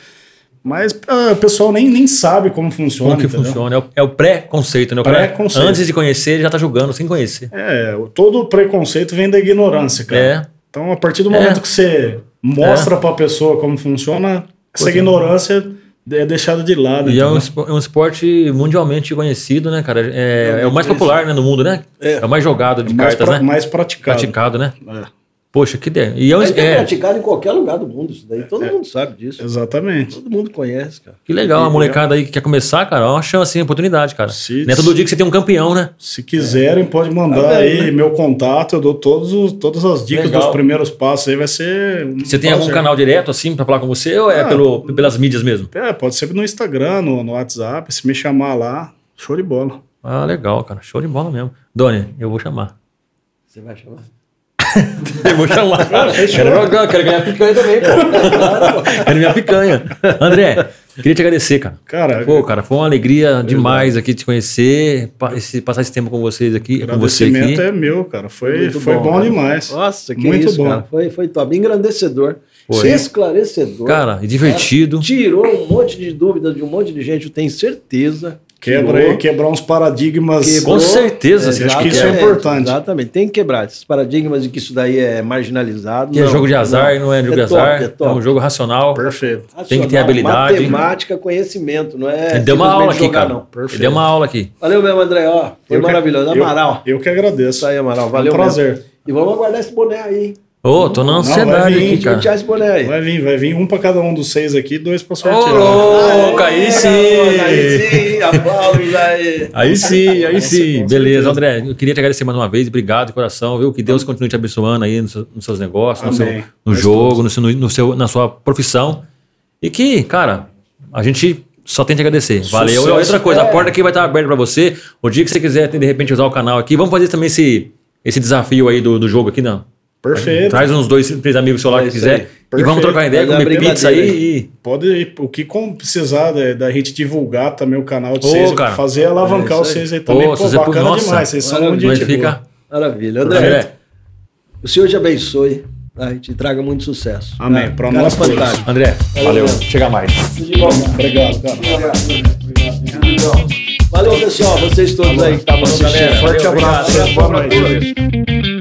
S3: Mas ah, o pessoal nem, nem sabe como funciona.
S1: Como que
S3: entendeu?
S1: funciona? É o, é o pré-conceito, né? O cara,
S3: Pré-conceito.
S1: Antes de conhecer, ele já tá julgando, sem conhecer.
S3: É, o- todo preconceito vem da ignorância, cara.
S1: É.
S3: Então, a partir do momento
S1: É.
S3: que você mostra pra pessoa como funciona, essa ignorância é deixada de lado.
S1: E é
S3: entendeu?
S1: um, espo- é um esporte mundialmente conhecido, né, cara? É, é o mais popular né, no mundo, né? É, o mais jogado de
S3: mais,
S1: cartas,
S3: pra-
S1: né?
S3: mais praticado.
S1: Praticado, né?
S3: É,
S1: Poxa, que ideia. E é, um,
S2: Mas é
S1: é,
S2: praticado em qualquer lugar do mundo isso daí. Todo mundo sabe disso.
S3: exatamente.
S2: Todo mundo conhece, cara.
S1: que legal. A molecada aí que quer começar, cara, é uma chance, assim, oportunidade, cara.
S3: Se-
S1: Não é todo dia que você tem um campeão, né?
S3: Se quiserem, pode mandar
S2: Tá bem,
S3: aí
S2: né?
S3: meu contato. Eu dou todos os- todas as dicas
S1: Legal.
S3: dos primeiros passos aí. Vai ser. um
S1: Você tem algum
S3: prazer.
S1: canal direto, assim, pra falar com você? Ou é
S3: Ah,
S1: pelo, pelas mídias mesmo?
S3: É, pode ser no Instagram, no, no WhatsApp. Se me chamar lá, show de bola.
S1: Ah, legal, cara. Show de bola mesmo. Doni, eu vou chamar.
S2: Você vai chamar?
S1: Eu vou chamar. quero jogar, quero ganhar picanha também, pô. quero minha picanha. André, queria te agradecer, cara.
S3: Cara,
S1: Pô, cara, foi uma alegria demais aqui te conhecer, pa- esse- passar esse tempo com vocês aqui, com você
S3: agradecimento
S1: aqui.
S3: é meu, cara. Foi,
S2: Muito
S3: foi bom,
S2: cara.
S3: demais.
S2: Nossa, que
S3: Muito
S2: isso,
S3: bom.
S2: cara. Foi, foi top. Engrandecedor.
S1: Foi.
S2: Esclarecedor.
S1: Cara, e divertido.
S2: Tirou um monte de dúvidas de um monte de gente, eu tenho certeza.
S3: Quebra aí, quebrar uns paradigmas.
S2: Quebrou.
S1: Com certeza,
S3: acho
S1: você
S3: que isso é
S2: exatamente,
S3: importante.
S2: Exatamente, tem que quebrar esses paradigmas de que isso daí é marginalizado.
S1: que é
S2: Não,
S1: jogo de azar, não, é jogo de
S2: top,
S1: azar.
S2: é
S1: É,
S2: top.
S1: um jogo racional.
S3: Perfeito.
S1: tem que ter
S2: Racional,
S1: habilidade.
S2: Matemática, conhecimento, não é.
S1: Ele deu uma
S2: simplesmente
S1: aula aqui,
S2: jogar,
S1: cara.
S2: não.
S1: Ele deu uma aula aqui.
S2: Valeu mesmo, André. Ó, foi
S3: Eu que-
S2: maravilhoso.
S3: eu-
S2: Amaral.
S3: Eu, que agradeço.
S2: Isso aí, Amaral. Valeu.
S3: É um prazer.
S2: mesmo. E vamos aguardar esse boné aí. hein?
S1: Ô, tô na
S3: vai
S1: ansiedade
S3: vir,
S1: aqui,
S2: Deixa eu
S1: cara.
S2: tirar esse boné aí.
S3: Vai vir, vai vir um pra cada um dos seis aqui, dois pra
S1: Ô,
S3: sortear.
S1: louco, aí
S2: Aí
S1: sim!
S2: sim, aplausos aí.
S1: Aí sim, aí sim.
S3: com
S1: Beleza, André. Eu queria te agradecer mais uma vez. Obrigado de coração, viu? Que Deus continue te abençoando aí nos seus, nos seus negócios, no,
S3: Amém.
S1: seu, no
S3: Nós
S1: jogo, no seu, no seu- na sua profissão. E que, cara, a gente só tem que agradecer. Valeu. E outra coisa, a
S2: É.
S1: porta aqui vai estar aberta pra você. O dia que você quiser, de repente, usar o canal aqui. Vamos fazer também esse, esse desafio aí do, do jogo aqui, não?
S3: Perfeito.
S1: Traz uns dois, três amigos seu lá
S2: É
S1: que
S2: isso aí.
S1: quiser. E
S3: Perfeito.
S1: vamos trocar ideia,
S2: Fazer uma
S1: comer pizza aí.
S2: brincadeira
S1: E...
S3: Pode ir, o que com- precisar da, da gente divulgar também o canal de
S1: Ô,
S3: vocês,
S1: cara.
S3: fazer alavancar
S2: É isso aí.
S3: vocês aí também.
S1: Ô,
S3: Pô,
S1: se você-
S3: bacana
S1: nossa,
S3: demais, vocês são um
S2: maravilha.
S1: Mas
S3: gente
S1: fica.
S2: Maravilha. André,
S1: André,
S2: o senhor te abençoe tá? e te traga muito sucesso.
S3: Amém.
S2: Cara,
S3: Pra
S2: cara
S3: nós todos.
S2: fantástico.
S1: André, valeu. Chega mais.
S3: boa. Obrigado, cara.
S2: Obrigado.
S5: Valeu, pessoal. Vocês todos aí que estavam
S2: Valeu,
S5: assistindo.
S2: galera.
S6: Forte
S2: Valeu,
S6: abraço,
S2: obrigado.
S6: boa noite.
S2: Abraço pra todos.